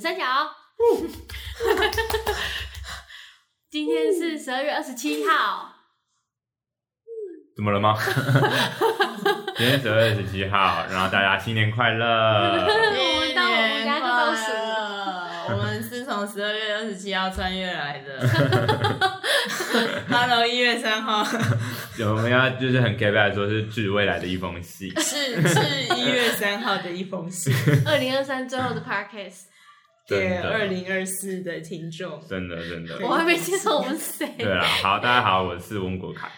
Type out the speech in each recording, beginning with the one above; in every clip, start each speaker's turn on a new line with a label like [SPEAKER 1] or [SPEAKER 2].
[SPEAKER 1] 三 角。今天
[SPEAKER 2] 嗯
[SPEAKER 1] 是十二月二十七 号，
[SPEAKER 2] 怎么了吗？ 今天十二月十七号，然后大家新年快乐！
[SPEAKER 1] 我们到我们家就倒数
[SPEAKER 3] 新年快乐我们是从十二月二十七号穿越来的。Hello，一月三号
[SPEAKER 2] 我们要就是很 gay 来说，是致未来的一封信。
[SPEAKER 3] 是是一月三号的一封信，
[SPEAKER 1] 二零二三最后的 podcast，
[SPEAKER 2] 真
[SPEAKER 3] 给
[SPEAKER 2] 的
[SPEAKER 3] 二零二四的听众。
[SPEAKER 2] 真的真的
[SPEAKER 1] 我，还没介绍我们是谁。
[SPEAKER 2] 对啦，好，大家好，我是翁国凯，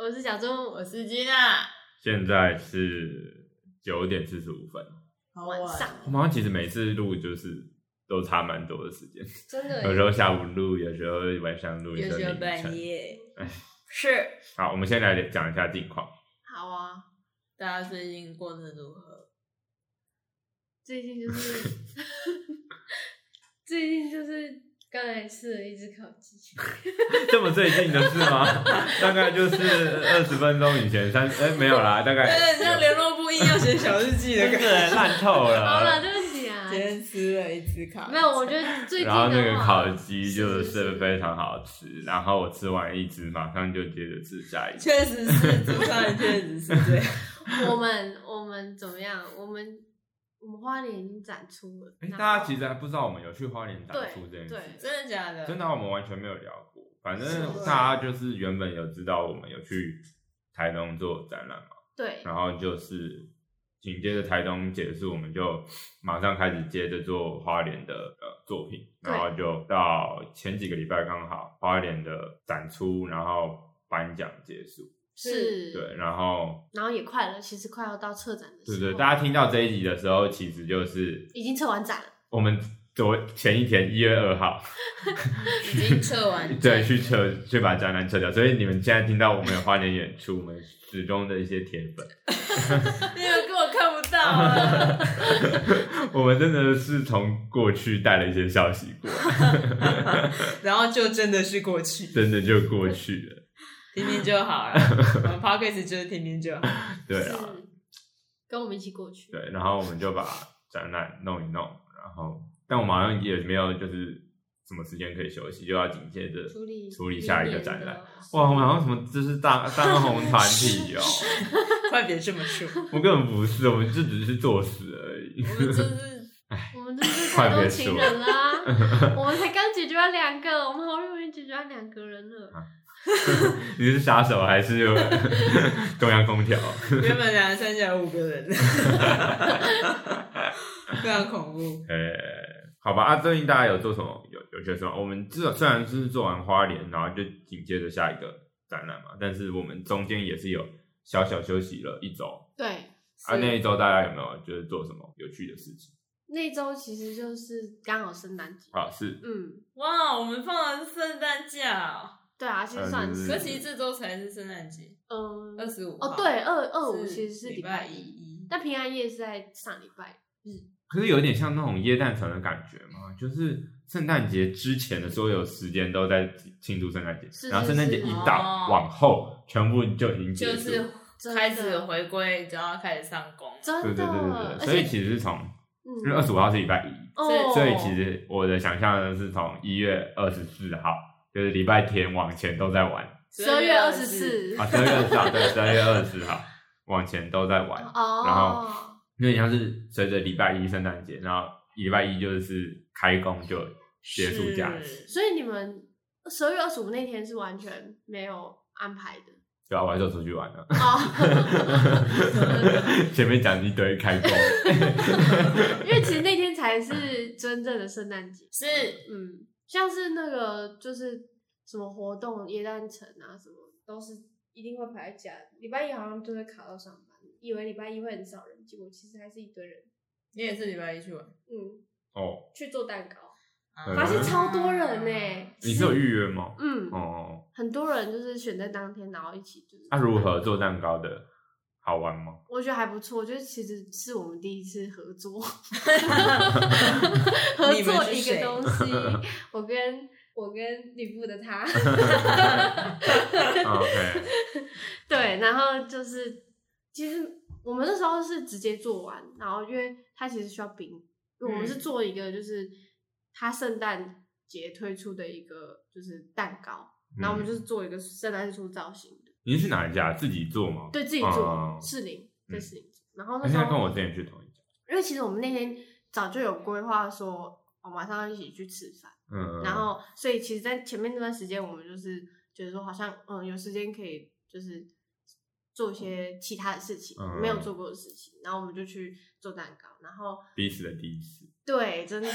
[SPEAKER 1] 我是小猪，
[SPEAKER 3] 我是金娜，
[SPEAKER 2] 现在是九点四十五分。
[SPEAKER 3] 好
[SPEAKER 1] 晚上
[SPEAKER 2] 我们好像其实每次录就是都差蛮多的时间，
[SPEAKER 1] 真的耶
[SPEAKER 2] 有时候下午录，有时候晚上录，
[SPEAKER 3] 有时候
[SPEAKER 2] 凌
[SPEAKER 3] 半
[SPEAKER 2] 晨。
[SPEAKER 3] 夜
[SPEAKER 2] 哎。
[SPEAKER 3] 是，
[SPEAKER 2] 好，我们先来讲一下近况。
[SPEAKER 1] 好啊，
[SPEAKER 3] 大家最近过得如何？
[SPEAKER 1] 最近就是 最近就是刚才吃了一只烤鸡，
[SPEAKER 2] 这么最近的事吗？ 大概就是二十分钟以前，三哎、没有啦，大概
[SPEAKER 3] 对，像联络部一要写小日记的
[SPEAKER 2] 真
[SPEAKER 3] 感
[SPEAKER 2] 的
[SPEAKER 3] 觉。
[SPEAKER 2] 烂透
[SPEAKER 1] 好了，
[SPEAKER 2] 了。
[SPEAKER 1] 对不起啊
[SPEAKER 3] 今，天吃了一只烤鸡，
[SPEAKER 1] 没有，我觉得最近的
[SPEAKER 2] 然后
[SPEAKER 1] 话
[SPEAKER 2] 那个烤鸡就是非常好吃，然后我吃完一只，马上就接着吃下一只。
[SPEAKER 3] 确实是，祖上确实是这样。
[SPEAKER 1] 我们我们怎么样？我们我们花莲已经展出了，
[SPEAKER 2] 哎、
[SPEAKER 1] 然后
[SPEAKER 2] 大家其实还不知道我们有去花莲打
[SPEAKER 1] 对
[SPEAKER 2] 出这件事，
[SPEAKER 1] 对
[SPEAKER 3] 真的假的？
[SPEAKER 2] 真的啊我们完全没有聊过。反正
[SPEAKER 3] 是
[SPEAKER 2] 大家就是原本有知道我们有去台东做展览嘛，
[SPEAKER 1] 对
[SPEAKER 2] 然后就是紧接着台东结束，我们就马上开始接着做花莲的呃作品，
[SPEAKER 1] 对
[SPEAKER 2] 然后就到前几个礼拜刚好花莲的展出，然后颁奖结束，
[SPEAKER 1] 是，
[SPEAKER 2] 对，然后
[SPEAKER 1] 然后也快了，其实快要到策展的时
[SPEAKER 2] 对
[SPEAKER 1] 候，
[SPEAKER 2] 对，大家听到这一集的时候，其实就是
[SPEAKER 1] 已经策完展了，
[SPEAKER 2] 我们昨前一天一月二号，
[SPEAKER 3] 已经测完
[SPEAKER 2] 对，去撤去把展览撤掉，所以你们现在听到我们有花莲演出，我们始终的一些铁粉。
[SPEAKER 3] 你有给我看不到啊！
[SPEAKER 2] 我们真的是从过去带了一些消息过来，
[SPEAKER 3] 然后就真的是过去，
[SPEAKER 2] 真的就过去了。
[SPEAKER 3] 听听就好 了。我们 podcast 就是听听就好。
[SPEAKER 2] 对
[SPEAKER 1] 是
[SPEAKER 2] 啊，
[SPEAKER 1] 跟我们一起过去，
[SPEAKER 2] 对，然后我们就把展览弄一弄，然后但我们好像也没有就是什么时间可以休息，就要紧接着
[SPEAKER 1] 处理
[SPEAKER 2] 处理下一个展览
[SPEAKER 1] 明。年的
[SPEAKER 2] 哇，我们好像什么这是大大红团体哦，
[SPEAKER 3] 快别这么说，
[SPEAKER 2] 我根本不是，我们就只是作死而已。
[SPEAKER 3] 我们就是
[SPEAKER 1] 我们真是台
[SPEAKER 2] 快
[SPEAKER 1] 东
[SPEAKER 2] 别
[SPEAKER 1] 情人啦、 我们才刚解决完两个，我们好不容易解决完两个人了。
[SPEAKER 2] 啊你是杀手还是 中央空调？
[SPEAKER 3] 原本两三角五个 人，非常恐怖。
[SPEAKER 2] 呃、好吧，啊，最近大家有做什么？有有些什么？我们至少虽然是做完花莲，然后就紧接着下一个展览嘛，但是我们中间也是有小小休息了一周。
[SPEAKER 1] 对，
[SPEAKER 2] 啊，那一周大家有没有就是做什么有趣的事情？
[SPEAKER 1] 那周其实就是刚好圣诞节，
[SPEAKER 2] 啊，是
[SPEAKER 1] 嗯，
[SPEAKER 3] 哇，我们放的是圣诞假哦，
[SPEAKER 1] 对啊，其实算
[SPEAKER 2] 嗯
[SPEAKER 1] 是，
[SPEAKER 3] 可其实这周才是圣诞节，
[SPEAKER 1] 嗯、
[SPEAKER 3] 二十五。
[SPEAKER 1] 哦，对，，二二五
[SPEAKER 3] 是
[SPEAKER 1] 其实是
[SPEAKER 3] 礼
[SPEAKER 1] 拜
[SPEAKER 3] 拜一
[SPEAKER 1] 但平安夜是在上礼拜。
[SPEAKER 2] 可是有点像那种耶诞城的感觉嘛，就是圣诞节之前的所有时间都在庆祝圣诞节，
[SPEAKER 1] 是哦
[SPEAKER 2] 然后圣诞节一到
[SPEAKER 3] 是是
[SPEAKER 2] 往后，全部就已经结
[SPEAKER 3] 就
[SPEAKER 2] 束。
[SPEAKER 3] 是
[SPEAKER 1] 真的
[SPEAKER 3] 开始回归，就要开始上工。
[SPEAKER 1] 真的，
[SPEAKER 2] 对对对对
[SPEAKER 1] 而且
[SPEAKER 2] 对，所以其实是从因
[SPEAKER 1] 嗯
[SPEAKER 2] 为二十五号是礼拜一，
[SPEAKER 1] 哦，
[SPEAKER 2] 所以其实我的想象呢是从一月二十四号，就是礼拜天往前都在玩
[SPEAKER 1] 十二月二十四
[SPEAKER 2] 啊，十二月二十号，对，十二月二十四号往前都在玩，
[SPEAKER 1] 哦，
[SPEAKER 2] 然后有点像是随着礼拜一圣诞节，然后礼拜一就是开工就结束假期，
[SPEAKER 3] 是
[SPEAKER 1] 所以你们十二月二十五那天是完全没有安排 的
[SPEAKER 2] 对啊，我还是有出去玩 了。
[SPEAKER 1] 哦，
[SPEAKER 2] 嗯前面讲一堆开工，
[SPEAKER 1] 因为其实那天才是真正的圣诞节。
[SPEAKER 3] 是
[SPEAKER 1] 嗯，像是那个就是什么活动，耶诞城啊什么，都是一定会排在假。礼拜一好像就会卡到上班，以为礼拜一会很少人，结果其实还是一堆人。
[SPEAKER 3] 你也是礼拜一去玩，
[SPEAKER 1] 嗯，
[SPEAKER 2] 哦，
[SPEAKER 1] 去做蛋糕，
[SPEAKER 2] 嗯
[SPEAKER 1] 发现超多人呢、
[SPEAKER 2] 你是有预约吗？
[SPEAKER 1] 嗯，
[SPEAKER 2] 哦，
[SPEAKER 1] 很多人就是选在当天，然后一起就是。
[SPEAKER 2] 那、如何？做蛋糕的？好玩吗？
[SPEAKER 1] 我觉得还不错，就是其实是我们第一次合 作，合
[SPEAKER 3] 你们
[SPEAKER 1] 作
[SPEAKER 3] 是
[SPEAKER 1] 一
[SPEAKER 3] 谁
[SPEAKER 1] 个 东西，我跟我跟吕布的 他。
[SPEAKER 2] 啊 OK，
[SPEAKER 1] 对，然后就是其实我们那时
[SPEAKER 3] 嗯
[SPEAKER 1] 候是直接做完，然后因为它其实需要冰，因为我们是做一个就是它圣诞节推出的一个就是蛋糕，然
[SPEAKER 2] 嗯
[SPEAKER 1] 后我们就是做一个圣诞树造型的，
[SPEAKER 2] 你是去哪一家？自己做吗？
[SPEAKER 1] 对自己做
[SPEAKER 2] 哦，
[SPEAKER 1] 士林在
[SPEAKER 2] 嗯
[SPEAKER 1] 士林做，然后那
[SPEAKER 2] 那
[SPEAKER 1] 时
[SPEAKER 2] 现在
[SPEAKER 1] 候
[SPEAKER 2] 跟我之前去同一家。
[SPEAKER 1] 因为其实我们那天早就有规划说，我马上要一起去吃饭，
[SPEAKER 2] 嗯，
[SPEAKER 1] 然后所以其实，在前面那段时间，我们就是觉得说，好像嗯有时间可以就是做一些其他的事情，
[SPEAKER 2] 嗯
[SPEAKER 1] 没有做过的事情，然后我们就去做蛋糕，然 后
[SPEAKER 2] 彼此的第一次，
[SPEAKER 1] 对， 真的。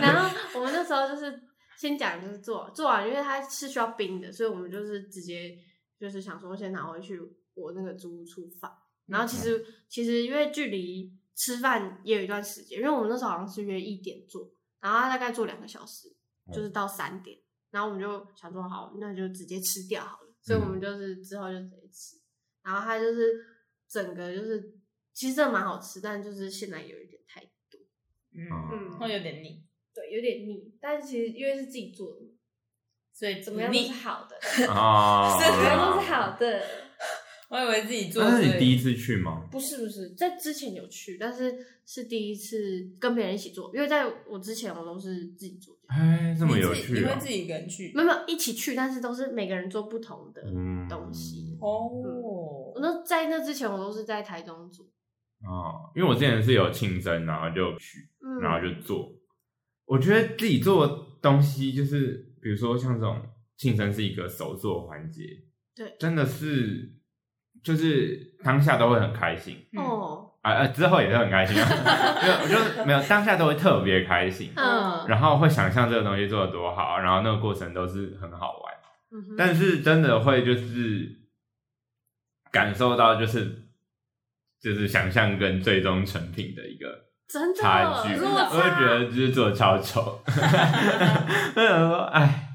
[SPEAKER 1] 然后我们那时候就是先讲，就是做做完，因为它是需要冰的，所以我们就是直接就是想说先拿回去我那个租屋处放。然后
[SPEAKER 3] 嗯
[SPEAKER 1] 其实、其实因为距离吃饭也有一段时间，因为我们那时候好像是约一点做，然后它大概做两个小时，就是到三点。然后我们就想说好，那就直接吃掉好了，所以我们就是之后就直接吃。然后它就是整个就是其实真的蛮好吃，但就是现在有一点太多，
[SPEAKER 3] 嗯，
[SPEAKER 1] 嗯
[SPEAKER 3] 会有点腻，
[SPEAKER 1] 对，有点腻。但其实因为是自己做的嘛，
[SPEAKER 3] 所以
[SPEAKER 1] 怎么样都
[SPEAKER 3] 腻
[SPEAKER 1] 是。好的，
[SPEAKER 2] 啊，
[SPEAKER 1] 怎么样都是好的。
[SPEAKER 3] 我以为自己做，
[SPEAKER 2] 那是你第
[SPEAKER 3] 一
[SPEAKER 2] 一次去吗？
[SPEAKER 1] 不是不是，在之前有去，但是是第一次跟别人一起做，因为在我之前我都是自己做的，
[SPEAKER 2] 哎，这么有
[SPEAKER 3] 你
[SPEAKER 2] 趣
[SPEAKER 3] 会
[SPEAKER 2] 啊
[SPEAKER 3] 自！己一个人去
[SPEAKER 1] 没有没有一起去，但是都是每个人做不同的。
[SPEAKER 2] 嗯，
[SPEAKER 1] 东西
[SPEAKER 3] 哦
[SPEAKER 1] 我那在那之前我都是在台中做，
[SPEAKER 2] 哦，因为我之前是有庆生，然后就去，
[SPEAKER 1] 嗯，
[SPEAKER 2] 然后就做。我觉得自己做的东西，就是比如说像这种庆生是一个手做环节，
[SPEAKER 1] 对
[SPEAKER 2] 真的是就是当下都会很开心，
[SPEAKER 3] 嗯
[SPEAKER 1] 哦，
[SPEAKER 2] 啊呃，之后也是很开 心、啊，没有，我就没有当下都会特别开心，
[SPEAKER 1] 嗯
[SPEAKER 2] 然后会想象这个东西做的多好，啊然后那个过程都是很好玩，
[SPEAKER 1] 嗯哼，
[SPEAKER 2] 但是真的会就是感受到就是就是想象跟最终成品的一个
[SPEAKER 1] 真的
[SPEAKER 2] 差距，
[SPEAKER 1] 落差
[SPEAKER 2] 我会觉得就是做的超 丑，我想说哎，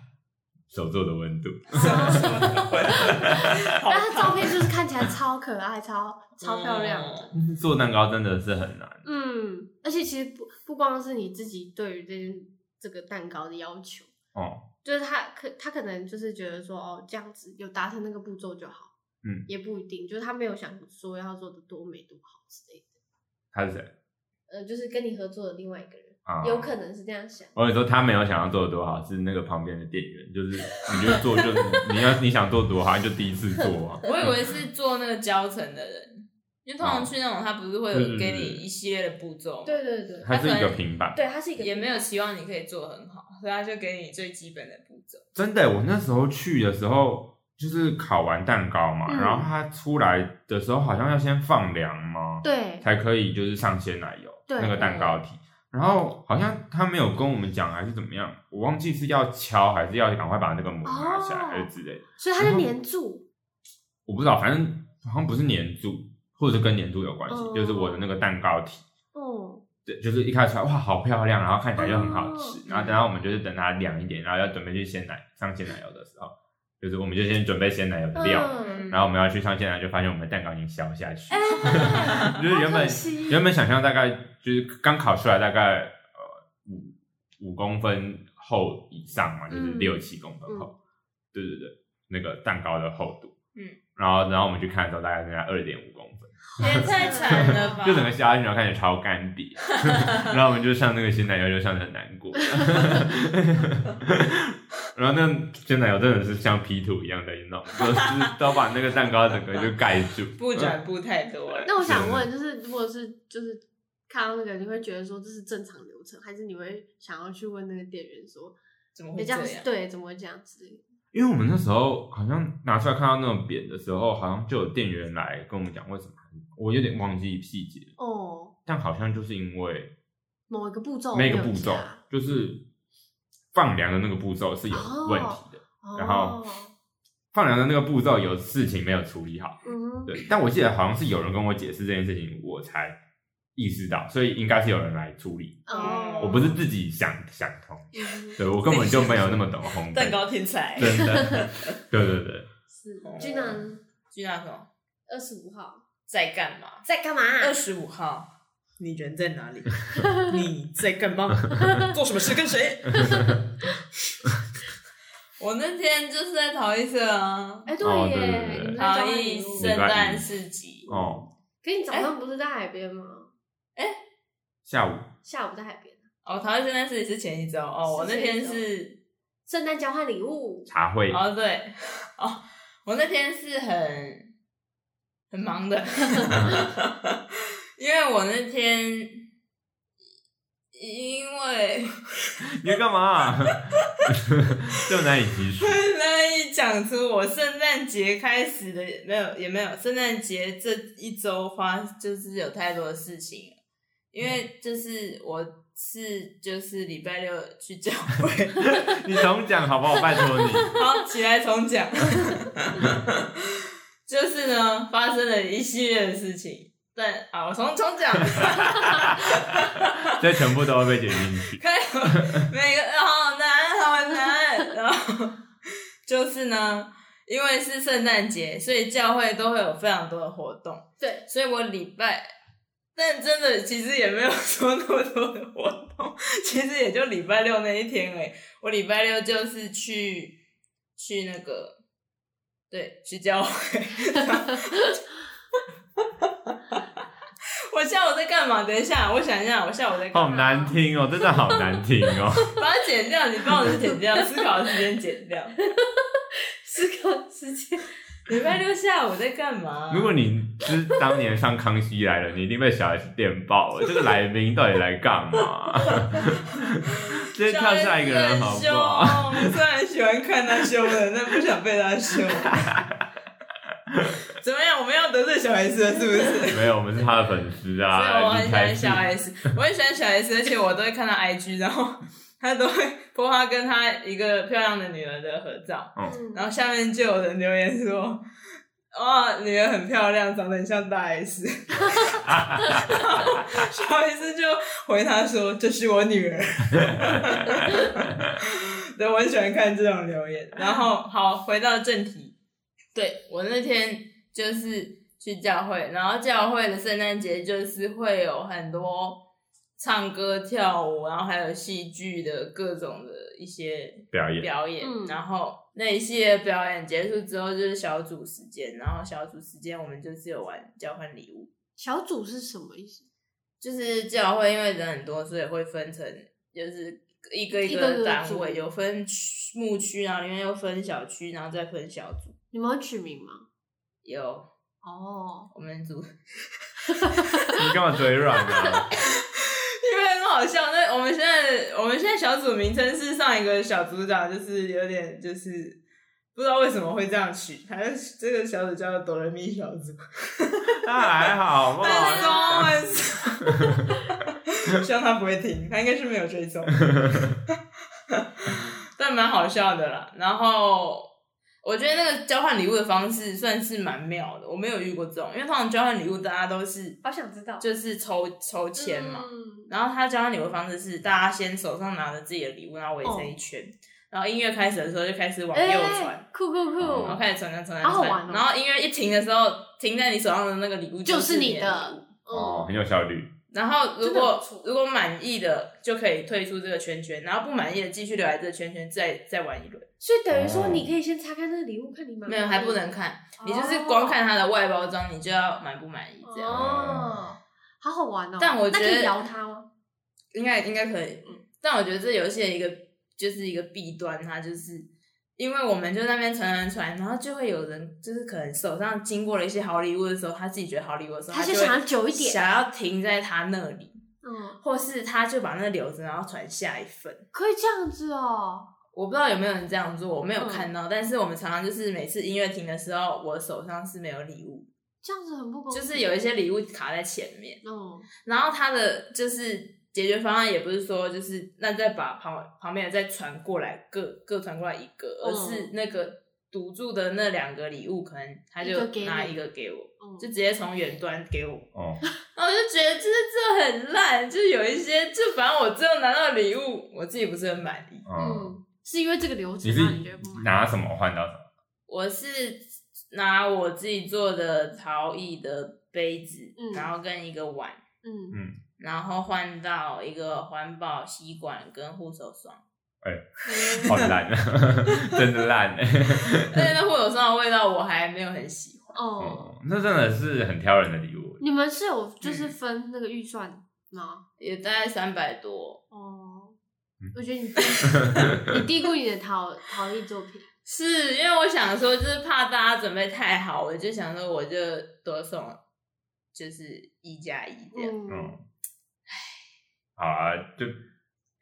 [SPEAKER 2] 手做的温度，
[SPEAKER 1] 但它照片就是看起来超可爱、超超漂亮的。
[SPEAKER 2] 做蛋糕真的是很难，
[SPEAKER 1] 嗯，而且其实不不光是你自己对于这件这个蛋糕的要求，
[SPEAKER 2] 哦，
[SPEAKER 1] 就是他可他可能就是觉得说哦这样子有达成那个步骤就好，
[SPEAKER 2] 嗯，
[SPEAKER 1] 也不一定，就是他没有想说要做的多美多好之类的。
[SPEAKER 2] 他是谁
[SPEAKER 1] 呃，就是跟你合作的另外一个人，
[SPEAKER 2] 啊？
[SPEAKER 1] 有可能是这样想。
[SPEAKER 2] 我跟你说，他没有想要做的多好，是那个旁边的店员，就是你就做，就是你要你想做多好，你就第一次 做啊。
[SPEAKER 3] 我以为是做那个教程的人，因为通常去那种，他不是会有给你一系列的步骤吗，
[SPEAKER 1] 对对对，
[SPEAKER 2] 它是一个平板，
[SPEAKER 1] 对，他是一个
[SPEAKER 3] 也没有期望你可以做得很好，所以他就给你最基本的步 骤。
[SPEAKER 2] 真的，我那时候去的时候就是烤完蛋糕嘛，
[SPEAKER 1] 嗯
[SPEAKER 2] 然后它出来的时候好像要先放凉吗？
[SPEAKER 1] 对
[SPEAKER 2] 才可以就是上鲜奶油
[SPEAKER 1] 对
[SPEAKER 2] 那个蛋糕体。然后好像他没有跟我们讲还是怎么样，我忘记是要敲还是要赶快把那个膜拿下来
[SPEAKER 1] 哦
[SPEAKER 2] 还是之类的，
[SPEAKER 1] 所以他就黏住，
[SPEAKER 2] 我不知道，反正好像不是粘住，或者是跟粘住有关系，
[SPEAKER 1] 哦
[SPEAKER 2] 就是我的那个蛋糕体。
[SPEAKER 1] 哦，
[SPEAKER 2] 对，就是一开始出来哇，好漂亮，然后看起来就很好吃。
[SPEAKER 1] 哦
[SPEAKER 2] 然后等到我们就是等它凉一点，然后要准备去鲜奶上鲜奶油的时候，就是我们就先准备鲜奶油的料，
[SPEAKER 1] 嗯，
[SPEAKER 2] 然后我们要去上鲜奶，就发现我们蛋糕已经消下去。
[SPEAKER 1] 哎
[SPEAKER 2] 就是原
[SPEAKER 1] 好可
[SPEAKER 2] 本
[SPEAKER 1] 惜
[SPEAKER 2] 原本想象大概就是刚烤出来大概呃五五公分厚以上嘛，就是
[SPEAKER 1] 嗯
[SPEAKER 2] 六七公分厚，对对对，那个蛋糕的厚度。
[SPEAKER 3] 嗯，
[SPEAKER 2] 然后然后我们去看的时候，大概剩下二点五公分。
[SPEAKER 3] 也太惨了吧！
[SPEAKER 2] 就整个下去，然后看起来超干瘪， 然后我们就上那个鲜奶油，就上的很难过。 然后那鲜奶油真的是像 P 图一样的，你知道吗？就是都把那个蛋糕整个就盖住。
[SPEAKER 3] 不
[SPEAKER 2] 嗯
[SPEAKER 3] 转步太多了。
[SPEAKER 1] 那我
[SPEAKER 2] 啊
[SPEAKER 1] 想问，就是如果是就是看到那个，你会觉得说这是正常流程，还是你会想要去问那个店员说，
[SPEAKER 3] 怎么
[SPEAKER 1] 你
[SPEAKER 3] 会
[SPEAKER 1] 这
[SPEAKER 3] 这
[SPEAKER 1] 样
[SPEAKER 3] 样？
[SPEAKER 1] 子对，怎么会这样子？
[SPEAKER 2] 因为我们那时候好像拿出来看到那种扁的时候，好像就有店员来跟我们讲为什么，我有点忘记细节，
[SPEAKER 1] 哦，
[SPEAKER 2] 但好像就是因为
[SPEAKER 1] 某一个步骤
[SPEAKER 2] 那
[SPEAKER 1] 没
[SPEAKER 2] 个
[SPEAKER 1] 哦有
[SPEAKER 2] 步骤
[SPEAKER 1] 加
[SPEAKER 2] 就是放凉的那个步骤是有问题的，然后
[SPEAKER 1] 哦、
[SPEAKER 2] 放凉的那个步骤有事情没有处理好。
[SPEAKER 1] 嗯，
[SPEAKER 2] 对，但我记得好像是有人跟我解释这件事情，我才意识到，所以应该是有人来处理，
[SPEAKER 1] 哦，
[SPEAKER 2] 我不是自己想想通，
[SPEAKER 1] 嗯
[SPEAKER 2] 对我根本就没有那么懂烘
[SPEAKER 3] 蛋
[SPEAKER 2] 焙，
[SPEAKER 3] 糕天才，
[SPEAKER 2] 真的， 对对对，
[SPEAKER 1] 是
[SPEAKER 3] 哦
[SPEAKER 1] 居然
[SPEAKER 3] 去那种
[SPEAKER 1] 二十五号
[SPEAKER 3] 在干嘛？
[SPEAKER 1] 在干嘛？啊
[SPEAKER 3] 二十五号，你人在哪里？ 你在干 嘛？做什么事？跟谁？ 我那天就是在陶艺社啊，
[SPEAKER 1] 哎，
[SPEAKER 2] 哦对对
[SPEAKER 1] 耶，
[SPEAKER 2] 对
[SPEAKER 1] 你
[SPEAKER 2] 对
[SPEAKER 1] 在
[SPEAKER 3] 陶
[SPEAKER 1] 交换
[SPEAKER 3] 艺
[SPEAKER 1] 礼物
[SPEAKER 3] 圣诞市集，
[SPEAKER 2] 哦，
[SPEAKER 1] 哎可你早上不是在海边吗？
[SPEAKER 2] 下午
[SPEAKER 1] 下午在海边啊，
[SPEAKER 3] 哦，台湾圣诞市集是前一周哦，我那天是
[SPEAKER 1] 圣诞交换礼物，
[SPEAKER 2] 茶会，
[SPEAKER 3] 哦对 哦，我那天是很很忙的，因为我那天因为
[SPEAKER 2] 你在干嘛？啊 这么难以及数。
[SPEAKER 3] 难以讲出我圣诞节开始的没有也没有，圣诞节这一周花就是有太多的事情了，因为就是我是就是礼拜六去教会，
[SPEAKER 2] 你重讲好不好？拜托你。
[SPEAKER 3] 好起来重讲， 就是呢发生了一系列的事情，但啊我重重讲，
[SPEAKER 2] 这全部都会被剪进去。
[SPEAKER 3] 看每个好难好难，然后就是呢，因为是圣诞节，所以教会都会有非常多的活动。
[SPEAKER 1] 对，
[SPEAKER 3] 所以我礼拜，但真的其实也没有说那么多的活动，其实也就礼拜六那一天而已。我礼拜六就是去去那个，对，去教会。 我下午在干嘛？等一下，我想一下，我下午在干
[SPEAKER 2] 好
[SPEAKER 3] 嘛？
[SPEAKER 2] 难听哦，真的好难听哦。
[SPEAKER 3] 把它剪掉，你帮我剪 掉，思考的时间剪掉。
[SPEAKER 1] 思考时间，
[SPEAKER 3] 礼拜六下午在干嘛？
[SPEAKER 2] 如果你知当年上康熙来了，你一定被小 S 电爆 了。这个来宾到底来干嘛？直接跳下一个人好不好？
[SPEAKER 3] 小 S 很凶？虽然喜欢看他凶人，但不想被他 凶。怎么样？我们要得罪小 S 了，是不是？
[SPEAKER 2] 没有，我们是他的粉丝
[SPEAKER 3] 所以我
[SPEAKER 2] 啊，
[SPEAKER 3] 很
[SPEAKER 2] 你
[SPEAKER 3] 喜
[SPEAKER 2] 才
[SPEAKER 3] 欢
[SPEAKER 2] 是
[SPEAKER 3] 小 S，我很喜欢小 S，而且我都会看他 IG，然后他都会泼他跟他一个漂亮的女儿的合照。
[SPEAKER 2] 哦
[SPEAKER 1] 嗯
[SPEAKER 3] 然后下面就有人留言说：“哇，女儿很漂亮，长得很像大 S。” 小 S 就回他说：“这是我女儿。” 对，我很喜欢看这种留言。然后好，回到正题，对我那天就是去教会，然后教会的圣诞节就是会有很多。唱歌、跳舞，然后还有戏剧的各种的一些
[SPEAKER 2] 表演。
[SPEAKER 3] 表演，
[SPEAKER 1] 嗯
[SPEAKER 3] 然后那一系列表演结束之后就是小组时间，然后小组时间我们就是有玩交换礼物，
[SPEAKER 1] 小组是什么意思？
[SPEAKER 3] 就是教会因为人很多，所以会分成就是一个一
[SPEAKER 1] 一个一
[SPEAKER 3] 个
[SPEAKER 1] 个
[SPEAKER 3] 单
[SPEAKER 1] 组
[SPEAKER 3] 位，有分区牧区，然后里面又分小区，然后再分小组。
[SPEAKER 1] 你们有取名吗？
[SPEAKER 3] 有
[SPEAKER 1] 哦，
[SPEAKER 3] 我们组，因
[SPEAKER 2] 你干嘛嘴软啊？
[SPEAKER 3] 为很好笑。那我们现在我们现在小组名称是上一个小组长，就是有点就是不知道为什么会这样取，他就这个小组叫做哆来咪小组。
[SPEAKER 2] 那还好好不
[SPEAKER 3] 很
[SPEAKER 2] 好？
[SPEAKER 3] 松很松， 希望他不会听，他应该是没有追踪， 但蛮好笑的啦。然后我觉得那个交换礼物的方式算是蛮妙的，我没有遇过这种，因为通常交换礼物大家都是
[SPEAKER 1] 好想知道，
[SPEAKER 3] 就是抽抽签嘛，
[SPEAKER 1] 嗯
[SPEAKER 3] 然后他交换礼物的方式是大家先手上拿着自己的礼物，然后围成一圈，然后音乐开始的时候就开始往右
[SPEAKER 1] 哦哎、
[SPEAKER 3] 传。嗯
[SPEAKER 1] 酷酷酷！
[SPEAKER 3] 然后
[SPEAKER 2] 哦
[SPEAKER 3] 开始传传传
[SPEAKER 1] 好好
[SPEAKER 3] 传
[SPEAKER 1] 玩哦
[SPEAKER 3] 传，然后音乐一停的时候，停在你手上的那个礼物
[SPEAKER 1] 就是
[SPEAKER 3] 你
[SPEAKER 1] 你
[SPEAKER 3] 的礼物
[SPEAKER 1] 的，嗯，
[SPEAKER 2] 哦，很有效率。
[SPEAKER 3] 然后如
[SPEAKER 1] 真的
[SPEAKER 3] 果
[SPEAKER 1] 不错
[SPEAKER 3] 如果满意的就可以退出这个圈圈，然后不满意的继续留在这个圈圈再再玩一轮。
[SPEAKER 1] 所以等于说你可以先擦开那个礼物，看你买
[SPEAKER 3] 没有还不能看，
[SPEAKER 1] 哦
[SPEAKER 3] 你就是光看它的外包装，你就要满不满意这样。
[SPEAKER 1] 哦，好好玩哦。
[SPEAKER 3] 但我觉得
[SPEAKER 1] 那可以摇它吗？
[SPEAKER 3] 应该应该可以，
[SPEAKER 1] 嗯
[SPEAKER 3] 但我觉得这游戏的一个就是一个弊端，它就是。因为我们就在那边传传传，然后就会有人就是可能手上经过了一些好礼物的时候，他自己觉得好礼物的时候，
[SPEAKER 1] 它就
[SPEAKER 3] 就会
[SPEAKER 1] 想要久一点。
[SPEAKER 3] 想要停在他那里，
[SPEAKER 1] 嗯，
[SPEAKER 3] 或是他就把那留着，然后传下一份。
[SPEAKER 1] 可以这样子哦。
[SPEAKER 3] 我不知道有没有人这样做，我
[SPEAKER 1] 嗯
[SPEAKER 3] 没有看到。但是我们常常就是每次音乐停的时候，我手上是没有礼物，
[SPEAKER 1] 这样子很不公
[SPEAKER 3] 就
[SPEAKER 1] 平。
[SPEAKER 3] 是有一些礼物卡在前面。
[SPEAKER 1] 嗯，
[SPEAKER 3] 然后他的就是解决方案也不是说就是那再把旁旁边的再传过来各各传过来一个，而是那个堵住的那两个礼物，可能他
[SPEAKER 1] 嗯一
[SPEAKER 3] 就
[SPEAKER 1] 个给你
[SPEAKER 3] 拿一个给我，
[SPEAKER 1] 嗯
[SPEAKER 3] 就直接从远端给我。
[SPEAKER 2] 哦，
[SPEAKER 3] 然后我就觉得就是这很烂，就是有一些就反正我最后拿到的礼物，我自己不是很满意。
[SPEAKER 2] 嗯，
[SPEAKER 1] 嗯，是因为这个流程
[SPEAKER 2] 你
[SPEAKER 1] 让你觉得不
[SPEAKER 2] 是
[SPEAKER 1] 满意。
[SPEAKER 2] 拿什么换到什么？
[SPEAKER 3] 我是拿我自己做的陶艺的杯子，
[SPEAKER 1] 嗯
[SPEAKER 3] 然后跟一个碗，
[SPEAKER 1] 嗯，
[SPEAKER 3] 然后换到一个环保吸管跟护手霜。
[SPEAKER 1] 嗯
[SPEAKER 2] 好烂啊，真的烂哎。
[SPEAKER 3] 但是那护手霜的味道我还没有很喜欢。
[SPEAKER 1] 哦，
[SPEAKER 2] 哦，那真的是很挑人的礼物。
[SPEAKER 1] 你们是有就是分那个预算吗？
[SPEAKER 3] 也大概三百多。
[SPEAKER 1] 哦
[SPEAKER 2] 嗯，
[SPEAKER 1] 我觉得你低你低估你的陶陶艺作品。
[SPEAKER 3] 是因为我想说，就是怕大家准备太好，我就想说我就多送，就是一加一这样。
[SPEAKER 1] 嗯，
[SPEAKER 2] 嗯，好啊，就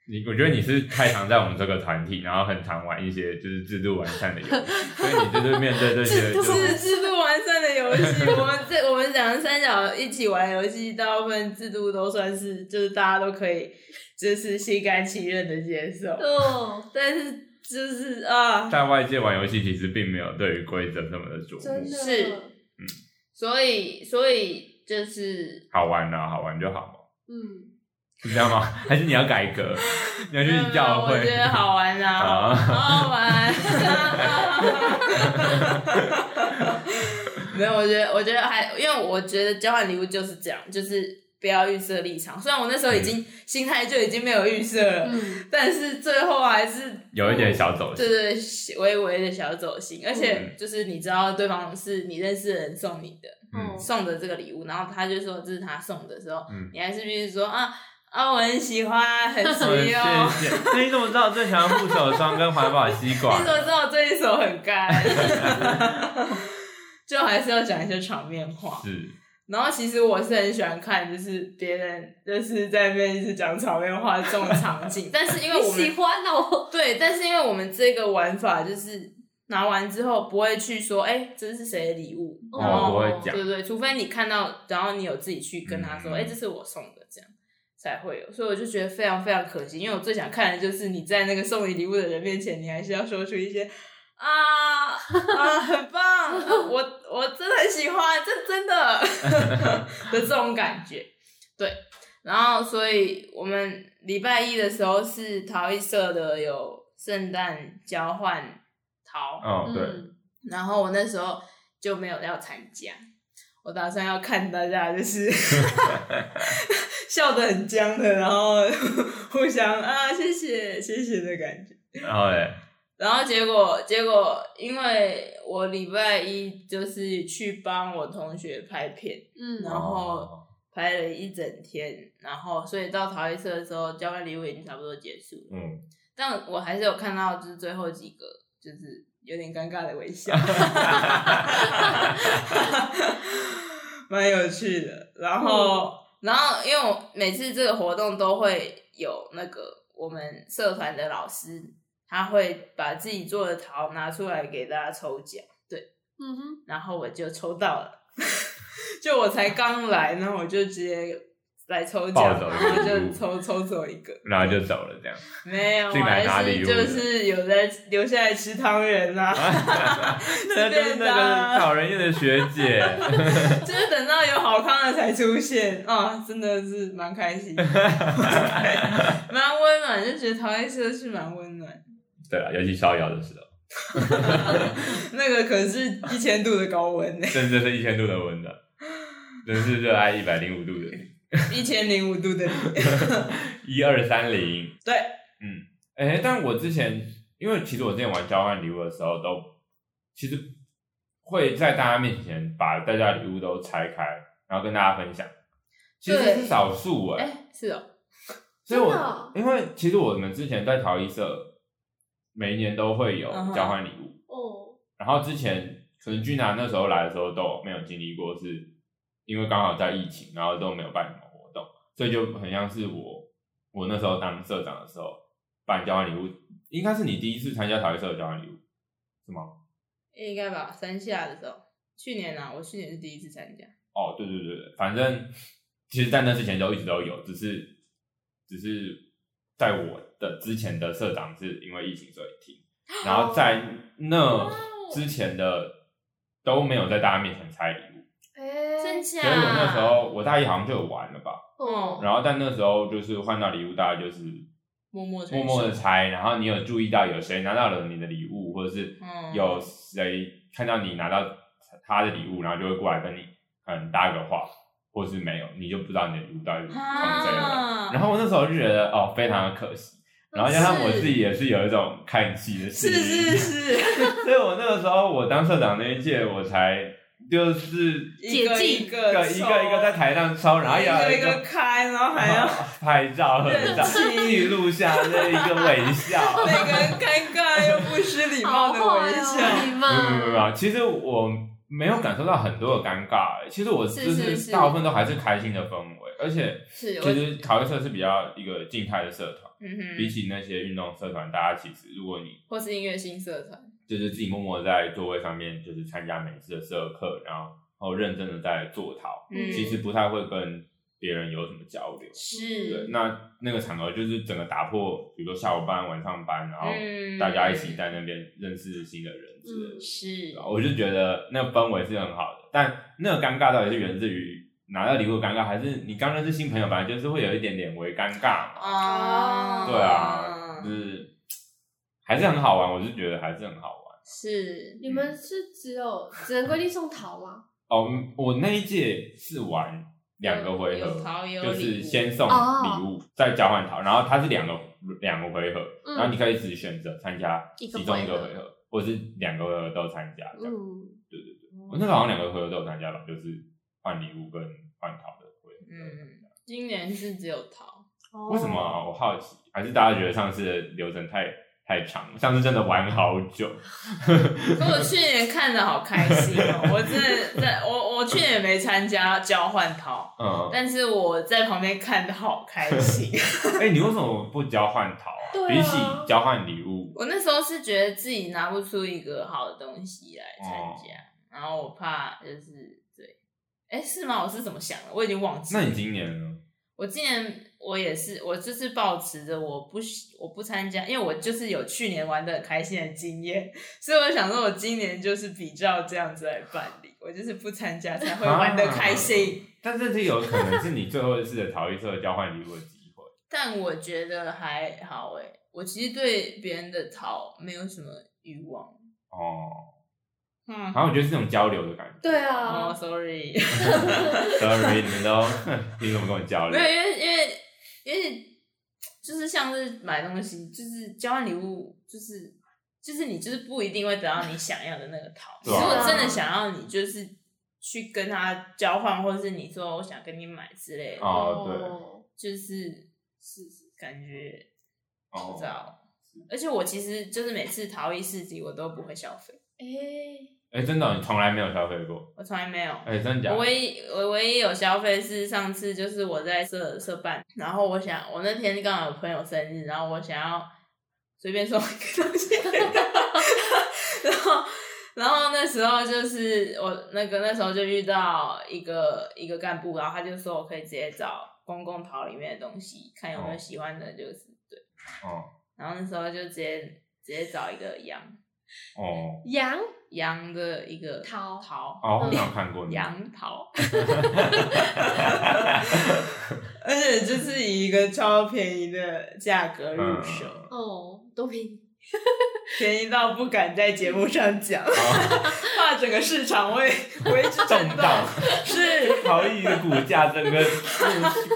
[SPEAKER 2] 你，我觉得你是太常在我们这个团体，然后很常玩一些就是制度完善的游 戏，所以你就是面对这些，就是
[SPEAKER 3] 制度完善的 游戏，我们这我们两个三角一起玩游戏，大部分制度都算是就是大家都可以，就是心甘情愿的接受。
[SPEAKER 1] 哦，
[SPEAKER 3] 但是就是啊，
[SPEAKER 2] 在外界玩游戏，其实并没有对于规则这么的琢
[SPEAKER 1] 真
[SPEAKER 2] 磨
[SPEAKER 1] 的，
[SPEAKER 3] 是所以所以就是
[SPEAKER 2] 好玩啊，好玩就好嘛，
[SPEAKER 1] 嗯，
[SPEAKER 2] 是这样吗？还是你要改革？你嗯要
[SPEAKER 3] 没有
[SPEAKER 2] 去教会？
[SPEAKER 3] 嗯我觉得好玩啊，好
[SPEAKER 2] 啊
[SPEAKER 3] 好玩。 没有，我觉得我觉得还，因为我觉得交换礼物就是这样，就是不要预设立场。虽然我那时候已经、心态就已经没有预设了，
[SPEAKER 1] 嗯，
[SPEAKER 3] 但是最后还是嗯
[SPEAKER 2] 有一点小嗯走
[SPEAKER 3] 对
[SPEAKER 2] 心，
[SPEAKER 3] 对，对微微的小走心，而且就是你知道对方是你认识的人送你的，
[SPEAKER 2] 嗯
[SPEAKER 3] 送的这个礼物，然后他就说这是他送的时候，
[SPEAKER 2] 嗯。
[SPEAKER 3] 你还是必须说啊啊我很喜欢，很哦
[SPEAKER 2] 嗯
[SPEAKER 3] 实
[SPEAKER 2] 谢
[SPEAKER 3] 用。
[SPEAKER 2] 谢。那你怎么知道最强护手霜跟环保吸管
[SPEAKER 3] 你？怎么知道我这一首很干？ 就还是要讲一些场面话。
[SPEAKER 2] 是，
[SPEAKER 3] 然后其实我是很喜欢看，就是别人就是在那边一直讲场面话这种场景，但是 因为我
[SPEAKER 1] 你喜
[SPEAKER 3] 们
[SPEAKER 1] 欢哦，
[SPEAKER 3] 对，但是因为我们这个玩法就是拿完之后不会去说，哎、这是谁的礼物，
[SPEAKER 1] 哦
[SPEAKER 3] 然后
[SPEAKER 2] 我不会讲
[SPEAKER 3] 对对，除非你看到，然后你有自己去跟他说，
[SPEAKER 2] 嗯
[SPEAKER 3] 哎、这是我送的，这样才会有。所以我就觉得非常非常可惜，因为我最想看的就是你在那个送你礼物的人面前，你还是要说出一些啊啊，很棒，啊我我真的很喜欢，这真的的这种感觉。对，然后所以我们礼拜一的时候是陶艺社的有圣诞交换陶，
[SPEAKER 2] 哦，对，
[SPEAKER 1] 嗯，
[SPEAKER 3] 然后我那时候就没有要参加，我打算要看大家就是 笑得很僵的，然后互相啊谢谢谢谢的感觉。
[SPEAKER 2] 然后嘞，
[SPEAKER 3] 然后结果结果，因为我礼拜一就是去帮我同学拍片，
[SPEAKER 1] 嗯，
[SPEAKER 3] 然后
[SPEAKER 2] 哦
[SPEAKER 3] 拍了一整天，然后所以到陶艺社的时候，交换礼物已经差不多结束了。
[SPEAKER 2] 嗯，
[SPEAKER 3] 但我还是有看到，就是最后几个，就是有点尴尬的微笑， 蛮有趣的。然后，嗯然后因为我每次这个活动都会有那个我们社团的老师，他会把自己做的陶拿出来给大家抽奖，
[SPEAKER 1] 嗯哼，
[SPEAKER 3] 然后我就抽到了。就我才刚来，然后我就直接来抽
[SPEAKER 2] 抱
[SPEAKER 3] 奖，
[SPEAKER 2] 走
[SPEAKER 3] 然
[SPEAKER 2] 一个
[SPEAKER 3] 后
[SPEAKER 2] 礼
[SPEAKER 3] 就
[SPEAKER 2] 物
[SPEAKER 3] 抽抽走一个，
[SPEAKER 2] 然后就走了，这样。
[SPEAKER 3] 没有，
[SPEAKER 2] 进来
[SPEAKER 3] 我还
[SPEAKER 2] 拿礼
[SPEAKER 3] 是
[SPEAKER 2] 物
[SPEAKER 3] 就是有在留下来吃汤圆啦、
[SPEAKER 2] 啊那就是那
[SPEAKER 3] 啊
[SPEAKER 2] 个讨人厌的学姐，
[SPEAKER 3] 就是等到有好康的才出现啊，真的是蛮开 心的，蛮温暖，就觉得陶艺社是蛮温暖。
[SPEAKER 2] 对啊，尤其逍遥的时候，
[SPEAKER 3] 那个可是一千度的高温呢、
[SPEAKER 2] 甚至是一千度的温暖，真是热爱一百零五度的
[SPEAKER 3] 一千零五度的你。
[SPEAKER 2] 一二三零。
[SPEAKER 3] 对，
[SPEAKER 2] 嗯，哎、但我之前，因为其实我之前玩交换礼物的时候都，其实会在大家面前把大家的礼物都拆开，然后跟大家分享。其实
[SPEAKER 3] 对
[SPEAKER 2] 是少数哎、
[SPEAKER 3] 哎、是哦，
[SPEAKER 2] 所以我、
[SPEAKER 1] 真的哦
[SPEAKER 2] 因为其实我们之前在陶艺社，每一年都会有
[SPEAKER 3] 嗯哼
[SPEAKER 2] 交换礼物。
[SPEAKER 1] 哦，
[SPEAKER 2] 然后之前可能君南那时候来的时候都没有经历过，是因为刚好在疫情，然后都没有办什么活动，所以就很像是我我那时候当社长的时候办交换礼物，应该是你第一次参加陶艺社的交换礼物是吗？
[SPEAKER 3] 应该吧，三下的时候，去年啊，我去年是第一次参加。
[SPEAKER 2] 哦，对对对对，反正其实在那之前都一直都有，只是只是在我的之前的社长是因为疫情所以停，然后在那之前的都没有在大家面前拆礼物。
[SPEAKER 1] 哎，
[SPEAKER 3] 真
[SPEAKER 1] 假？
[SPEAKER 3] 假？
[SPEAKER 2] 所以我那时候我大一好像就有玩了吧，
[SPEAKER 1] 哦，
[SPEAKER 2] 然后但那时候就是换到礼物，大概就是
[SPEAKER 3] 默默承
[SPEAKER 2] 默
[SPEAKER 3] 受
[SPEAKER 2] 默的拆，然后你有注意到有谁拿到了你的礼物，或者是
[SPEAKER 3] 嗯
[SPEAKER 2] 有谁看到你拿到他的礼物，然后就会过来跟你嗯搭个话，或是没有，你就不知道你的礼物到底是从谁来。
[SPEAKER 3] 啊，
[SPEAKER 2] 然后我那时候就觉得哦，非常的可惜。然后加上我自己也是有一种看戏的心
[SPEAKER 3] 是
[SPEAKER 2] 理，
[SPEAKER 3] 是是，
[SPEAKER 2] 所以我那个时候我当社长那一届，我才就是
[SPEAKER 3] 一
[SPEAKER 1] 解
[SPEAKER 3] 个
[SPEAKER 1] 禁
[SPEAKER 3] 一
[SPEAKER 2] 一
[SPEAKER 3] 个
[SPEAKER 2] 个一个一个在台上抽，然后要有
[SPEAKER 3] 一个一哎个啊开，然后还要
[SPEAKER 2] 拍照合照，
[SPEAKER 3] 对
[SPEAKER 2] 记录下这一个微笑。
[SPEAKER 3] 每个人尴尬又不失礼貌
[SPEAKER 1] 好
[SPEAKER 3] 的
[SPEAKER 1] 坏
[SPEAKER 3] 微
[SPEAKER 1] 哦，
[SPEAKER 3] 笑。
[SPEAKER 1] 你
[SPEAKER 2] 没有没有啊没
[SPEAKER 1] 们
[SPEAKER 2] 有，其实我没有感受到很多的尴尬、欸其实我就是
[SPEAKER 3] 是是
[SPEAKER 2] 大部分都还是开心的氛围，而且
[SPEAKER 3] 是
[SPEAKER 2] 其实卡威社是比较一个静态的社团，
[SPEAKER 3] 嗯
[SPEAKER 2] 比
[SPEAKER 3] 哼，
[SPEAKER 2] 起那些运动社团，大家其实如果你
[SPEAKER 3] 或是音乐新社团，
[SPEAKER 2] 就是自己默默在座位上面就是参加每次的社课，然后认真的在做陶，
[SPEAKER 1] 嗯
[SPEAKER 2] 其实不太会跟别人有什么交流。对，
[SPEAKER 3] 是，
[SPEAKER 2] 那那个场合就是整个打破，比如说下午班、晚上班，然后
[SPEAKER 3] 嗯
[SPEAKER 2] 大家一起在那边认识新的人之类的。
[SPEAKER 3] 是
[SPEAKER 2] 对吧，我就觉得那氛围是很好的，但那个尴尬到底是源自于拿到礼物的尴尬，还是你刚认识新朋友，本来就是会有一点点微尴尬嘛？
[SPEAKER 3] 啊，
[SPEAKER 2] 对啊，就是还是很好玩，我是觉得还是很好玩。
[SPEAKER 3] 是
[SPEAKER 1] 你们是只有只能规定送桃吗？
[SPEAKER 2] 哦，嗯我那一届是玩两个回
[SPEAKER 3] 有有
[SPEAKER 2] 合
[SPEAKER 3] 桃，也有
[SPEAKER 2] 就是
[SPEAKER 3] 礼物
[SPEAKER 2] 先送
[SPEAKER 1] 哦
[SPEAKER 2] 礼物，再交换桃，然后它是两个两个回合，
[SPEAKER 1] 嗯
[SPEAKER 2] 然后你可以只选择参加
[SPEAKER 1] 一
[SPEAKER 2] 其
[SPEAKER 1] 个
[SPEAKER 2] 中一
[SPEAKER 1] 回
[SPEAKER 2] 个
[SPEAKER 1] 合
[SPEAKER 2] 回合，或者是两个回合都参加这样。
[SPEAKER 1] 嗯，
[SPEAKER 2] 对对对，我那时候好像两个回合都有参加吧，就是换礼物跟换桃的回合。
[SPEAKER 3] 嗯，今年是只有桃，
[SPEAKER 1] 哦
[SPEAKER 2] 为什么啊、我好奇，还是大家觉得上次的流程太太长了？上次真的玩好久。
[SPEAKER 3] 可我去年看的好开心哦， 我真的在我我去年也没参加交换桃，
[SPEAKER 2] 嗯，
[SPEAKER 3] 但是我在旁边看的好开心。
[SPEAKER 2] 哎、你为什么不交换桃啊？
[SPEAKER 1] 对啊
[SPEAKER 2] 比起交换礼物，
[SPEAKER 3] 我那时候是觉得自己拿不出一个好的东西来参
[SPEAKER 2] 哦
[SPEAKER 3] 加，然后我怕就是对，哎，是吗？我是怎么想的？我已经忘记了。
[SPEAKER 2] 那你今年呢？
[SPEAKER 3] 我今年我也是，我就是保持着我不喜我不参加，因为我就是有去年玩的很开心的经验，所以我想说，我今年就是比照这样子来办理，我就是不参加才会玩的开心。
[SPEAKER 2] 但这次有可能是你最后一次的陶艺社交换礼物的机会。
[SPEAKER 3] 但我觉得还好诶、我其实对别人的讨没有什么欲望。
[SPEAKER 2] 哦，
[SPEAKER 3] 嗯
[SPEAKER 2] 然，后我觉得是这种交流的感觉。
[SPEAKER 1] 对
[SPEAKER 3] 哦
[SPEAKER 1] 啊，
[SPEAKER 3] ，sorry，
[SPEAKER 2] Sorry，你们都你怎么跟我交
[SPEAKER 3] 没
[SPEAKER 2] 流
[SPEAKER 3] 有，？因为因为因为就是像是买东西，就是交换礼物，就是就是你就是不一定会得到你想要的那个桃。
[SPEAKER 2] 对啊
[SPEAKER 3] 如果真的想要，你就是去跟他交换，或者是你说我想跟你买之类的，
[SPEAKER 2] 哦，对，
[SPEAKER 3] 就是是感觉
[SPEAKER 2] 哦
[SPEAKER 3] 不知道。而且我其实就是每次逃逸市集，我都不会消费，
[SPEAKER 1] 对，
[SPEAKER 2] 哎、真的哦、你从来没有消费过？
[SPEAKER 3] 我从来没有。
[SPEAKER 2] 哎、真的假
[SPEAKER 3] 我
[SPEAKER 2] 的？
[SPEAKER 3] 唯一我唯一有消费是上次就是我在社社办，然后我想我那天刚好有朋友生日，然后我想要随便送一个东西， 然后然后那时候就是我那个那时候就遇到一个一个干部，然后他就说我可以直接找公共桃里面的东西，看有没有
[SPEAKER 2] 哦
[SPEAKER 3] 喜欢的，就是对，
[SPEAKER 2] 哦
[SPEAKER 3] 然后那时候就直接直接找一个羊
[SPEAKER 2] 哦
[SPEAKER 1] 羊
[SPEAKER 3] 羊的一个
[SPEAKER 1] 桃
[SPEAKER 3] 桃
[SPEAKER 2] 哦，我好像看过你。
[SPEAKER 3] 杨桃， 而且就是以一个超便宜的价格入手，
[SPEAKER 2] 嗯
[SPEAKER 1] 哦，多便宜，
[SPEAKER 3] 便宜到不敢在节目上讲，
[SPEAKER 2] 哦
[SPEAKER 3] 怕整个市场会为之震
[SPEAKER 2] 动
[SPEAKER 3] 动
[SPEAKER 2] 荡。
[SPEAKER 3] 是，
[SPEAKER 2] 陶艺的股价整个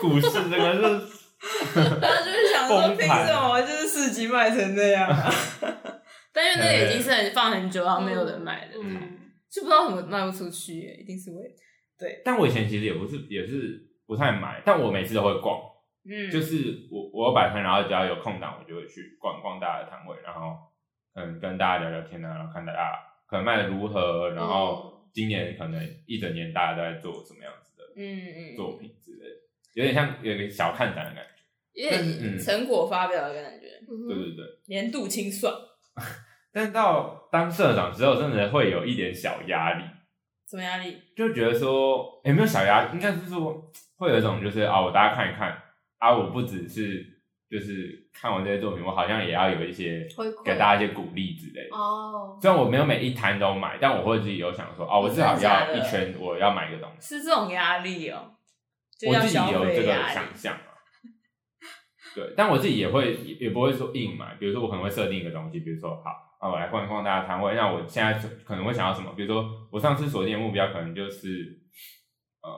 [SPEAKER 2] 股市整个是，
[SPEAKER 3] 然后就是想说，
[SPEAKER 2] 崩盘
[SPEAKER 3] 凭什么就是市集卖成那样、啊？ 但因为那个已经是很放很久，然啊哦后没有人买的，
[SPEAKER 1] 嗯，
[SPEAKER 3] 就不知道怎么卖不出去耶，一定是为
[SPEAKER 2] 但我以前其实也不是也是不太买，但我每次都会逛，
[SPEAKER 3] 嗯，
[SPEAKER 2] 就是我我有摆摊，然后只要有空档，我就会去逛逛大家的摊位，然后嗯跟大家聊聊天啊，然后看大家可能卖的如何，
[SPEAKER 1] 嗯
[SPEAKER 2] 然后今年可能一整年大家都在做什么样子的
[SPEAKER 3] 嗯嗯，
[SPEAKER 2] 作品之类的，有点像有一个小看展的感觉。
[SPEAKER 3] 有点
[SPEAKER 2] 嗯
[SPEAKER 3] 成果发表的感觉，
[SPEAKER 1] 嗯哼
[SPEAKER 2] 对对对。
[SPEAKER 3] 年度清算。
[SPEAKER 2] 但到当社长之后，真的会有一点小压力，
[SPEAKER 3] 什么压力？
[SPEAKER 2] 就觉得说，也、没有小压，应该是说会有一种就是啊，我大家看一看啊，我不只是就是看完这些作品，我好像也要有一些
[SPEAKER 1] 回馈
[SPEAKER 2] 给大家一些鼓励之类的。
[SPEAKER 1] 哦，
[SPEAKER 2] 虽然我没有每一摊都买，但我会自己有想说，哦、啊，我至少
[SPEAKER 3] 真的假
[SPEAKER 2] 要
[SPEAKER 3] 的
[SPEAKER 2] 一圈，我要买一个东西，
[SPEAKER 3] 是这种压力哦，就
[SPEAKER 2] 我
[SPEAKER 3] 要
[SPEAKER 2] 自己
[SPEAKER 3] 消
[SPEAKER 2] 有这
[SPEAKER 3] 费
[SPEAKER 2] 个
[SPEAKER 3] 压力
[SPEAKER 2] 想。象啊。对，但我自己也会也也不会说硬买，比如说我可能会设定一个东西，比如说好啊，我来逛一逛大家摊位，那我现在可能会想要什么？比如说我上次锁定的目标可能就是呃，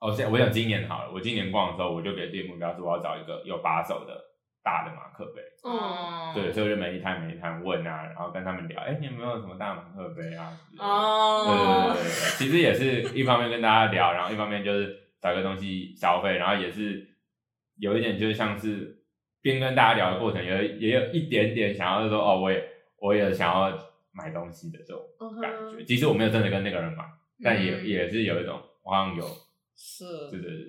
[SPEAKER 2] 哦，现在我想今年好了，我今年逛的时候我就给自己目标是我要找一个有把手的大的马克杯，
[SPEAKER 3] 哦
[SPEAKER 1] 嗯，
[SPEAKER 2] 对，所以我就每一摊每一摊问啊，然后跟他们聊，哎、你有没有什么大马克杯啊？之类的对对
[SPEAKER 3] 哦
[SPEAKER 2] 对，，对其实也是一方面跟大家聊，然后一方面就是找个东西消费，然后也是有一点就是像是边跟大家聊的过程，也有也有一点点想要说哦，我也我也想要买东西的这种
[SPEAKER 1] 嗯
[SPEAKER 2] 感
[SPEAKER 1] 哼
[SPEAKER 2] 觉。即使我没有真的跟那个人买，但也、
[SPEAKER 3] 嗯
[SPEAKER 2] 也是有一种我好像有，
[SPEAKER 3] 是，
[SPEAKER 2] 对对对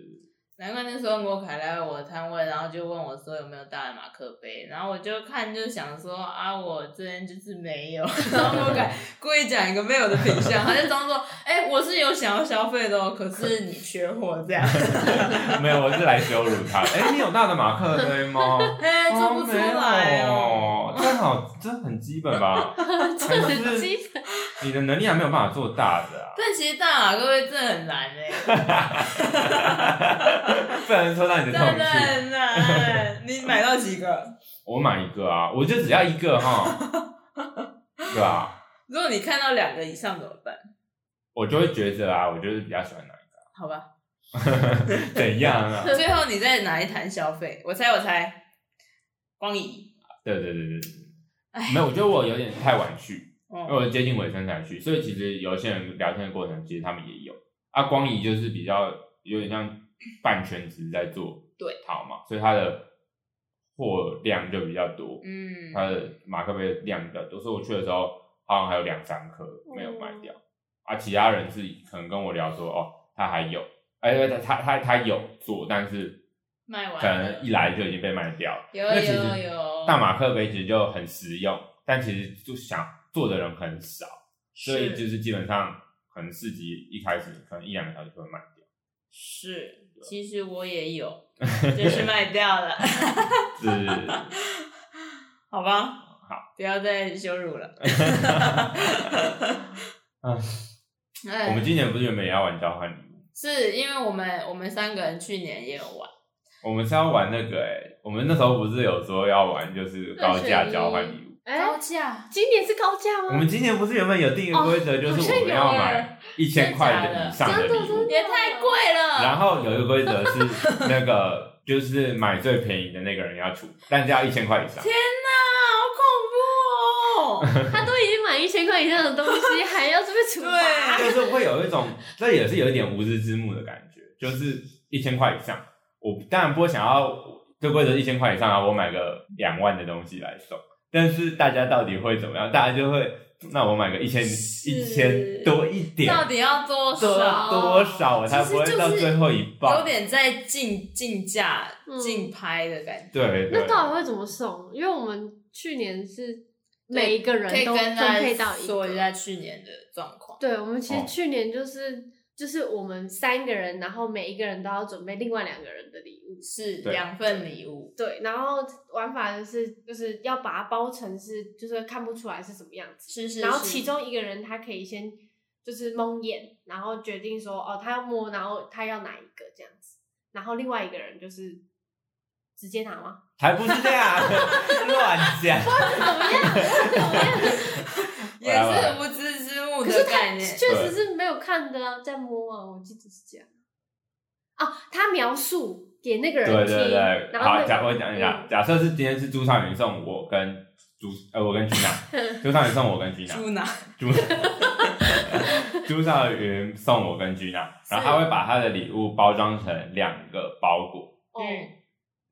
[SPEAKER 3] 难怪那时候我凯来我的摊位，然后就问我说有没有大的马克杯，然后我就看就想说啊，我这边就是没有， 然后我凯故意讲一个没有的品相，他就装作哎、我是有想要消费的哦，可是你缺货 这样，
[SPEAKER 2] 对， 没有，我是来羞辱他。哎、你有大的马克杯吗？
[SPEAKER 3] 哎、做不出来哦，
[SPEAKER 2] 哦哦，没有这好，这很基本吧？
[SPEAKER 1] 这很
[SPEAKER 2] 就是
[SPEAKER 1] 基本。
[SPEAKER 2] 你的能力还没有办法做大的啊。
[SPEAKER 3] 但其实大马克杯真的很 难哎、
[SPEAKER 2] 不能说到你
[SPEAKER 3] 真
[SPEAKER 2] 的
[SPEAKER 3] 的
[SPEAKER 2] 痛处。
[SPEAKER 3] 很难， 你买到几个？
[SPEAKER 2] 我买一个啊，我就只要一个哈，对吧？
[SPEAKER 3] 如果你看到两个以上怎么办？
[SPEAKER 2] 我就会抉择啊，我就是比较喜欢哪一
[SPEAKER 3] 好吧，
[SPEAKER 2] 个，怎样啊？
[SPEAKER 3] 最后你在哪一摊消费？我猜我猜，光怡。
[SPEAKER 2] 对对对对对，
[SPEAKER 3] 哎
[SPEAKER 2] 没有，我觉得我有点太晚去，因为
[SPEAKER 3] 哦，
[SPEAKER 2] 我接近尾声才去，所以其实有些人聊天的过程，其实他们也有啊。光怡就是比较有点像半全职在做
[SPEAKER 3] 对
[SPEAKER 2] 淘嘛，所以他的货量就比较多，
[SPEAKER 3] 嗯，
[SPEAKER 2] 它的马克杯的量比较多，所以我去的时候好像还有两三颗没有卖
[SPEAKER 3] 哦
[SPEAKER 2] 掉，啊，其他人是可能跟我聊说，哦，他还有，哎、他他他他有做，但是
[SPEAKER 3] 卖完
[SPEAKER 2] 可能一来就已经被卖掉了。
[SPEAKER 3] 有
[SPEAKER 2] 因为其
[SPEAKER 3] 有
[SPEAKER 2] 实
[SPEAKER 3] 有
[SPEAKER 2] 大马克杯其实就很实用，但其实就想做的人很少，所以就是是基本上可能市集一开始可能一两个小时就会卖 掉
[SPEAKER 3] 是，其实我也 有，就是卖掉了，，
[SPEAKER 2] 是，
[SPEAKER 3] 好吧，好，不要再羞辱了。
[SPEAKER 2] 嗯，
[SPEAKER 3] 哎
[SPEAKER 2] 我们今年不是原本也要玩交换礼物，
[SPEAKER 3] 是因为我们我们三个人去年也有玩，
[SPEAKER 2] 哦我们是要玩那个哎、我们那时候不是有说要玩就是高价交换礼物。
[SPEAKER 1] 哎、
[SPEAKER 3] 价
[SPEAKER 1] 今年是哦高价吗？
[SPEAKER 2] 我们今年不是原本有定一个规则，就是我们要买一千块的以上的礼
[SPEAKER 1] 欸真的真
[SPEAKER 2] 物
[SPEAKER 1] 的，
[SPEAKER 3] 也太贵了，
[SPEAKER 2] 然后有一个规则是那个就是买最便宜的那个人要出，但是要一千块以上。
[SPEAKER 3] 天哪，好恐怖哦！
[SPEAKER 1] 他都已经买一千块以上的东西， 还要这边处罚？
[SPEAKER 3] 对
[SPEAKER 2] 就是会有一种，这也是有一点无知之幕的感觉，就是一千块以上，我当然不会想要这规则一千块以上啊，我买个两万的东西来送，但是大家到底会怎么样？大家就会，那我买个一千
[SPEAKER 3] 是
[SPEAKER 2] 一千多一 点，
[SPEAKER 3] 到底要多
[SPEAKER 2] 多
[SPEAKER 3] 少？
[SPEAKER 2] 多少我才不会到最后一
[SPEAKER 3] 有
[SPEAKER 2] 棒？
[SPEAKER 3] 点在竞竞价、
[SPEAKER 1] 嗯
[SPEAKER 3] 竞拍的感觉。
[SPEAKER 2] 对对
[SPEAKER 1] 那，到底会怎么送？因为我们去年是每一个人
[SPEAKER 3] 可以
[SPEAKER 1] 都
[SPEAKER 3] 跟
[SPEAKER 1] 分
[SPEAKER 3] 大
[SPEAKER 1] 配
[SPEAKER 3] 家
[SPEAKER 1] 到一
[SPEAKER 3] 说一
[SPEAKER 1] 个。
[SPEAKER 3] 下去年的状况。
[SPEAKER 1] 对，我们其实
[SPEAKER 2] 哦
[SPEAKER 1] 去年就是、就是我们三个人，然后每一个人都要准备另外两个人的礼物。
[SPEAKER 3] 是
[SPEAKER 2] 对
[SPEAKER 3] 两份礼物，
[SPEAKER 1] 对，然后玩法就是就是要把它包成是，就是看不出来是什么样子。
[SPEAKER 3] 是是
[SPEAKER 1] 然后
[SPEAKER 3] 是
[SPEAKER 1] 其中一个人他可以先就是蒙眼，然后决定说哦，他要摸，然后他要哪一个这样子，然后另外一个人就是直接拿吗？
[SPEAKER 2] 才不是这样，乱讲。
[SPEAKER 1] 怎么样？怎么样？
[SPEAKER 3] 也是无知之幕
[SPEAKER 1] 可是
[SPEAKER 3] 的
[SPEAKER 1] 他
[SPEAKER 3] 概念。
[SPEAKER 1] 确实是没有看的啊，在摸啊，我记得是这样。哦，他描述给那个人
[SPEAKER 2] 对
[SPEAKER 1] 听，
[SPEAKER 2] 对对，
[SPEAKER 1] 然后
[SPEAKER 2] 好，
[SPEAKER 1] 那
[SPEAKER 2] 假
[SPEAKER 1] 个
[SPEAKER 2] 我讲一下
[SPEAKER 1] 嗯，
[SPEAKER 2] 假设是今天是朱少元送我跟朱呃我跟 Gina，朱少元送我跟 Gina，
[SPEAKER 3] 猪脑，
[SPEAKER 2] 朱朱少元送我跟 Gina，然后他会把他的礼物包装成两个包裹，
[SPEAKER 1] 哦，
[SPEAKER 3] 嗯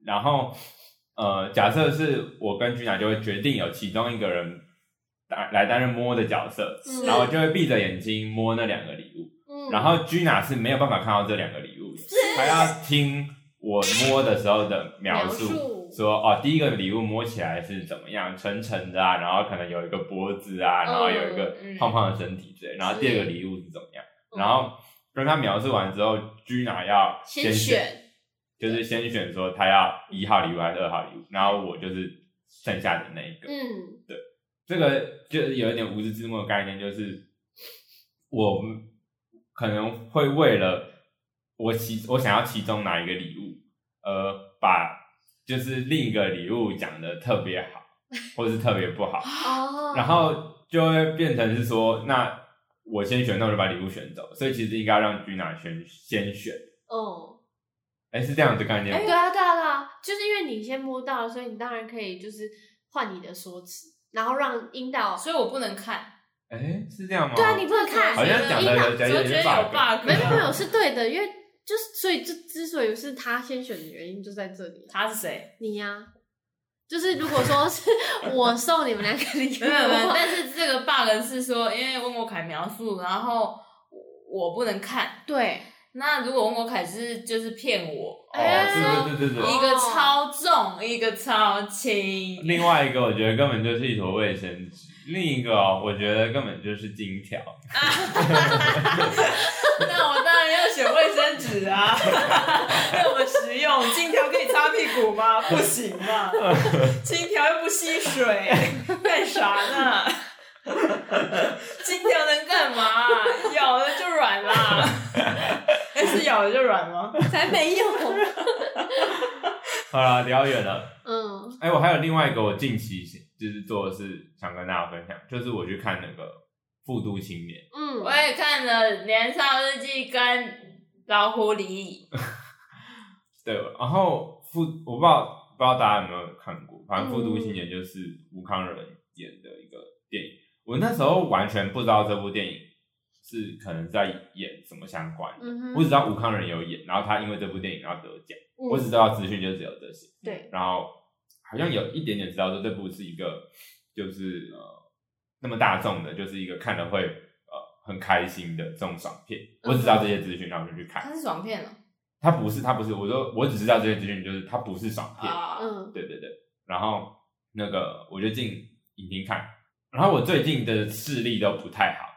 [SPEAKER 2] 然后呃，假设是我跟 Gina 就会决定有其中一个人担来担任摸的角色，
[SPEAKER 1] 是
[SPEAKER 2] 然后就会闭着眼睛摸那两个礼物。
[SPEAKER 1] 嗯
[SPEAKER 2] 然后 Gina 是没有办法看到这两个礼物的，她要听我摸的时候的描述，
[SPEAKER 1] 描述
[SPEAKER 2] 说哦，第一个礼物摸起来是怎么样，沉沉的啊，然后可能有一个脖子啊，然后有一个
[SPEAKER 3] 嗯
[SPEAKER 2] 胖胖的身体之类，然后第二个礼物是怎么样，
[SPEAKER 1] 嗯
[SPEAKER 2] 然后跟他描述完之后，Gina 要选
[SPEAKER 3] 先选，
[SPEAKER 2] 就是先选说他要一号礼物还是二号礼物，然后我就是剩下的那一个，
[SPEAKER 1] 嗯
[SPEAKER 2] 这个就是有一点无知之幕的概念，就是我们可能会为了我其我想要其中哪一个礼物，呃，把就是另一个礼物讲的特别 好，或是特别不好，
[SPEAKER 1] 哦，
[SPEAKER 2] 然后就会变成是说，那我先选，那我就把礼物选走，所以其实应该让 Gina 先先选，
[SPEAKER 1] 哦，
[SPEAKER 2] 哎，是这样的概念
[SPEAKER 1] 对
[SPEAKER 2] 吗。
[SPEAKER 1] 啊，对啊，对啊，就是因为你先摸到了，所以你当然可以就是换你的说辞，然后让阴道。
[SPEAKER 3] 所以我不能看。
[SPEAKER 2] 哎，是这样吗？
[SPEAKER 1] 对啊，你不能看，
[SPEAKER 2] 好像讲
[SPEAKER 1] 阴
[SPEAKER 2] 的
[SPEAKER 1] 道
[SPEAKER 2] 有讲的
[SPEAKER 3] 我觉得
[SPEAKER 2] 点
[SPEAKER 3] 有 bug
[SPEAKER 1] 没有没有是对的，因为就是所以这之所以是他先选的原因就在这里啊，
[SPEAKER 3] 他是谁？
[SPEAKER 1] 你呀、就是如果说是我送你们两个礼物
[SPEAKER 3] 没有没有，
[SPEAKER 1] 的话，
[SPEAKER 3] 但是这个 bug 是说，因为温国凯描述，然后我不能看。
[SPEAKER 1] 对，
[SPEAKER 3] 那如果温国凯是就是骗我，
[SPEAKER 2] 哦，对对对
[SPEAKER 1] 哎
[SPEAKER 2] 对对。
[SPEAKER 3] 一个超重，一个超轻，
[SPEAKER 2] 另外一个，我觉得根本就是一坨卫生纸；另一个哦，我觉得根本就是金条。
[SPEAKER 3] 那我当然要选卫生纸啊， 那我们实用。金条可以擦屁股吗？不行嘛，金条又不吸水，干啥呢？金条能干嘛？咬了就软啦。哎，是咬了就软吗？
[SPEAKER 1] 才没有。
[SPEAKER 2] 好了，聊远了。
[SPEAKER 1] 嗯，
[SPEAKER 2] 哎、我还有另外一个我近期就是做的事，想跟大家分享，就是我去看那个《复读青年》，
[SPEAKER 1] 嗯，
[SPEAKER 3] 我也看了《年少日记》跟《老狐狸》，
[SPEAKER 2] 对，然后复我不知道不知道大家有没有看过，反正《复读青年》就是吴康仁演的一个电影，我那时候完全不知道这部电影是可能在演什么相关的，
[SPEAKER 1] 嗯哼，
[SPEAKER 2] 我只知道吴康仁有演，然后他因为这部电影然后得奖，我只知道资讯就只有这些，
[SPEAKER 1] 嗯对，
[SPEAKER 2] 然后好像有一点点知道说这部是一个就是呃那么大众的，就是一个看了会呃很开心的这种爽片。我只知道这些资讯，然后我就去看。
[SPEAKER 3] 它是爽片哦。
[SPEAKER 2] 它不是，它不是，我说我只知道这些资讯，就是它不是爽片。
[SPEAKER 3] 啊，
[SPEAKER 1] 嗯
[SPEAKER 2] 对对对，然后那个我就进影厅看，然后我最近的视力都不太好。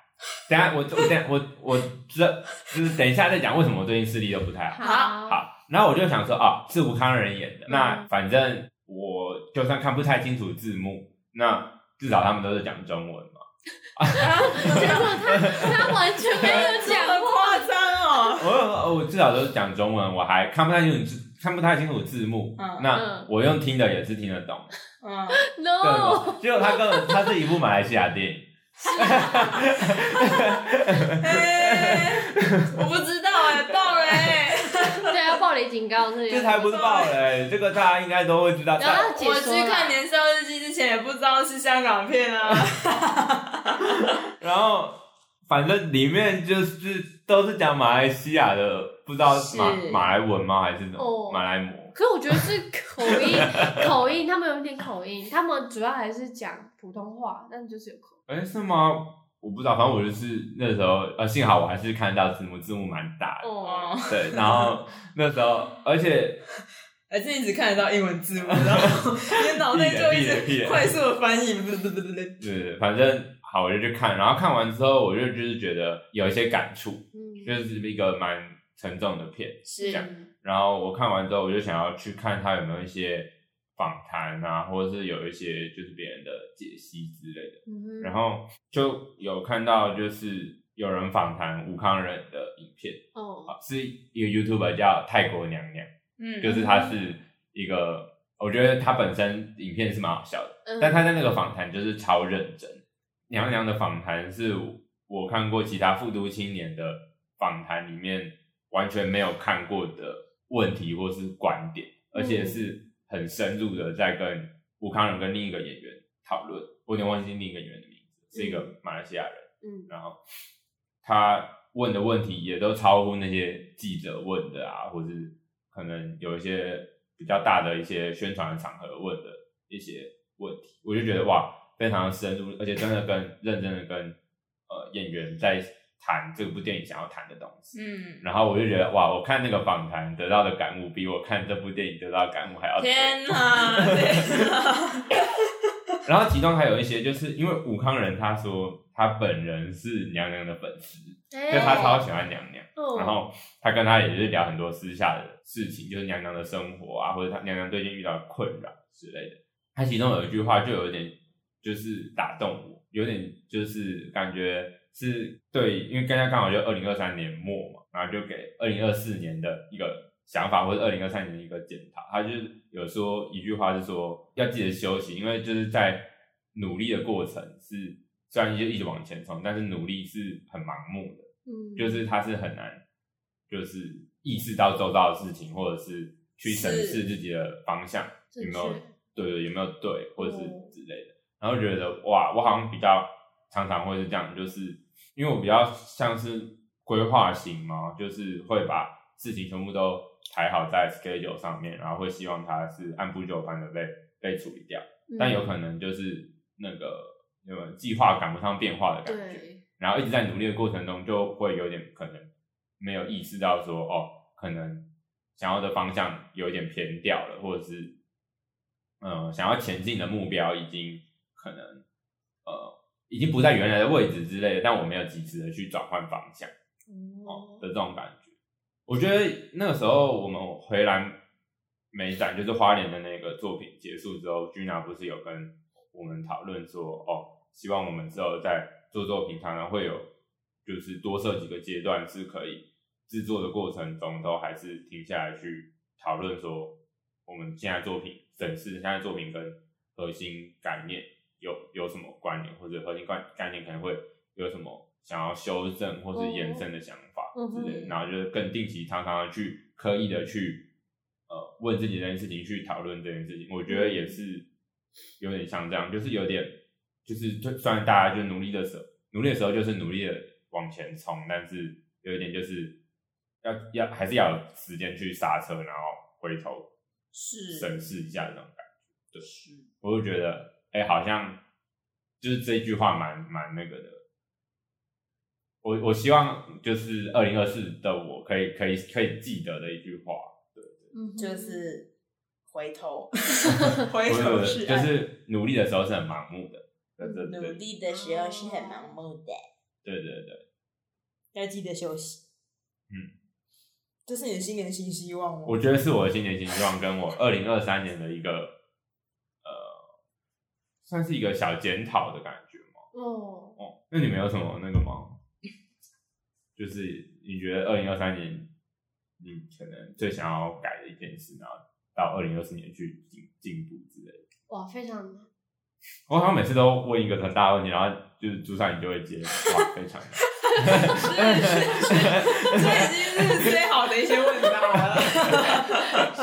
[SPEAKER 2] 等一下我我等一下我我这就是等一下再讲为什么我最近视力都不太好。
[SPEAKER 1] 好，
[SPEAKER 2] 好，然后我就想说，哦，是吴康仁演的，
[SPEAKER 1] 嗯
[SPEAKER 2] 那反正我就算看不太清楚字幕，那至少他们都是讲中文嘛。
[SPEAKER 1] 结果他他完全没有讲
[SPEAKER 3] 这么
[SPEAKER 1] 过，
[SPEAKER 3] 夸张哦。
[SPEAKER 2] 我我至少都是讲中文，我还看不太清楚字，看不太清楚字幕，
[SPEAKER 3] 嗯
[SPEAKER 2] 那
[SPEAKER 1] 嗯
[SPEAKER 2] 我用听的也是听得懂。
[SPEAKER 3] 嗯，
[SPEAKER 2] 对
[SPEAKER 1] no，
[SPEAKER 2] 吗？结果他根本他是一部马来西亚 电影，
[SPEAKER 3] 哎我不知道哎，爆了哎。
[SPEAKER 1] 对啊，暴雷警告这
[SPEAKER 2] 这
[SPEAKER 1] 样。
[SPEAKER 2] 才不是爆雷，这个大家应该都会知道。
[SPEAKER 1] 然后
[SPEAKER 2] 但
[SPEAKER 1] 他解
[SPEAKER 3] 我
[SPEAKER 1] 说
[SPEAKER 3] 去
[SPEAKER 1] 了，
[SPEAKER 3] 看《年少日记》之前也不知道是香港片啊，
[SPEAKER 2] 然后反正里面就是都是讲马来西亚的，不知道马
[SPEAKER 3] 是
[SPEAKER 2] 马来文吗还是什么、
[SPEAKER 1] 哦
[SPEAKER 2] 马来文？
[SPEAKER 1] 可我觉得是口音，口音，他们有一点口音，他们主要还是讲普通话，但就是有口
[SPEAKER 2] 哎，是吗？我不知道，反正我就是那时候，呃，幸好我还是看到字幕，字幕蛮大的，
[SPEAKER 1] 音。
[SPEAKER 3] 哦，
[SPEAKER 2] 对。然后那时候，而且
[SPEAKER 3] 而且你只看得到英文字幕，然后你的脑袋就一
[SPEAKER 2] 屁
[SPEAKER 3] 直
[SPEAKER 2] 嘞
[SPEAKER 3] 快速的翻译，不不不不不，
[SPEAKER 2] 呃，反正好，我就去看。然后看完之后，我就就是觉得有一些感触，就
[SPEAKER 1] 嗯，
[SPEAKER 2] 是一个蛮沉重的片。
[SPEAKER 3] 是
[SPEAKER 2] 然后我看完之后，我就想要去看它有没有一些访谈啊，或者是有一些就是别人的解析之类的。
[SPEAKER 1] 嗯
[SPEAKER 2] 然后就有看到就是有人访谈吴康仁的影片。
[SPEAKER 1] 哦，
[SPEAKER 2] 啊是一个 YouTuber 叫泰国娘娘，
[SPEAKER 3] 嗯
[SPEAKER 2] 就是她是一个，我觉得她本身影片是蛮好笑的，
[SPEAKER 1] 嗯
[SPEAKER 2] 但她在那个访谈就是超认真。娘娘的访谈是我看过其他复读青年的访谈里面完全没有看过的问题或是观点，而且
[SPEAKER 3] 嗯
[SPEAKER 2] 是很深入的在跟吴康仁跟另一个演员讨论，我有点忘记另一个演员的名字，是一个马来西亚人。
[SPEAKER 1] 嗯
[SPEAKER 2] 然后他问的问题也都超乎那些记者问的啊，或是可能有一些比较大的一些宣传场合问的一些问题，我就觉得哇，非常深入，而且真的跟认真的跟呃演员在谈这部电影想要谈的东西。
[SPEAKER 3] 嗯，
[SPEAKER 2] 然后我就觉得哇，我看那个访谈得到的感悟，比我看这部电影得到的感悟还要多。
[SPEAKER 3] 天啊哪，天哪，
[SPEAKER 2] 然后其中还有一些，就是因为武康人他说他本人是娘娘的粉丝，就
[SPEAKER 1] 就
[SPEAKER 2] 他超喜欢娘娘。
[SPEAKER 1] 哎哦，
[SPEAKER 2] 然后他跟他也就是聊很多私下的事情，就是娘娘的生活啊，或者他娘娘最近遇到的困扰之类的。他其中有一句话就有点就是打动我，有点就是感觉是对，因为刚刚刚好就二零二三年末嘛，然后就给二零二四年的一个想法，或者二零二三年的一个检讨。他就是有说一句话是说要记得休息，因为就是在努力的过程是虽然就一直往前冲，但是努力是很盲目的。
[SPEAKER 1] 嗯
[SPEAKER 2] 就是它是很难，就是意识到周遭的事情，或者是去审视
[SPEAKER 3] 是
[SPEAKER 2] 自己的方向
[SPEAKER 1] 正
[SPEAKER 2] 有没有
[SPEAKER 1] 确
[SPEAKER 2] 对对有没有对，或者是
[SPEAKER 1] 嗯
[SPEAKER 2] 之类的，然后觉得哇，我好像比较常常会是这样，就是因为我比较像是规划型嘛，就是会把事情全部都排好在 schedule 上面，然后会希望它是按部就班的被被处理掉，
[SPEAKER 1] 嗯
[SPEAKER 2] 但有可能就是那个那个计划赶不上变化的感觉。
[SPEAKER 1] 对
[SPEAKER 2] 然后一直在努力的过程中，就会有点可能没有意识到说，哦，可能想要的方向有一点偏掉了，或者是，嗯、想要前进的目标已经可能，呃，已经不在原来的位置之类的，但我没有及时的去转换方向，
[SPEAKER 1] 哦
[SPEAKER 2] 哦的这种感觉。我觉得那个时候我们回来美展，就是花莲的那个作品结束之后，Gina 不是有跟我们讨论说，哦，希望我们之后在做作品常常会有，就是多设几个阶段是可以制作的过程中都还是停下来去讨论说，我们现在作品审视现在作品跟核心概念有有什么关联，或者核心概概念可能会有什么想要修正或是延伸的想法
[SPEAKER 1] 嗯
[SPEAKER 2] 之
[SPEAKER 1] 哼
[SPEAKER 2] 类的，然后就是更定期常常的去刻意的去呃问自己这件事情，去讨论这件事情，我觉得也是有点像这样，就是有点就是就虽然大家就努力的时候，努力的时候就是努力的往前冲，但是有一点就是要要还是要有时间去刹车，然后回头
[SPEAKER 3] 是
[SPEAKER 2] 审视一下这种感觉。
[SPEAKER 3] 是
[SPEAKER 2] 我就觉得，哎、好像就是这句话蛮蛮那个的。我我希望就是二零二四的我可以可以可以记得的一句话，
[SPEAKER 1] 嗯哼
[SPEAKER 3] 就是回 头，回
[SPEAKER 2] 我
[SPEAKER 3] 头
[SPEAKER 2] 就是就
[SPEAKER 3] 岸
[SPEAKER 2] 是努力的时候是很盲目的，对对
[SPEAKER 3] 努
[SPEAKER 2] 对
[SPEAKER 3] 力的时候是很盲目的，
[SPEAKER 2] 对对对，
[SPEAKER 3] 要记得休息。
[SPEAKER 2] 嗯，
[SPEAKER 3] 这是你的新年新希望吗？
[SPEAKER 2] 我觉得是我的新年新希望，跟我二零二三年的一个呃，算是一个小检讨的感觉嘛。
[SPEAKER 1] 哦，
[SPEAKER 2] 哦，那你们有什么那个吗？ 就是你觉得二零二三年你可能最想要改的一件事，然后到二零二四年去进进步之类的。
[SPEAKER 1] 哇，非常 难
[SPEAKER 2] 我好像每次都问一个很大的问题，然后就是朱善你就会接，哇，非常 难。
[SPEAKER 3] 这已经是最好的一些问答了，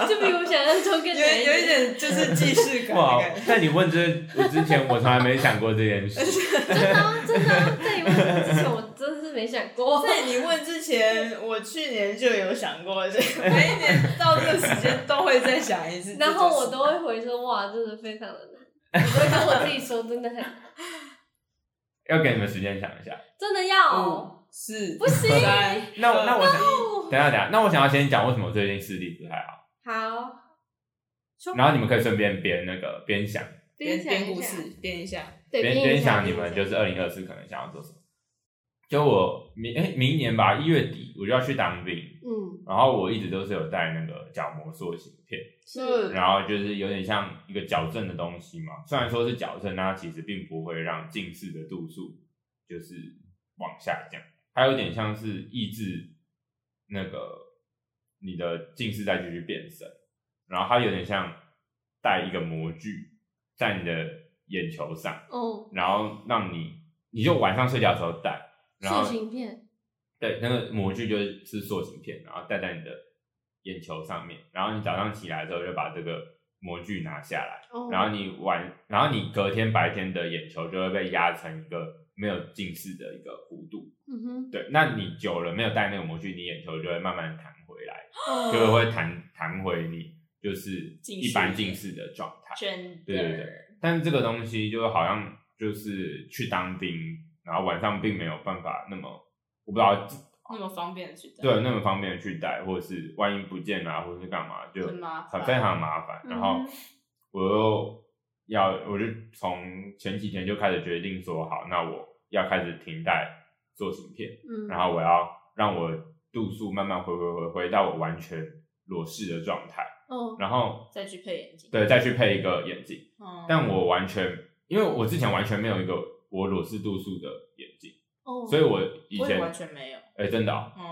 [SPEAKER 1] 这比我想象中更
[SPEAKER 3] 有
[SPEAKER 1] 难
[SPEAKER 3] 有一点就是既视感的
[SPEAKER 2] 哇哦
[SPEAKER 3] 感觉。！
[SPEAKER 2] 那你问这我之前我从来没想过这件事，
[SPEAKER 1] 真的啊真的啊，在你问之前我真的是没想过。
[SPEAKER 3] 在你问之前，我去年就有想过这 个，每一年到这个时间都会再想一次。
[SPEAKER 1] 然后我都会回说哇，真的非常的 难。我会跟我自己说，真的很难，
[SPEAKER 2] 要给你们时间想一下。
[SPEAKER 1] 真的要、
[SPEAKER 3] 五四
[SPEAKER 1] 不行。
[SPEAKER 3] 三，
[SPEAKER 2] 那我那我想，
[SPEAKER 1] 哦
[SPEAKER 2] 等一下等一下，那我想要先讲为什么我最近视力不太好，
[SPEAKER 1] 好，说
[SPEAKER 2] 然后你们可以顺便编那个边想，
[SPEAKER 1] 编
[SPEAKER 3] 编
[SPEAKER 1] 想一
[SPEAKER 3] 编故
[SPEAKER 1] 下
[SPEAKER 3] 事，编一下。
[SPEAKER 1] 对，
[SPEAKER 2] 边
[SPEAKER 1] 编
[SPEAKER 2] 边
[SPEAKER 1] 一下
[SPEAKER 2] 想你们就
[SPEAKER 1] 编一
[SPEAKER 2] 是
[SPEAKER 1] 下
[SPEAKER 2] 二零二四可能想要做什么。就我明哎、明年吧，一月底我就要去当兵，
[SPEAKER 1] 嗯，
[SPEAKER 2] 然后我一直都是有带那个角膜塑形片，
[SPEAKER 1] 是
[SPEAKER 2] 然后就是有点像一个矫正的东西嘛。虽然说是矫正，但它其实并不会让近视的度数就是往下降，它有点像是抑制那个你的近视再继续变深，然后它有点像戴一个模具在你的眼球上。
[SPEAKER 1] 哦，
[SPEAKER 2] 然后让你，你就晚上睡觉的时候戴，然
[SPEAKER 1] 塑
[SPEAKER 2] 后
[SPEAKER 1] 形片，
[SPEAKER 2] 对那个模具就是是塑形片，然后戴在你的眼球上面，然后你早上起来之后就把这个模具拿下来，
[SPEAKER 1] 哦，
[SPEAKER 2] 然后你晚，然后你隔天白天的眼球就会被压成一个没有近视的一个弧度，
[SPEAKER 1] 嗯哼，
[SPEAKER 2] 对，那你久了没有戴那个模具，你眼球就会慢慢弹回来，
[SPEAKER 1] 哦
[SPEAKER 2] 就会弹弹回你就是
[SPEAKER 3] 近视
[SPEAKER 2] 一般近视的状态，
[SPEAKER 3] 真
[SPEAKER 2] 对对对，但这个东西就好像就是去当兵，然后晚上并没有办法那么，我不知道
[SPEAKER 3] 那么方便的去
[SPEAKER 2] 对那么方便的去带，或者是万一不见啊，或者是干嘛，就
[SPEAKER 3] 很麻
[SPEAKER 2] 很
[SPEAKER 3] 烦
[SPEAKER 2] 非常麻烦。
[SPEAKER 1] 嗯
[SPEAKER 2] 然后我又要，我就从前几天就开始决定说，好，那我要开始停带做影片，
[SPEAKER 1] 嗯，
[SPEAKER 2] 然后我要让我度数慢慢回回回回到我完全裸视的状态，
[SPEAKER 1] 哦，
[SPEAKER 2] 然后
[SPEAKER 3] 再去配眼镜。
[SPEAKER 2] 对再去配一个眼镜。
[SPEAKER 3] 嗯，
[SPEAKER 2] 但我完全，因为我之前完全没有一个我裸视度数的眼镜，
[SPEAKER 1] 哦，
[SPEAKER 2] 所以我以
[SPEAKER 3] 我也
[SPEAKER 2] 前
[SPEAKER 3] 完全没有。
[SPEAKER 2] 哎、真的哦、
[SPEAKER 3] 嗯，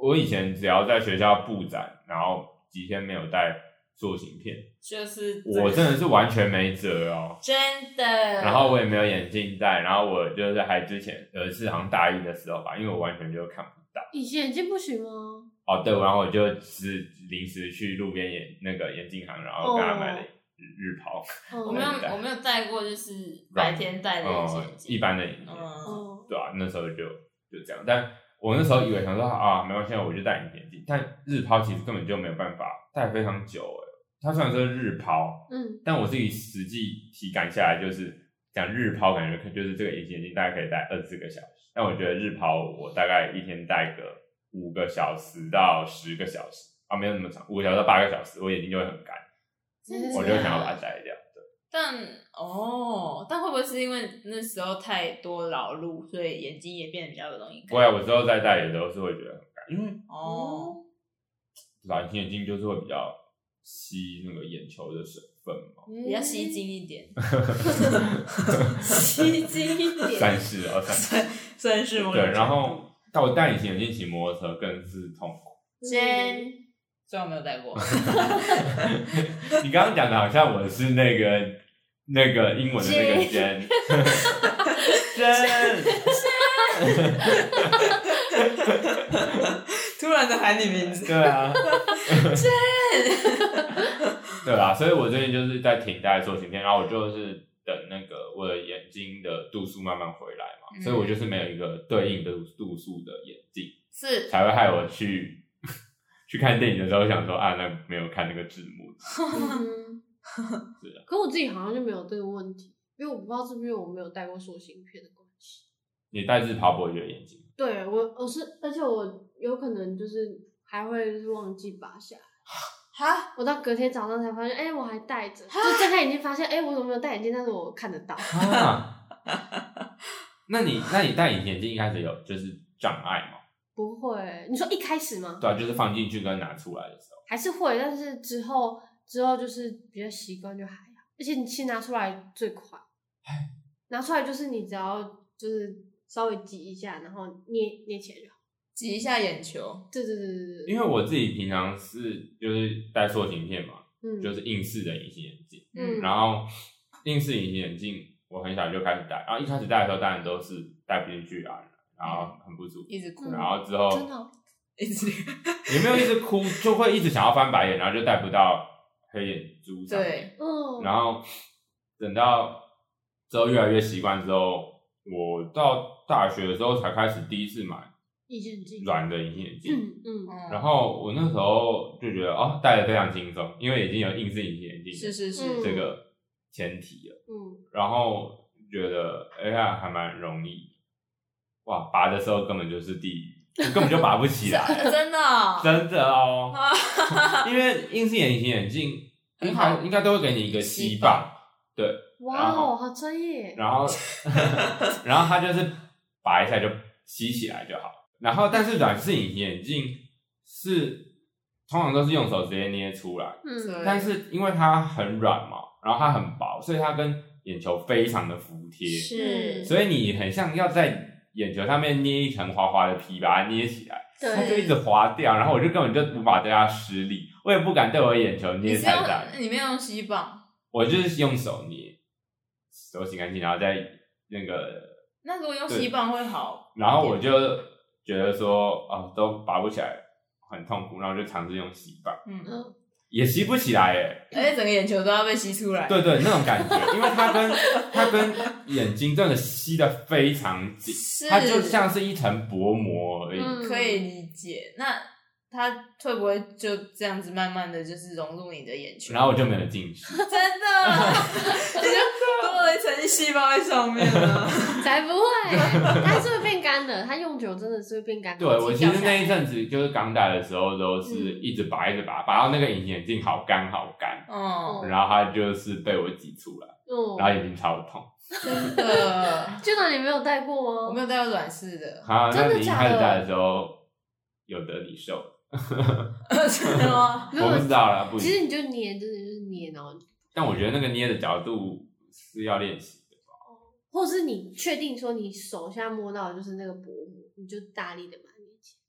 [SPEAKER 2] 我以前只要在学校布展，然后几天没有带塑形片，
[SPEAKER 3] 就是
[SPEAKER 2] 我真的是完全没辙哦。
[SPEAKER 3] 真的。
[SPEAKER 2] 然后我也没有眼镜戴，然后我就是还之前有一次好像大一的时候吧，因为我完全就看不到。
[SPEAKER 1] 以前已经不行吗？
[SPEAKER 2] 哦，对，然后我就是临时去路边眼那个眼镜行，然后跟他
[SPEAKER 3] 哦
[SPEAKER 2] 买了日日抛，
[SPEAKER 1] 哦
[SPEAKER 3] 我没有
[SPEAKER 2] 对
[SPEAKER 3] 我没有戴过，就是白天戴的眼
[SPEAKER 2] 哦
[SPEAKER 3] 镜，，
[SPEAKER 2] 一般的眼镜，
[SPEAKER 3] 嗯，
[SPEAKER 1] 哦，
[SPEAKER 2] 对啊，那时候就就这样。但我那时候以为想说啊，没关系，我就戴隐形眼镜。但日抛其实根本就没有办法戴非常久诶、它虽然说日抛，
[SPEAKER 1] 嗯，
[SPEAKER 2] 但我自己实际体感下来就是讲日抛，感觉就是这个隐形眼镜大概可以戴二十四个小时。但我觉得日抛我大概一天戴个五个小时到十个小时啊，没有那么长，五个小时到八个小时，我眼睛就会很干，
[SPEAKER 3] 真的
[SPEAKER 2] 我就
[SPEAKER 3] 假的
[SPEAKER 2] 想要把它摘掉。
[SPEAKER 3] 但哦，但会不会是因为那时候太多劳碌，所以眼睛也变得比较容易干？
[SPEAKER 2] 不会，我之后再戴也都是会觉得很干，因为
[SPEAKER 3] 哦，
[SPEAKER 2] 蓝天眼镜就是会比较吸那个眼球的水分
[SPEAKER 1] 哦
[SPEAKER 2] 嘛，
[SPEAKER 3] 比较吸睛一 点，
[SPEAKER 1] 吸睛一点。
[SPEAKER 2] 三四二三四，
[SPEAKER 3] 算是某种
[SPEAKER 2] 对，然
[SPEAKER 3] 程度
[SPEAKER 2] 后但我戴隐形眼镜骑摩托车更是痛苦。
[SPEAKER 3] 先，虽然我没有戴过，
[SPEAKER 2] 你刚刚讲的好像我是那个那个英文的那个 Jen，Jen，
[SPEAKER 3] 突然的喊你名，
[SPEAKER 2] 对啊，Jen，对啊啦，所以我最近就是在停在做晴天，然后我就是等那个我的眼睛的度数慢慢回来嘛，
[SPEAKER 3] 嗯
[SPEAKER 2] 所以我就是没有一个对应的度数的眼镜。
[SPEAKER 3] 是
[SPEAKER 2] 才会害我去去看电影的时候想说啊，那没有看那个字幕。
[SPEAKER 1] 嗯哼
[SPEAKER 2] 是啊
[SPEAKER 1] 可我自己好像就没有这个问题，因为我不知道是不是因为我没有戴过塑形片的关系。
[SPEAKER 2] 你戴日抛不会觉得眼睛
[SPEAKER 1] 对我，我是，而且我有可能就是还会就是忘记拔下来，
[SPEAKER 3] 哈，
[SPEAKER 1] 我到隔天早上才发现，哎、我还戴着，就 睁开眼睛发现，哎、我怎么没有戴眼镜？但是我看得到。
[SPEAKER 2] 啊？那你那你戴隐形眼镜一开始有就是障碍吗？
[SPEAKER 1] 不会，你说一开始吗？
[SPEAKER 2] 对啊，就是放进去跟拿出来的时候，
[SPEAKER 1] 还是会，但是之后之后就是比较习惯就还好，而且你其实拿出来最快，拿出来就是你只要就是稍微挤一下，然后捏捏起来就好。
[SPEAKER 3] 挤一下眼球，
[SPEAKER 1] 对对对对对，
[SPEAKER 2] 因为我自己平常是就是戴塑形片嘛，
[SPEAKER 1] 嗯，
[SPEAKER 2] 就是硬式的隐形眼镜，
[SPEAKER 1] 嗯
[SPEAKER 2] 然后硬式隐形眼镜我很小就开始戴，然后一开始戴的时候当然都是戴不进去啊，然后很不舒服，
[SPEAKER 3] 一直哭，
[SPEAKER 1] 嗯
[SPEAKER 2] 然后之后
[SPEAKER 1] 真的哦、
[SPEAKER 3] 一直
[SPEAKER 2] 也没有一直哭，就会一直想要翻白眼，然后就戴不到黑眼珠上。，
[SPEAKER 3] 对，
[SPEAKER 1] 嗯，
[SPEAKER 2] 然后等到之后越来越习惯之后，我到大学的时候才开始第一次买
[SPEAKER 1] 意见镜，
[SPEAKER 2] 软的隐形眼镜。
[SPEAKER 1] 嗯嗯，
[SPEAKER 3] 嗯
[SPEAKER 2] 然后我那时候就觉得哦，戴的非常轻松，因为已经有硬式隐形眼镜
[SPEAKER 3] 是是是，
[SPEAKER 1] 嗯
[SPEAKER 2] 这个前提了。
[SPEAKER 1] 嗯，
[SPEAKER 2] 然后觉得哎呀，还蛮容易。哇，拔的时候根本就是地狱，我根本就拔不起来。
[SPEAKER 3] 真的哦，
[SPEAKER 2] 真的哦，
[SPEAKER 3] 啊
[SPEAKER 2] 因为硬式隐形眼镜应
[SPEAKER 3] 很好
[SPEAKER 2] 该应该都会给你一个吸棒，对，
[SPEAKER 1] 哇
[SPEAKER 2] 然
[SPEAKER 1] 哦，
[SPEAKER 2] 后
[SPEAKER 1] 好专业，
[SPEAKER 2] 然后 然后它就是拔一下就吸起来就好。然后但是软式隐形眼镜是通常都是用手直接捏出来，
[SPEAKER 1] 嗯
[SPEAKER 3] 对
[SPEAKER 2] 但是因为它很软嘛，然后它很薄，所以它跟眼球非常的服帖，
[SPEAKER 3] 是，
[SPEAKER 2] 所以你很像要在眼球上面捏一层滑滑的皮把它捏起来。它就
[SPEAKER 1] 对，
[SPEAKER 2] 一直滑掉，然后我就根本就无法对它施力，我也不敢对我的眼球
[SPEAKER 3] 你
[SPEAKER 2] 捏
[SPEAKER 3] 是
[SPEAKER 2] 太大，
[SPEAKER 3] 用你没有用吸棒，
[SPEAKER 2] 我就是用手捏，手洗干净，然后再那个，
[SPEAKER 3] 那如果用
[SPEAKER 2] 对
[SPEAKER 3] 吸棒会好，
[SPEAKER 2] 然后我就觉得说，哦，都拔不起来，很痛苦，然后我就尝试用吸棒，
[SPEAKER 3] 嗯，
[SPEAKER 1] 嗯
[SPEAKER 2] 也吸不起来耶，
[SPEAKER 3] 而且整个眼球都要被吸出来，
[SPEAKER 2] 对对，那种感觉，因为它跟它跟眼睛真的吸的非常紧，
[SPEAKER 3] 是，
[SPEAKER 2] 它就像是一层薄膜而已，
[SPEAKER 1] 嗯
[SPEAKER 3] 可以理解。那它会不会就这样子慢慢的就是融入你的眼球？
[SPEAKER 2] 然后我就没有 进去。
[SPEAKER 3] 真的，你就多了一层细胞在上面了。
[SPEAKER 1] 嗯才不会，它是会变干的，它用久真的是会变干的。
[SPEAKER 2] 对我其
[SPEAKER 1] 掉
[SPEAKER 2] 实
[SPEAKER 1] 下
[SPEAKER 2] 那
[SPEAKER 1] 来
[SPEAKER 2] 一阵子就是刚戴的时候，都是一直拔，一直拔，拔到那个隐形眼镜好干好干，
[SPEAKER 3] 嗯，
[SPEAKER 2] 然后它就是被我挤出来，然后
[SPEAKER 1] 嗯，
[SPEAKER 2] 眼睛超痛。
[SPEAKER 3] 真的，
[SPEAKER 1] 就算你没有戴过哦吗？
[SPEAKER 3] 我没有戴过软式 的，
[SPEAKER 2] 啊，那
[SPEAKER 1] 真的
[SPEAKER 2] 你一
[SPEAKER 1] 假
[SPEAKER 2] 开始
[SPEAKER 1] 的
[SPEAKER 2] 戴的时候有得你受，
[SPEAKER 3] 真的吗？
[SPEAKER 1] 没有
[SPEAKER 2] 我不知道啦，不一
[SPEAKER 1] 其实
[SPEAKER 2] 定。
[SPEAKER 1] 你就捏，真的就是捏，然后
[SPEAKER 2] 但我觉得那个捏的角度是要练习的，
[SPEAKER 1] 或是你确定说你手现在摸到的就是那个薄膜，你就大力的把它捏起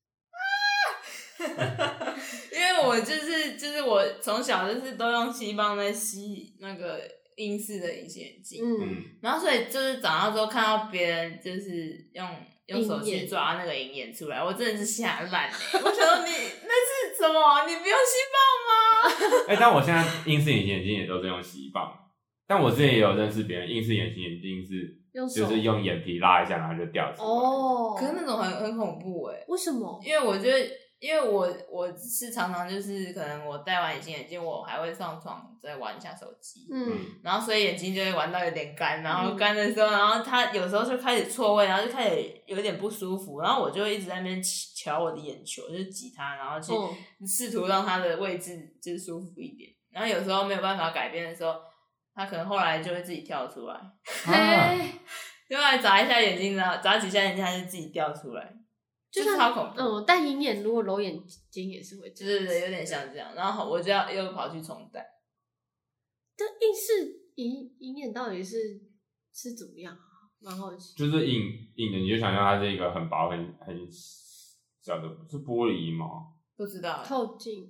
[SPEAKER 3] 因为我就是就是我从小就是都用吸棒在吸那个英式的隐形眼
[SPEAKER 1] 来。
[SPEAKER 3] 镜，
[SPEAKER 1] 嗯
[SPEAKER 2] 嗯，
[SPEAKER 3] 然后所以就是长大之后看到别人就是用用手去抓那个银眼出来，我真的是吓烂 哎！我想说你那是什么？你不用吸棒吗？
[SPEAKER 2] 哎、但我现在近视眼睛眼睛也都是用吸棒，但我之前也有认识别人近视眼睛眼睛是
[SPEAKER 1] 用手
[SPEAKER 2] 就是用眼皮拉一下，然后就掉出来。
[SPEAKER 1] 哦，
[SPEAKER 3] 可是那种很很恐怖哎、
[SPEAKER 1] 为什么？
[SPEAKER 3] 因为我觉得，因为我我是常常就是可能我戴完隐形眼镜，我还会上床再玩一下手机，
[SPEAKER 1] 嗯，
[SPEAKER 2] 嗯，
[SPEAKER 3] 然后所以眼睛就会玩到有点干，然后干的时候，然后它有时候就开始错位，然后就开始有点不舒服，然后我就会一直在那边瞧我的眼球，就是挤它，然后去
[SPEAKER 1] 哦，
[SPEAKER 3] 试图让它的位置就是舒服一点。然后有时候没有办法改变的时候，它可能后来就会自己跳出来，
[SPEAKER 1] 嗯
[SPEAKER 2] 啊
[SPEAKER 1] 嘿，
[SPEAKER 3] 就来眨一下眼睛，然后眨几下眼睛，它就自己掉出来，
[SPEAKER 1] 就
[SPEAKER 3] 就是
[SPEAKER 1] 像
[SPEAKER 3] 超恐怖。
[SPEAKER 1] 嗯，但银眼如果揉眼睛也是会这
[SPEAKER 3] 就
[SPEAKER 1] 样，
[SPEAKER 3] 是有点像这样，然后我就要又跑去重戴，
[SPEAKER 1] 这硬是银银眼到底是是怎么样啊？蛮好奇。
[SPEAKER 2] 就是硬硬的，你就想象它是一个很薄很很小的，是玻璃吗？
[SPEAKER 3] 不知道啊
[SPEAKER 1] 透镜，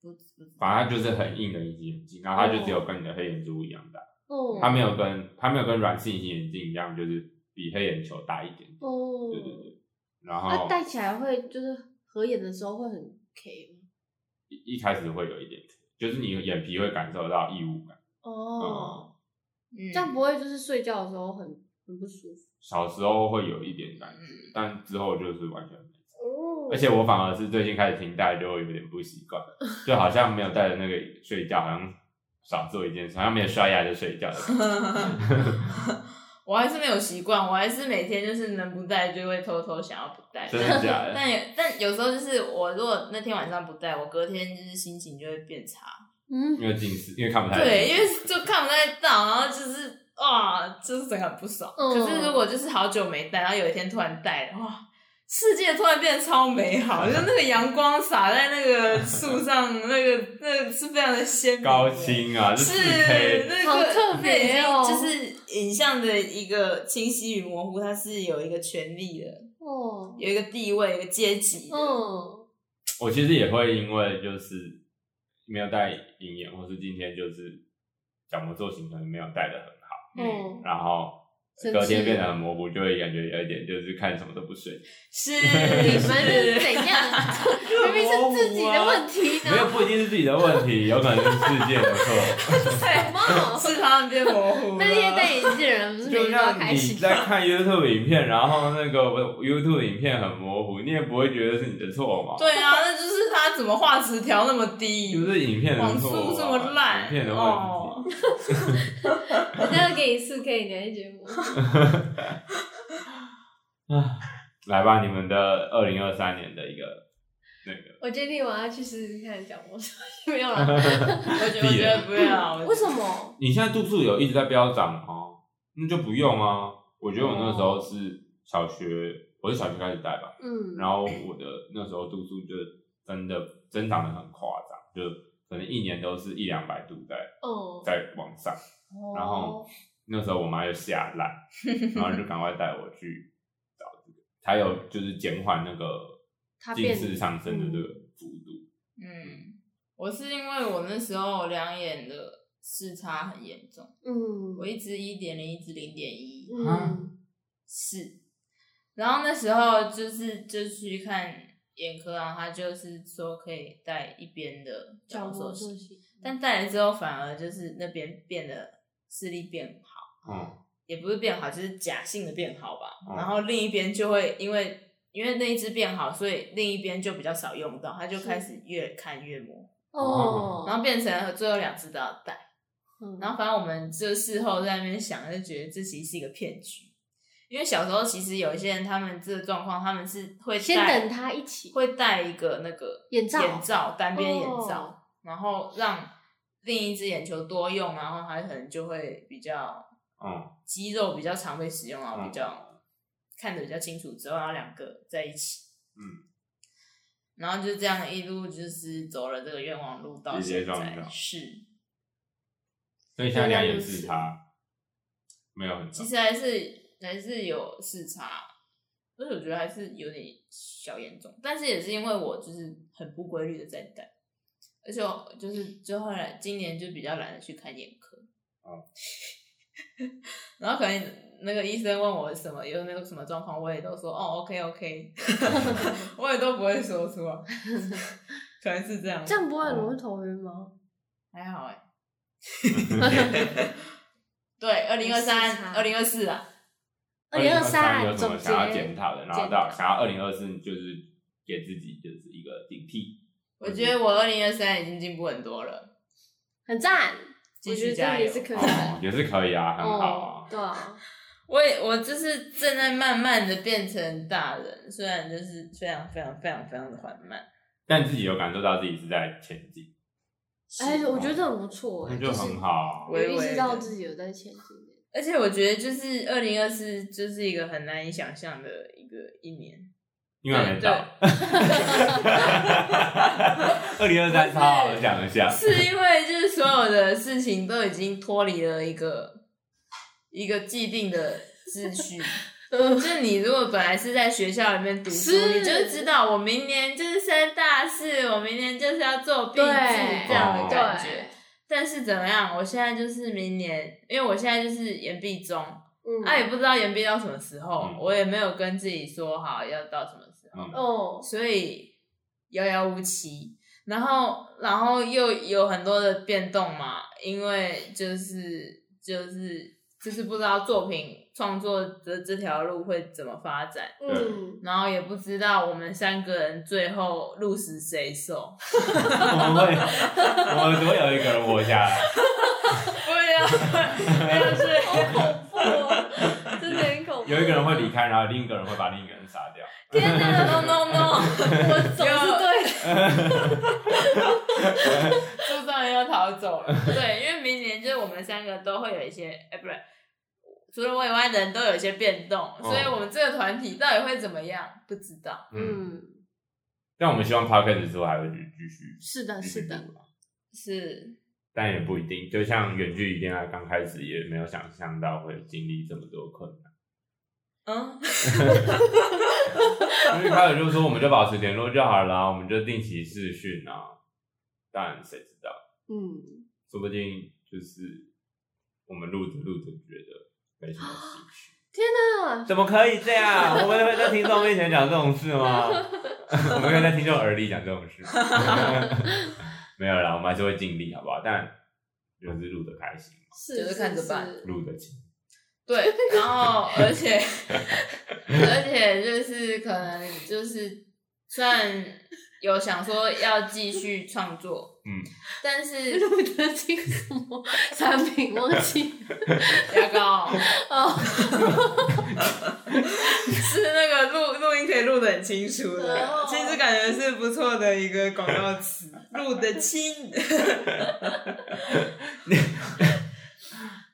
[SPEAKER 3] 不不知道
[SPEAKER 2] 反正它就是很硬的隐形眼镜，然后它就只有跟你的黑眼珠一样大，
[SPEAKER 1] 哦，
[SPEAKER 2] 它没有跟它没有跟软性隐形眼镜一样，就是比黑眼球大一点。
[SPEAKER 1] 哦，
[SPEAKER 2] 对对对，哦然
[SPEAKER 1] 那
[SPEAKER 3] 啊
[SPEAKER 2] 后
[SPEAKER 1] 戴起来会就是合眼的时候会很 K 吗？
[SPEAKER 2] 一一开始会有一点，就是你眼皮会感受到异啊物感。
[SPEAKER 1] 哦，
[SPEAKER 3] 嗯，
[SPEAKER 1] 这样不会就是睡觉的时候很很不舒服
[SPEAKER 2] 小时候会有一点感觉，
[SPEAKER 3] 嗯
[SPEAKER 2] 但之后就是完全没差。
[SPEAKER 1] 哦
[SPEAKER 2] 而且我反而是最近开始停戴，就会有点不习惯， 就好像没有戴着那个睡觉，好像少做一件事，好像没有刷牙就睡觉了。
[SPEAKER 3] 我还是没有习惯，我还是每天就是能不戴就会偷偷想要不戴，
[SPEAKER 2] 真的假的？
[SPEAKER 3] 但也但有时候就是我如果那天晚上不戴，我隔天就是心情就会变差，
[SPEAKER 1] 嗯，
[SPEAKER 2] 因为近视，因为看不太清
[SPEAKER 3] 对，因为就看不太到，然后就是哇，就是整个很不爽。
[SPEAKER 1] 嗯
[SPEAKER 3] 可是如果就是好久没戴，然后有一天突然戴了，哇，世界突然变得超美 好，就是那个阳光洒在那个树上，那个那个是非常的鲜明的
[SPEAKER 2] 高清啊，这
[SPEAKER 3] 是
[SPEAKER 2] 四 K，
[SPEAKER 3] 那个
[SPEAKER 1] 好特别哦
[SPEAKER 3] 那已经就是影像的一个清晰与模糊，它是有一个权利的，
[SPEAKER 1] 哦，
[SPEAKER 3] 有一个地位，有一个阶级的。
[SPEAKER 1] 嗯，
[SPEAKER 2] 我其实也会因为就是没有戴隐眼，或是今天就是角膜塑形可能没有戴的很好，
[SPEAKER 1] 哦
[SPEAKER 2] 然后。
[SPEAKER 1] 生气
[SPEAKER 2] 隔天变得很模糊，就会感觉有一点就是看什么都不顺，
[SPEAKER 3] 是
[SPEAKER 1] 你
[SPEAKER 3] 你
[SPEAKER 1] 们是怎 样？明明是自己的问题
[SPEAKER 2] 没有
[SPEAKER 1] 呢？
[SPEAKER 2] 不一定是自己的问题，有可能是世界的错。
[SPEAKER 1] 什么？
[SPEAKER 3] 是他们变模糊了。啊
[SPEAKER 1] 那些戴眼镜的 人不是每
[SPEAKER 2] 就
[SPEAKER 1] 天都要
[SPEAKER 2] 像
[SPEAKER 1] 开
[SPEAKER 2] 你
[SPEAKER 1] 心
[SPEAKER 2] 在
[SPEAKER 1] 吗？
[SPEAKER 2] 看 YouTube 影片，然后那个 YouTube 影片很模糊，你也不会觉得是你的错嘛？
[SPEAKER 3] 对啊，那就是他怎么画质调那么低？
[SPEAKER 2] 就是影片的错嘛，
[SPEAKER 3] 网速这么烂
[SPEAKER 2] 影片的问
[SPEAKER 3] 哦
[SPEAKER 2] 题。
[SPEAKER 1] 人家要给你四 K，你还觉得我？
[SPEAKER 2] 来吧，你们的二零二三年的一个那个，
[SPEAKER 4] 我决定我要去试试看角膜塑形，没有啦，
[SPEAKER 2] 啊
[SPEAKER 3] 我觉得我觉得不要，
[SPEAKER 1] 为什么？
[SPEAKER 2] 你现在度数有一直在飙涨哦，那就不用啊。我觉得我那时候是小
[SPEAKER 1] 哦
[SPEAKER 2] 学，我是小学开始戴吧，
[SPEAKER 1] 嗯，
[SPEAKER 2] 然后我的那时候度数就真的增长的很夸张，就可能一年都是一两百度在
[SPEAKER 1] 哦，
[SPEAKER 2] 在往上。然后那时候我妈就吓烂， 然后就赶快带我去找这个，才有就是减缓那个
[SPEAKER 1] 它
[SPEAKER 2] 近
[SPEAKER 1] 变
[SPEAKER 2] 视上升的这个幅度。
[SPEAKER 3] 嗯，我是因为我那时候两眼的视差很严重，
[SPEAKER 1] 嗯
[SPEAKER 3] 我一只一点零，一只零点一，
[SPEAKER 1] 嗯
[SPEAKER 3] 是，然后那时候就是就去看眼科啊，他就是说可以戴一边的角
[SPEAKER 1] 角
[SPEAKER 3] 膜
[SPEAKER 1] 膜
[SPEAKER 3] 塑
[SPEAKER 1] 塑
[SPEAKER 3] 形，
[SPEAKER 1] 形，
[SPEAKER 3] 但戴了之后反而就是那边变得视力变好，
[SPEAKER 2] 嗯，
[SPEAKER 3] 也不是变好，就是假性的变好吧。
[SPEAKER 2] 嗯
[SPEAKER 3] 然后另一边就会因为因为那一只变好，所以另一边就比较少用到，他就是开始越看越模糊，
[SPEAKER 1] 哦，
[SPEAKER 3] 然后变成最后两只都要戴。
[SPEAKER 1] 嗯
[SPEAKER 3] 然后反正我们就事后在那边想，就觉得这其实是一个骗局，因为小时候其实有一些人他们这个状况，他们是会
[SPEAKER 1] 先
[SPEAKER 3] 戴
[SPEAKER 1] 等它一起
[SPEAKER 3] 会戴一个那个
[SPEAKER 1] 眼罩
[SPEAKER 3] 眼罩单边眼
[SPEAKER 1] 哦
[SPEAKER 3] 罩，然后让另一只眼球多用，啊然后它可能就会比较
[SPEAKER 2] 嗯，
[SPEAKER 3] 肌肉比较常被使用，然后
[SPEAKER 2] 嗯
[SPEAKER 3] 比较、看得比较清楚之后，然后两个在一起，
[SPEAKER 2] 嗯，
[SPEAKER 3] 然后就这样一路就是走了这个愿望路到
[SPEAKER 2] 直接
[SPEAKER 3] 现
[SPEAKER 2] 撞
[SPEAKER 3] 在
[SPEAKER 2] 到
[SPEAKER 3] 是。
[SPEAKER 2] 所以现在两眼视差没有很
[SPEAKER 3] 其
[SPEAKER 2] 重，
[SPEAKER 3] 实还是还是有视差，而且我觉得还是有点小严重，但是也是因为我就是很不规律的在戴，而且我就是就后来今年就比较懒得去看眼科，
[SPEAKER 2] 哦
[SPEAKER 3] 然后可能那个医生问我什么有那个什么状况，我也都说哦 OK OK，我也都不会说出 来，可能是这样，
[SPEAKER 1] 这样不会很容易头晕吗？
[SPEAKER 3] 还好哎、对，二零二三、二零二四啊，
[SPEAKER 1] 二零二
[SPEAKER 2] 三
[SPEAKER 1] 三
[SPEAKER 2] 有什么
[SPEAKER 1] 总结
[SPEAKER 2] 想要检讨的，然后到
[SPEAKER 1] 检讨
[SPEAKER 2] 想要二零二四就是给自己就是一个警惕。
[SPEAKER 3] 我觉得我二零二三已经进步很多了，
[SPEAKER 1] 很赞，
[SPEAKER 3] 继
[SPEAKER 1] 我觉
[SPEAKER 3] 续
[SPEAKER 1] 得这
[SPEAKER 3] 加
[SPEAKER 1] 样
[SPEAKER 3] 油
[SPEAKER 1] 也是可以的。
[SPEAKER 2] 哦，也是可以啊，很好
[SPEAKER 1] 哦
[SPEAKER 2] 啊，。
[SPEAKER 1] 对啊，
[SPEAKER 3] 我也我就是正在慢慢的变成大人，虽然就是非常非常非常非常的缓慢，
[SPEAKER 2] 但自己有感受到自己是在前进，
[SPEAKER 1] 哎，
[SPEAKER 3] 是
[SPEAKER 1] 我觉得这很不错，
[SPEAKER 2] 那
[SPEAKER 1] 哎，
[SPEAKER 2] 就是很好啊。
[SPEAKER 1] 有意
[SPEAKER 3] 微微
[SPEAKER 1] 识
[SPEAKER 3] 的
[SPEAKER 1] 到自己有在前进。
[SPEAKER 3] 而且我觉得就是二零二四就是一个很难以想象的一个一年，
[SPEAKER 2] 因为还没
[SPEAKER 3] 对
[SPEAKER 2] 到。 二零二三超好想一下，
[SPEAKER 3] 是因为就是所有的事情都已经脱离了一个一个既定的秩 序。就是你如果本来是在学校里面读
[SPEAKER 1] 嗯
[SPEAKER 3] 书，
[SPEAKER 1] 是
[SPEAKER 3] 你就知道我明年就是升大四，我明年就是要做毕制
[SPEAKER 1] 对
[SPEAKER 3] 这样的感觉
[SPEAKER 1] 对。，
[SPEAKER 3] 但是怎么样？我现在就是明年，因为我现在就是延毕中，
[SPEAKER 1] 嗯，
[SPEAKER 3] 啊，也不知道延毕到什么时候，
[SPEAKER 2] 嗯
[SPEAKER 3] 我也没有跟自己说好要到什么时候，
[SPEAKER 2] 嗯，
[SPEAKER 1] 哦，
[SPEAKER 3] 所以遥遥无期。然后，然后又有很多的变动嘛，因为就是就是就是不知道作品创作的这条路会怎么发展，
[SPEAKER 1] 嗯，
[SPEAKER 3] 然后也不知道我们三个人最后鹿死谁手，
[SPEAKER 2] 我们会，我们只会有一个人活下来。
[SPEAKER 3] 不要不
[SPEAKER 4] 啊
[SPEAKER 3] 要睡。
[SPEAKER 4] 恐怖哦，真的很恐怖。
[SPEAKER 2] 有一个人会离开，然后另一个人会把另一个人杀掉。
[SPEAKER 3] 天哪，no no no！
[SPEAKER 4] 我总是对的，
[SPEAKER 3] 就当然要逃走了。 对，因为明年就是我们三个都会有一些，哎、不是，除了我以外的人都有一些变动，所以我们这个团体到底会怎么样，不知道。
[SPEAKER 2] 嗯，
[SPEAKER 1] 嗯，
[SPEAKER 2] 但我们希望 podcast 之后还会继继续，
[SPEAKER 1] 是的，
[SPEAKER 2] 继
[SPEAKER 1] 是
[SPEAKER 2] 续
[SPEAKER 1] 的，
[SPEAKER 2] 录啊
[SPEAKER 3] 是，
[SPEAKER 2] 但也不一定。就像远距离恋爱刚开始，也没有想象到会经历这么多困难。
[SPEAKER 3] 嗯，
[SPEAKER 2] 因为一开始就说我们就保持联络就好了啊、我们就定期视讯啊。但谁知道，
[SPEAKER 1] 嗯，
[SPEAKER 2] 说不定就是我们录着录着觉得没什么兴趣。
[SPEAKER 1] 天哪，
[SPEAKER 2] 怎么可以这样？我们会在听众面前讲这种事吗？ 我们会在听众耳里讲这种事吗？没有啦，我们还是会尽力，好不好？但就是录的开心嘛，
[SPEAKER 1] 是
[SPEAKER 3] 就是看着办。
[SPEAKER 1] 是是
[SPEAKER 2] 录的清。
[SPEAKER 3] 对，然后而且而且就是可能就是虽然有想说要继续创作，
[SPEAKER 2] 嗯，
[SPEAKER 3] 但 是
[SPEAKER 1] 录得清什么产品忘记了
[SPEAKER 3] 牙膏
[SPEAKER 1] 哦，
[SPEAKER 3] 是那个录录音可以录得很清楚的
[SPEAKER 1] 哦，
[SPEAKER 3] 其实感觉是不错的一个广告词，录得 清。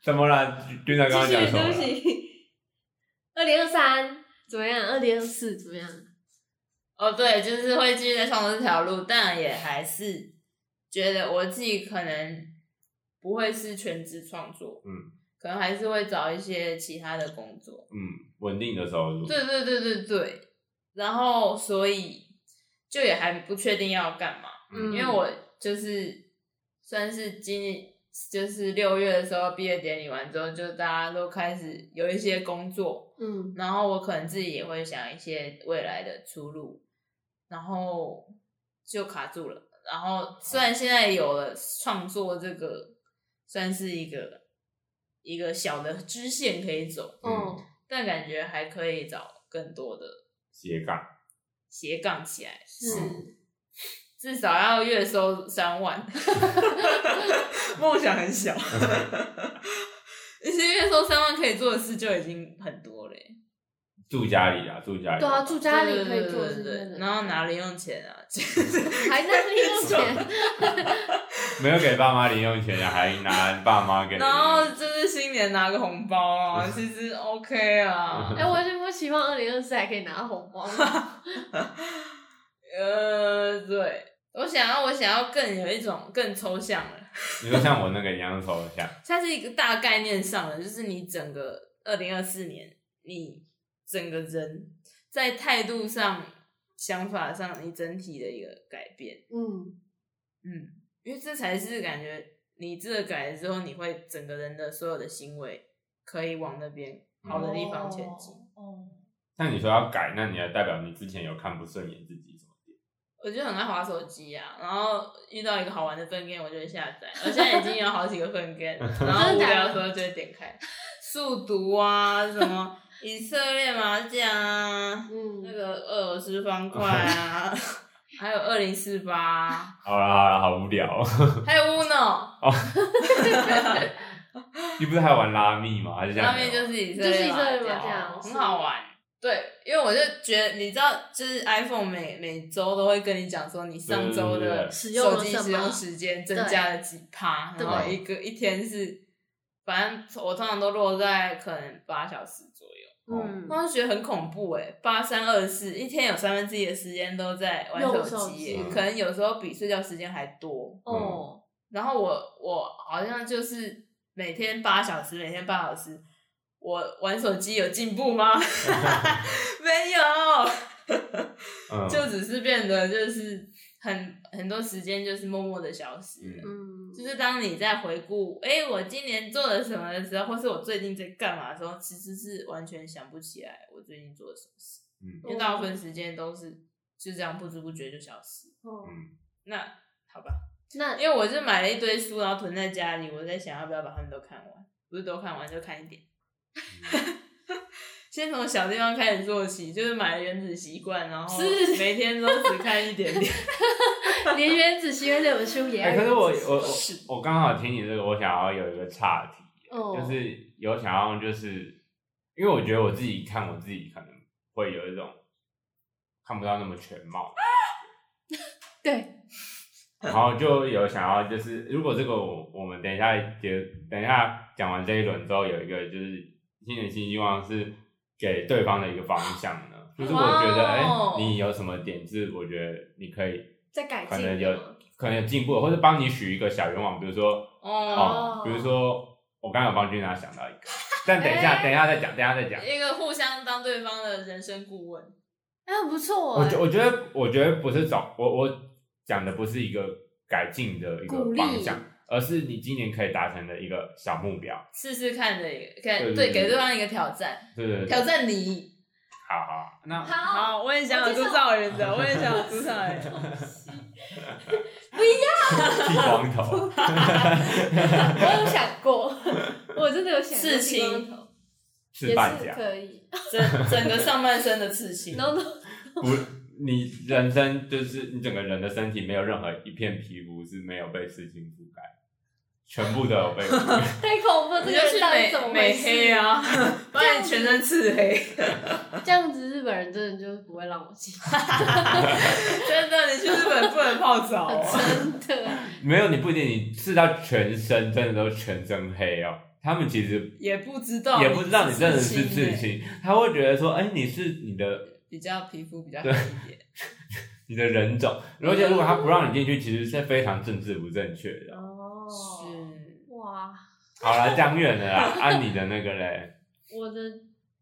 [SPEAKER 2] 怎么啦？军长刚刚
[SPEAKER 4] 继
[SPEAKER 2] 讲
[SPEAKER 4] 续，
[SPEAKER 2] 什么
[SPEAKER 4] 对不
[SPEAKER 2] 了？
[SPEAKER 4] 起。
[SPEAKER 1] 二零二三怎么样？二零二四怎么样？
[SPEAKER 3] 哦，对，就是会继续在创作这条路，但也还是觉得我自己可能不会是全职创作，
[SPEAKER 2] 嗯，
[SPEAKER 3] 可能还是会找一些其他的工作。
[SPEAKER 2] 嗯，稳定的收入。
[SPEAKER 3] 对对对对对，然后所以就也还不确定要干嘛。
[SPEAKER 1] 嗯
[SPEAKER 3] 因为我就是算是今就是六月的时候毕业典礼完之后，就大家都开始有一些工作，
[SPEAKER 1] 嗯
[SPEAKER 3] 然后我可能自己也会想一些未来的出路，然后就卡住了。然后虽然现在有了创作这个，算是一个一个小的支线可以走，
[SPEAKER 1] 哦，
[SPEAKER 3] 但感觉还可以找更多的
[SPEAKER 2] 斜杠，
[SPEAKER 3] 斜杠起来，
[SPEAKER 1] 是
[SPEAKER 3] 至少要月收三万， 梦想很小。 其实月收三万可以做的事就已经很多了耶，
[SPEAKER 2] 住家里啊，住家里。
[SPEAKER 1] 对啊，住家里可
[SPEAKER 3] 对
[SPEAKER 1] 以
[SPEAKER 3] 对
[SPEAKER 1] 做
[SPEAKER 3] 对
[SPEAKER 1] 是
[SPEAKER 3] 对
[SPEAKER 1] 真的，
[SPEAKER 3] 然后哪里用钱啊？ 就是
[SPEAKER 1] 还在利用钱，
[SPEAKER 2] 没有给爸妈零用钱，还拿爸妈给。
[SPEAKER 3] 然后就是新年拿个红包啊， 其实 OK 啊。
[SPEAKER 1] 哎，我就不希望二零二四还可以拿红包，
[SPEAKER 3] 呃，对，我想要，我想要更有一种更抽象了。
[SPEAKER 2] 你说像我那个一样抽象，
[SPEAKER 3] 它是一个大概念上的，就是你整个二零二四年，你整个人在态度上、想法上，你整体的一个改变，
[SPEAKER 1] 嗯，
[SPEAKER 3] 嗯，因为这才是感觉你这个改了之后，你会整个人的所有的行为可以往那边
[SPEAKER 1] 哦
[SPEAKER 3] 好的地方前进。
[SPEAKER 4] 哦，
[SPEAKER 2] 但你说要改，那你还代表你之前有看不顺眼自己什么点？
[SPEAKER 3] 我就很爱滑手机啊，然后遇到一个好玩的分 game，我就会下载。我现在已经有好几个分 game，然后无聊的时候就会点开，速读啊，什么以色列麻将啊，
[SPEAKER 1] 嗯，
[SPEAKER 3] 那个俄罗斯方块啊， 还有二零四八，
[SPEAKER 2] 好啦好啦，好无聊哦。
[SPEAKER 3] 还有 Uno，
[SPEAKER 2] 你不是还玩拉密吗？还是这样哦
[SPEAKER 3] 上
[SPEAKER 2] 没有？
[SPEAKER 3] 面就是以色
[SPEAKER 1] 就是
[SPEAKER 3] 列
[SPEAKER 1] 以色列麻
[SPEAKER 3] 麻
[SPEAKER 1] 将
[SPEAKER 3] 很好玩。对，因为我就觉得，你知道，就是 iPhone 每每周都会跟你讲说，你上周
[SPEAKER 2] 对对对
[SPEAKER 3] 的
[SPEAKER 2] 对
[SPEAKER 1] 使用
[SPEAKER 3] 手
[SPEAKER 1] 了
[SPEAKER 3] 机
[SPEAKER 1] 什
[SPEAKER 3] 使用
[SPEAKER 1] 么？
[SPEAKER 3] 时间增加了几趴，
[SPEAKER 1] 对
[SPEAKER 3] 然后一个一天是，反正我通常都落在可能八小时左右，
[SPEAKER 1] 嗯，
[SPEAKER 3] 我就觉得很恐怖哎、八三二四，一天有三分之一的时间都在玩
[SPEAKER 1] 用
[SPEAKER 3] 手
[SPEAKER 1] 手
[SPEAKER 3] 机
[SPEAKER 1] 机
[SPEAKER 3] 耶、可能有时候比睡觉时间还多。
[SPEAKER 4] 哦，
[SPEAKER 3] 然后我我好像就是每天八小时，每天八小时，我玩手机有进步吗？ 没有，
[SPEAKER 2] 嗯，
[SPEAKER 3] 就只是变得就是很很多时间就是默默的消失了。
[SPEAKER 2] 嗯
[SPEAKER 1] 嗯，
[SPEAKER 3] 就是当你在回顾，哎、我今年做了什么的时候，或是我最近在干嘛的时候，其实是完全想不起来我最近做了什么事，
[SPEAKER 2] 嗯
[SPEAKER 3] 因为大部分时间都是就这样不知不觉就消失。
[SPEAKER 1] 哦
[SPEAKER 2] 嗯，
[SPEAKER 3] 那好吧，
[SPEAKER 1] 那
[SPEAKER 3] 因为我是买了一堆书，然后囤在家里，我在想要不要把它们都看完，不是都看完就看一点。嗯 先从小地方开始做起，就是买了《原子习惯》，然后
[SPEAKER 1] 是
[SPEAKER 3] 每天都只看一点 点。
[SPEAKER 1] 连原子习惯这本书也
[SPEAKER 2] 哎、
[SPEAKER 1] 要
[SPEAKER 2] 可是我
[SPEAKER 1] 原子
[SPEAKER 2] 我我我刚好听你这个，我想要有一个岔题，
[SPEAKER 1] 哦
[SPEAKER 2] 就是有想要就是，因为我觉得我自己看我自己可能会有一种看不到那么全貌，
[SPEAKER 1] 对，
[SPEAKER 2] 然后就有想要就是，如果这个我我们等一下结等一下讲完这一轮之后，有一个就是新年新希望是给对方的一个方向呢，就是我觉得哎、
[SPEAKER 3] 哇哦
[SPEAKER 2] 你有什么点子，我觉得你可以
[SPEAKER 1] 在改
[SPEAKER 2] 可
[SPEAKER 1] 进
[SPEAKER 2] 能有
[SPEAKER 1] 的嘛，
[SPEAKER 2] 可能有进步，或者帮你许一个小愿望，比如说
[SPEAKER 3] 哦，
[SPEAKER 2] 哦，比如说我刚刚有帮君娜想到一个，但等一下，
[SPEAKER 3] 哎
[SPEAKER 2] 等一下再讲，等一下再讲。
[SPEAKER 3] 一个互相当对方的人生顾问。
[SPEAKER 1] 哎，很不错
[SPEAKER 2] 我
[SPEAKER 1] 哎
[SPEAKER 2] 觉，我觉得我觉得不是找我我讲的不是一个改进的一个
[SPEAKER 1] 鼓励
[SPEAKER 2] 方向，而是你今年可以达成的一个小目标。
[SPEAKER 3] 试试看的，
[SPEAKER 2] 对
[SPEAKER 3] 给
[SPEAKER 2] 对
[SPEAKER 3] 对
[SPEAKER 2] 对
[SPEAKER 3] 给对方一个挑战，
[SPEAKER 2] 对对对，
[SPEAKER 3] 挑战你。
[SPEAKER 2] 好好，那
[SPEAKER 1] 好，，
[SPEAKER 3] 我也
[SPEAKER 1] 想有
[SPEAKER 3] 朱兆元的，我也想有朱兆元。
[SPEAKER 2] 剃光 头，
[SPEAKER 1] 我有想过，我真的有想过
[SPEAKER 3] 事情
[SPEAKER 1] 剃光头
[SPEAKER 2] 是
[SPEAKER 1] 也
[SPEAKER 2] 半
[SPEAKER 1] 是
[SPEAKER 2] 价，
[SPEAKER 1] 可以
[SPEAKER 3] 整整个上半身的刺青，
[SPEAKER 1] ，no no，
[SPEAKER 2] 不，你人生就是你整个人的身体没有任何一片皮肤是没有被事情覆盖，全部都有被覆盖。
[SPEAKER 1] 太恐怖了，这
[SPEAKER 3] 你
[SPEAKER 1] 个
[SPEAKER 3] 就去
[SPEAKER 1] 人到底
[SPEAKER 3] 美
[SPEAKER 1] 怎么回
[SPEAKER 3] 美
[SPEAKER 1] 事
[SPEAKER 3] 黑？啊，把你全身刺黑。
[SPEAKER 1] 这样子日本人真的就是不会让我进，
[SPEAKER 3] 真的，你去日本不能泡澡、哦。
[SPEAKER 1] 真的。
[SPEAKER 2] 没有，你不一定，你刺到全身，真的都全身黑哦。他们其实
[SPEAKER 3] 也不知道，
[SPEAKER 2] 也不知道你真的是
[SPEAKER 3] 自
[SPEAKER 2] 自
[SPEAKER 3] 己
[SPEAKER 2] 信，他会觉得说，哎、你是你的
[SPEAKER 3] 比较皮肤比较黑一点。
[SPEAKER 2] 你的人种，而且如果他不让你进去，其实是非常政治不正确 的。
[SPEAKER 1] 哦，
[SPEAKER 3] 是，
[SPEAKER 1] 哇，
[SPEAKER 2] 好啦，讲远了啦，按、你的那个嘞，
[SPEAKER 1] 我的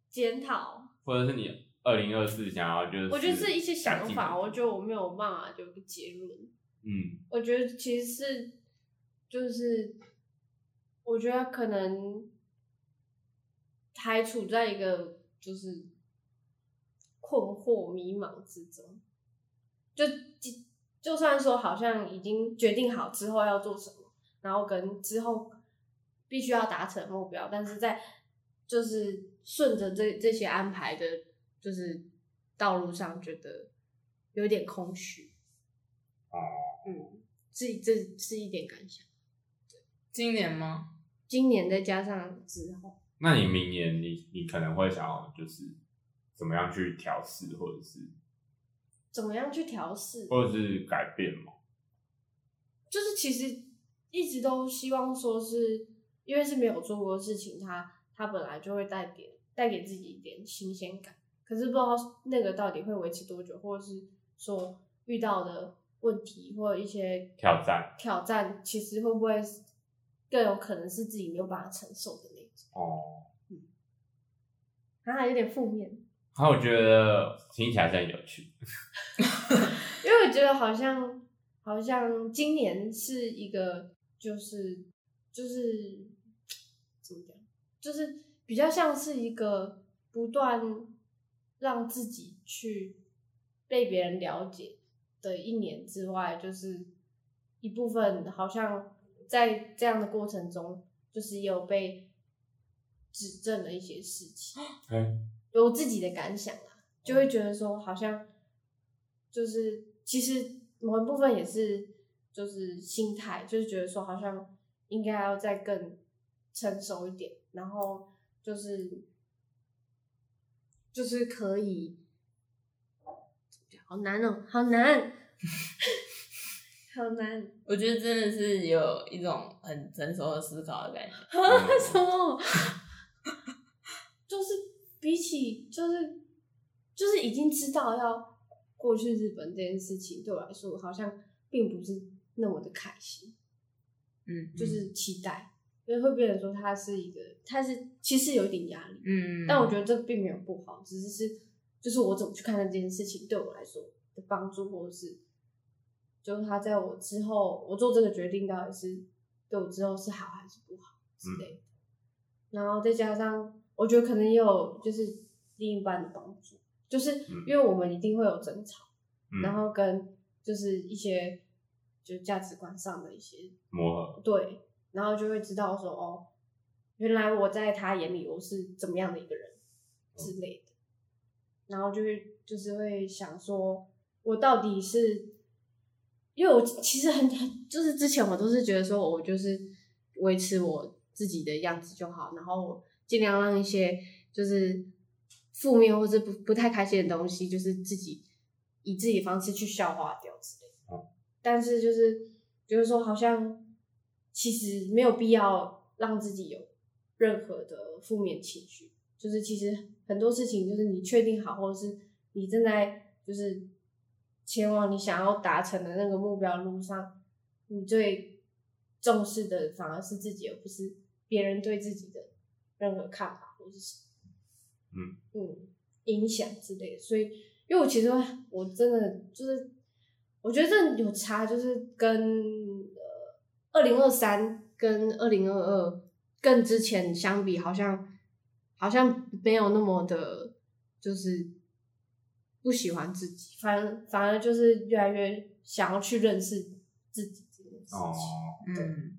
[SPEAKER 1] 检讨，
[SPEAKER 2] 或者是你二零二四想要就是，
[SPEAKER 1] 我觉得是一些想
[SPEAKER 2] 改进
[SPEAKER 1] 法，我觉得我没有办法有个结论。
[SPEAKER 2] 嗯
[SPEAKER 1] 我觉得其实是，就是，我觉得可能还处在一个就是困惑、迷茫之中。就就就算说好像已经决定好之后要做什么，然后跟之后必须要达成的目标，但是在就是顺着这这些安排的，就是道路上觉得有点空虚。嗯，这这是一点感想。
[SPEAKER 3] 今年吗？
[SPEAKER 1] 今年再加上之后，
[SPEAKER 2] 那你明年你你可能会想要就是怎么样去调试，或者是
[SPEAKER 1] 怎么样去调试？
[SPEAKER 2] 或者是改变嘛？
[SPEAKER 1] 就是其实一直都希望说是因为是没有做过的事情，它它本来就会带点带给自己一点新鲜感，可是不知道那个到底会维持多久，或者是说遇到的问题或一些
[SPEAKER 2] 挑战
[SPEAKER 1] 挑战，其实会不会更有可能是自己没有办法承受的那种？
[SPEAKER 2] 哦。
[SPEAKER 1] 啊，有点负面，
[SPEAKER 2] 然后我觉得听起来是很有趣，
[SPEAKER 1] 因为我觉得好像好像今年是一个就是就是怎么讲，就是比较像是一个不断让自己去被别人了解的一年之外，就是一部分好像在这样的过程中，就是也有被指正了一些事情。
[SPEAKER 2] 哎，
[SPEAKER 1] 有自己的感想啊，就会觉得说好像就是其实某一部分也是就是心态，就是觉得说好像应该要再更成熟一点，然后就是就是可以，好难哦、好难， 好难，
[SPEAKER 3] 我觉得真的是有一种很成熟的思考的感觉。嗯
[SPEAKER 1] 啊什么？就是比起就是就是已经知道要过去日本这件事情，对我来说好像并不是那么的开心，
[SPEAKER 3] 嗯，
[SPEAKER 1] 就是期待，因为会变成说它是一个，它是其实有一点压力，
[SPEAKER 3] 嗯，
[SPEAKER 1] 但我觉得这并没有不好，只是是就是我怎么去看待这件事情对我来说的帮助，或者是就是它在我之后我做这个决定到底是对我之后是好还是不好
[SPEAKER 2] 嗯
[SPEAKER 1] 之类的。然后再加上我觉得可能也有就是另一半的帮助，就是
[SPEAKER 2] 嗯
[SPEAKER 1] 因为我们一定会有争吵，
[SPEAKER 2] 嗯
[SPEAKER 1] 然后跟就是一些就价值观上的一些
[SPEAKER 2] 磨合，
[SPEAKER 1] 对，然后就会知道说哦，原来我在他眼里我是怎么样的一个人之类的，然后就会就是会想说，我到底是，因为我其实很很就是之前我都是觉得说我就是维持我自己的样子就好，然后我尽量让一些就是负面或是不不太开心的东西，就是自己以自己的方式去消化掉之类的。但是就是就是说，好像其实没有必要让自己有任何的负面情绪。就是其实很多事情，就是你确定好，或者是你正在就是前往你想要达成的那个目标路上，你最重视的反而是自己，而不是别人对自己的任何看法或是什么。
[SPEAKER 2] 嗯
[SPEAKER 1] 嗯，影响之类的，所以因为我其实会我真的就是，我觉得这有差，就是跟呃二零二三跟二零二二更之前相比，好像好像没有那么的，就是不喜欢自己，反反而就是越来越想要去认识自己这件事情。
[SPEAKER 2] 哦，
[SPEAKER 3] 嗯，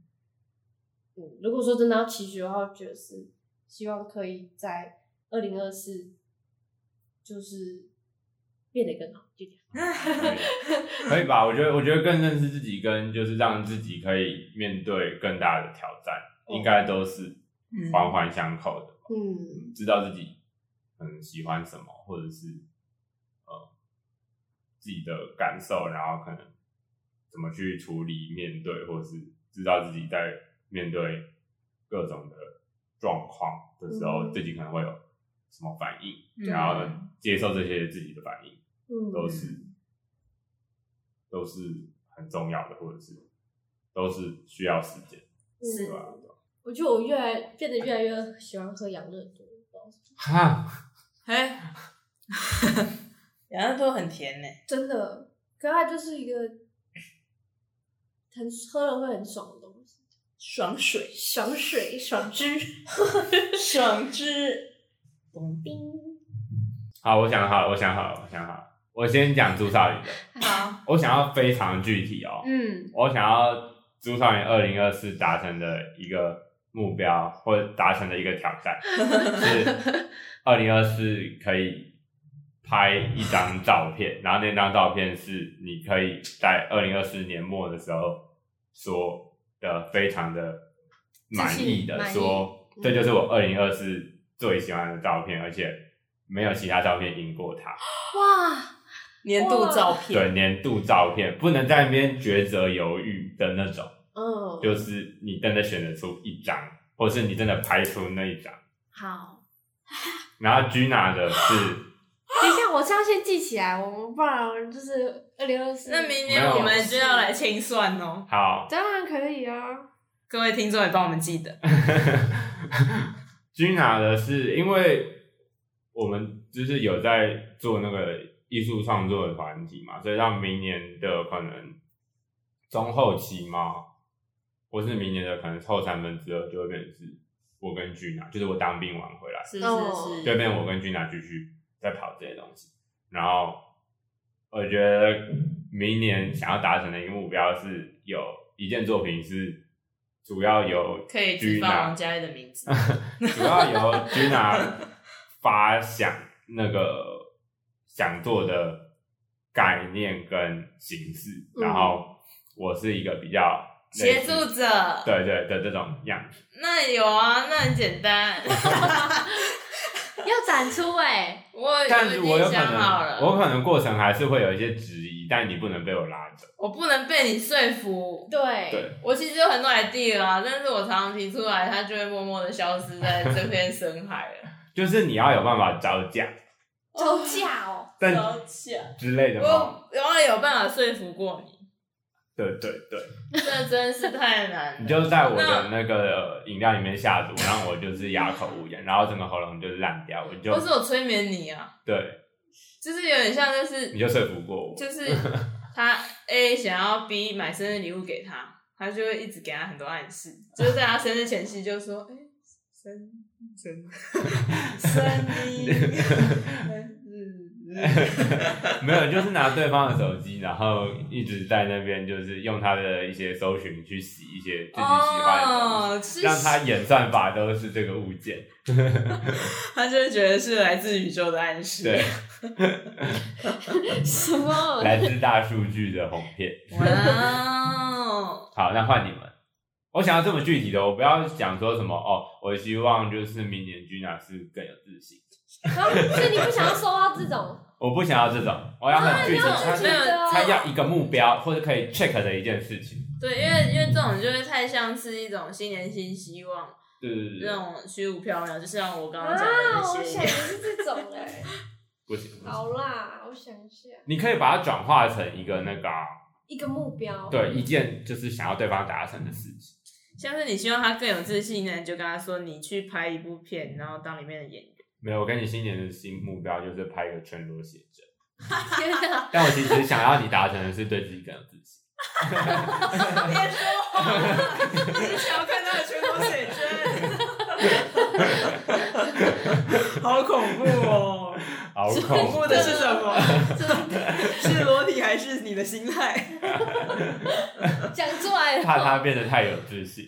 [SPEAKER 1] 嗯，如果说真的要期许的话，我觉得是希望可以在二零二四就是变得更好，就这样。
[SPEAKER 2] 可以可 以吧？我觉得，我觉得更认识自己，跟就是让自己可以面对更大的挑战，
[SPEAKER 1] 哦
[SPEAKER 2] 应该都是
[SPEAKER 3] 嗯
[SPEAKER 2] 环环相扣的。
[SPEAKER 1] 嗯，
[SPEAKER 2] 嗯知道自己嗯喜欢什么，或者是呃自己的感受，然后可能怎么去处理、面对，或者是知道自己在面对各种的状况的时候，
[SPEAKER 1] 嗯
[SPEAKER 2] 自己可能会有什么反应，
[SPEAKER 3] 嗯
[SPEAKER 2] 然后呢接受这些自己的反应，
[SPEAKER 1] 嗯
[SPEAKER 2] 都是都是很重要的，或者是都是需要时间，
[SPEAKER 1] 是
[SPEAKER 2] 对吧？
[SPEAKER 1] 嗯我觉得我越来变得越来越喜欢喝养乐多，不知道为什么
[SPEAKER 2] 哈，
[SPEAKER 3] 哎， 养乐多很甜呢、
[SPEAKER 1] 真的，可它就是一个很喝了会很爽的东西，
[SPEAKER 3] 爽水，
[SPEAKER 1] 爽水、爽汁、
[SPEAKER 3] 爽汁，咚
[SPEAKER 1] 冰。
[SPEAKER 2] 好，我想好了，我想好了，我想好了，我先讲朱少宇 的。
[SPEAKER 1] 好，
[SPEAKER 2] 我想要非常具体哦，
[SPEAKER 1] 嗯
[SPEAKER 2] 我想要朱少元二零二四达成的一个目标，或者达成的一个挑战，是二零二四可以拍一张照片，然后那张照片是你可以在二零二四年末的时候说的非常的满意
[SPEAKER 1] 自信
[SPEAKER 2] 的
[SPEAKER 1] 满意
[SPEAKER 2] 说，
[SPEAKER 1] 嗯
[SPEAKER 2] 这就是我二零二四最喜欢的照片，而且没有其他照片赢过它。
[SPEAKER 1] 哇，
[SPEAKER 3] 年度照片，
[SPEAKER 2] 对，年度照片不能在那边抉择犹豫的那种，
[SPEAKER 1] 嗯，
[SPEAKER 2] 就是你真的选得出一张，或是你真的排除那一张。
[SPEAKER 1] 好。
[SPEAKER 2] 然后 Gina 的是
[SPEAKER 1] 等一下，我是要先记起来，我们不然就是二零二四。
[SPEAKER 3] 那明年
[SPEAKER 2] 啊
[SPEAKER 3] 我们就要来清算哦，
[SPEAKER 2] 好
[SPEAKER 1] 当然可以啊。
[SPEAKER 3] 各位听众也帮我们记得。
[SPEAKER 2] ，Gina 的是因为我们就是有在做那个艺术创作的团体嘛，所以让明年的可能中后期嘛，或是明年的可能后三分之二就会变成是我跟俊娜，就是我当兵完回来，
[SPEAKER 3] 是
[SPEAKER 1] 哦
[SPEAKER 3] 是是，
[SPEAKER 2] 对面我跟俊娜继续在跑这些东西。然后我觉得明年想要达成的一个目标是有一件作品是主要由
[SPEAKER 3] 可以只
[SPEAKER 2] 君
[SPEAKER 3] 放
[SPEAKER 2] 娜
[SPEAKER 3] 王，佳玉的 名字，
[SPEAKER 2] 主要由君娜发想那个想做的概念跟形式，
[SPEAKER 1] 嗯
[SPEAKER 2] 然后我是一个比较类
[SPEAKER 3] 协
[SPEAKER 2] 似
[SPEAKER 3] 助者。
[SPEAKER 2] 对对的这种样子。
[SPEAKER 3] 那有啊，那很简 单。
[SPEAKER 1] 要展出
[SPEAKER 4] 欸
[SPEAKER 1] 哎、
[SPEAKER 3] 我
[SPEAKER 2] 但
[SPEAKER 3] 已
[SPEAKER 2] 是我有
[SPEAKER 3] 经
[SPEAKER 2] 可
[SPEAKER 3] 想好
[SPEAKER 2] 能，
[SPEAKER 3] 了，
[SPEAKER 2] 我可能过程还是会有一些质疑，但你不能被我拉走。
[SPEAKER 3] 我不能被你说服。
[SPEAKER 1] 对
[SPEAKER 2] 对
[SPEAKER 3] 我其实有很多 idea 啊，但是我常常提出来，它就会默默的消失在这片深海了。
[SPEAKER 2] 就是你要有办法招架，
[SPEAKER 1] 招架哦，
[SPEAKER 2] 但
[SPEAKER 4] 了解。
[SPEAKER 2] 之类的吗？
[SPEAKER 3] 我我有办法说服过 你，
[SPEAKER 2] 对对对，
[SPEAKER 3] 这真是太难了。
[SPEAKER 2] 你就在我的那个饮料里面下 毒，让我就是哑口无言，然后整个喉咙就烂掉，我就
[SPEAKER 3] 或是我催眠你啊，
[SPEAKER 2] 对，
[SPEAKER 3] 就是有点像，就是
[SPEAKER 2] 你就说服过我。
[SPEAKER 3] 就是他 A 想要 B 买生日礼物给他，他就会一直给他很多暗示，就是在他生日前夕就说，哎、生生 生日日日，
[SPEAKER 2] 没有，就是拿对方的手机，然后一直在那边就是用他的一些搜寻去洗一些自己喜欢的东西，
[SPEAKER 3] 哦，是
[SPEAKER 2] 让他演算法都是这个物件。
[SPEAKER 3] 他就会觉得是来自宇宙的暗示。
[SPEAKER 2] 对，
[SPEAKER 1] 什么？
[SPEAKER 2] 来自大数据的哄骗。
[SPEAKER 3] 哇哦，
[SPEAKER 2] 好，那换你们。我想要这么具体的，我不要讲说什么哦。我希望就是明年君雅是更有自信，
[SPEAKER 4] 啊所以你不想要收到这种？
[SPEAKER 2] 我不想要这种，我要很具
[SPEAKER 3] 啊
[SPEAKER 2] 体，他
[SPEAKER 4] 没有
[SPEAKER 2] 啊他要一个目标或者可以 check 的一件事情。
[SPEAKER 3] 对，因为因为这种就会太像是一种新年新希望，
[SPEAKER 2] 对对对
[SPEAKER 3] 这
[SPEAKER 2] 对，
[SPEAKER 3] 种虚无缥缈，就像我刚刚
[SPEAKER 4] 啊
[SPEAKER 3] 讲的那
[SPEAKER 4] 我
[SPEAKER 3] 些
[SPEAKER 4] 想的。是这种哎。
[SPEAKER 2] 不行，不行
[SPEAKER 4] 好啦，我想一下，
[SPEAKER 2] 你可以把它转化成一个那个啊、
[SPEAKER 4] 一个目标。
[SPEAKER 2] 对一件就是想要对方达成的事情。
[SPEAKER 3] 像是你希望他更有自信呢，你就跟他说你去拍一部片，然后当里面的演 员。
[SPEAKER 2] 没有，我跟你新年的新目标就是拍一个全裸写真，
[SPEAKER 1] 天哪！
[SPEAKER 2] 但我其实想要你达成的是对自己更有自信。
[SPEAKER 3] 别说谎，你想要看他的全裸写真， 好恐怖哦！
[SPEAKER 2] 好恐怖，
[SPEAKER 3] 的是什么？ 是裸体还是你的心态？
[SPEAKER 4] 讲出来了。
[SPEAKER 2] 怕他变得太有自信。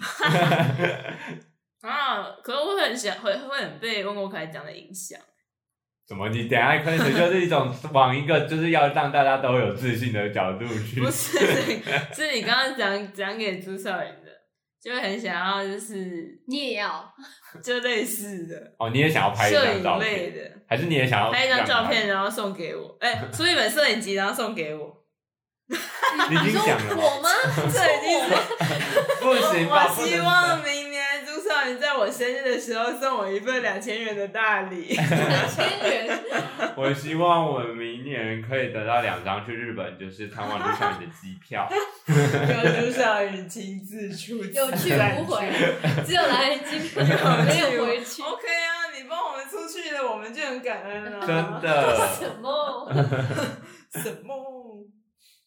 [SPEAKER 3] 啊！可是我很想会会很被温国凯讲的 影响。
[SPEAKER 2] 怎么？你等一下开始就是一种往一个就是要让大家都有自信的角度去
[SPEAKER 3] 不。是，是你刚刚讲讲给朱少仁的，就很想要就是
[SPEAKER 1] 你也要
[SPEAKER 3] 就类似的
[SPEAKER 2] 哦，你也想要拍一
[SPEAKER 3] 摄
[SPEAKER 2] 张
[SPEAKER 3] 影
[SPEAKER 2] 照
[SPEAKER 3] 类
[SPEAKER 2] 片，
[SPEAKER 3] 的，
[SPEAKER 2] 还是你也想要
[SPEAKER 3] 拍一张
[SPEAKER 2] 让
[SPEAKER 3] 照
[SPEAKER 2] 他
[SPEAKER 3] 片，？然后送给我，哎、出一本摄影集，然后送给我，
[SPEAKER 2] 你已经想了吗？
[SPEAKER 4] 我吗？
[SPEAKER 3] 这已经是
[SPEAKER 2] 不行吧？
[SPEAKER 3] 我
[SPEAKER 2] 不能
[SPEAKER 3] 希望明年朱少你在我生日的时候送我一份两千元的大 礼。
[SPEAKER 4] 千元。
[SPEAKER 2] 我希望我明年可以得到两张去日本，就是探望路上的机票。
[SPEAKER 3] 由朱少宇亲自出资
[SPEAKER 4] 有去无 回，只有来已经没有回去。
[SPEAKER 3] OK 啊，你帮我们出去了，我们就很感恩
[SPEAKER 2] 真
[SPEAKER 3] 啊。
[SPEAKER 2] 的。
[SPEAKER 4] 什么？
[SPEAKER 3] 什么？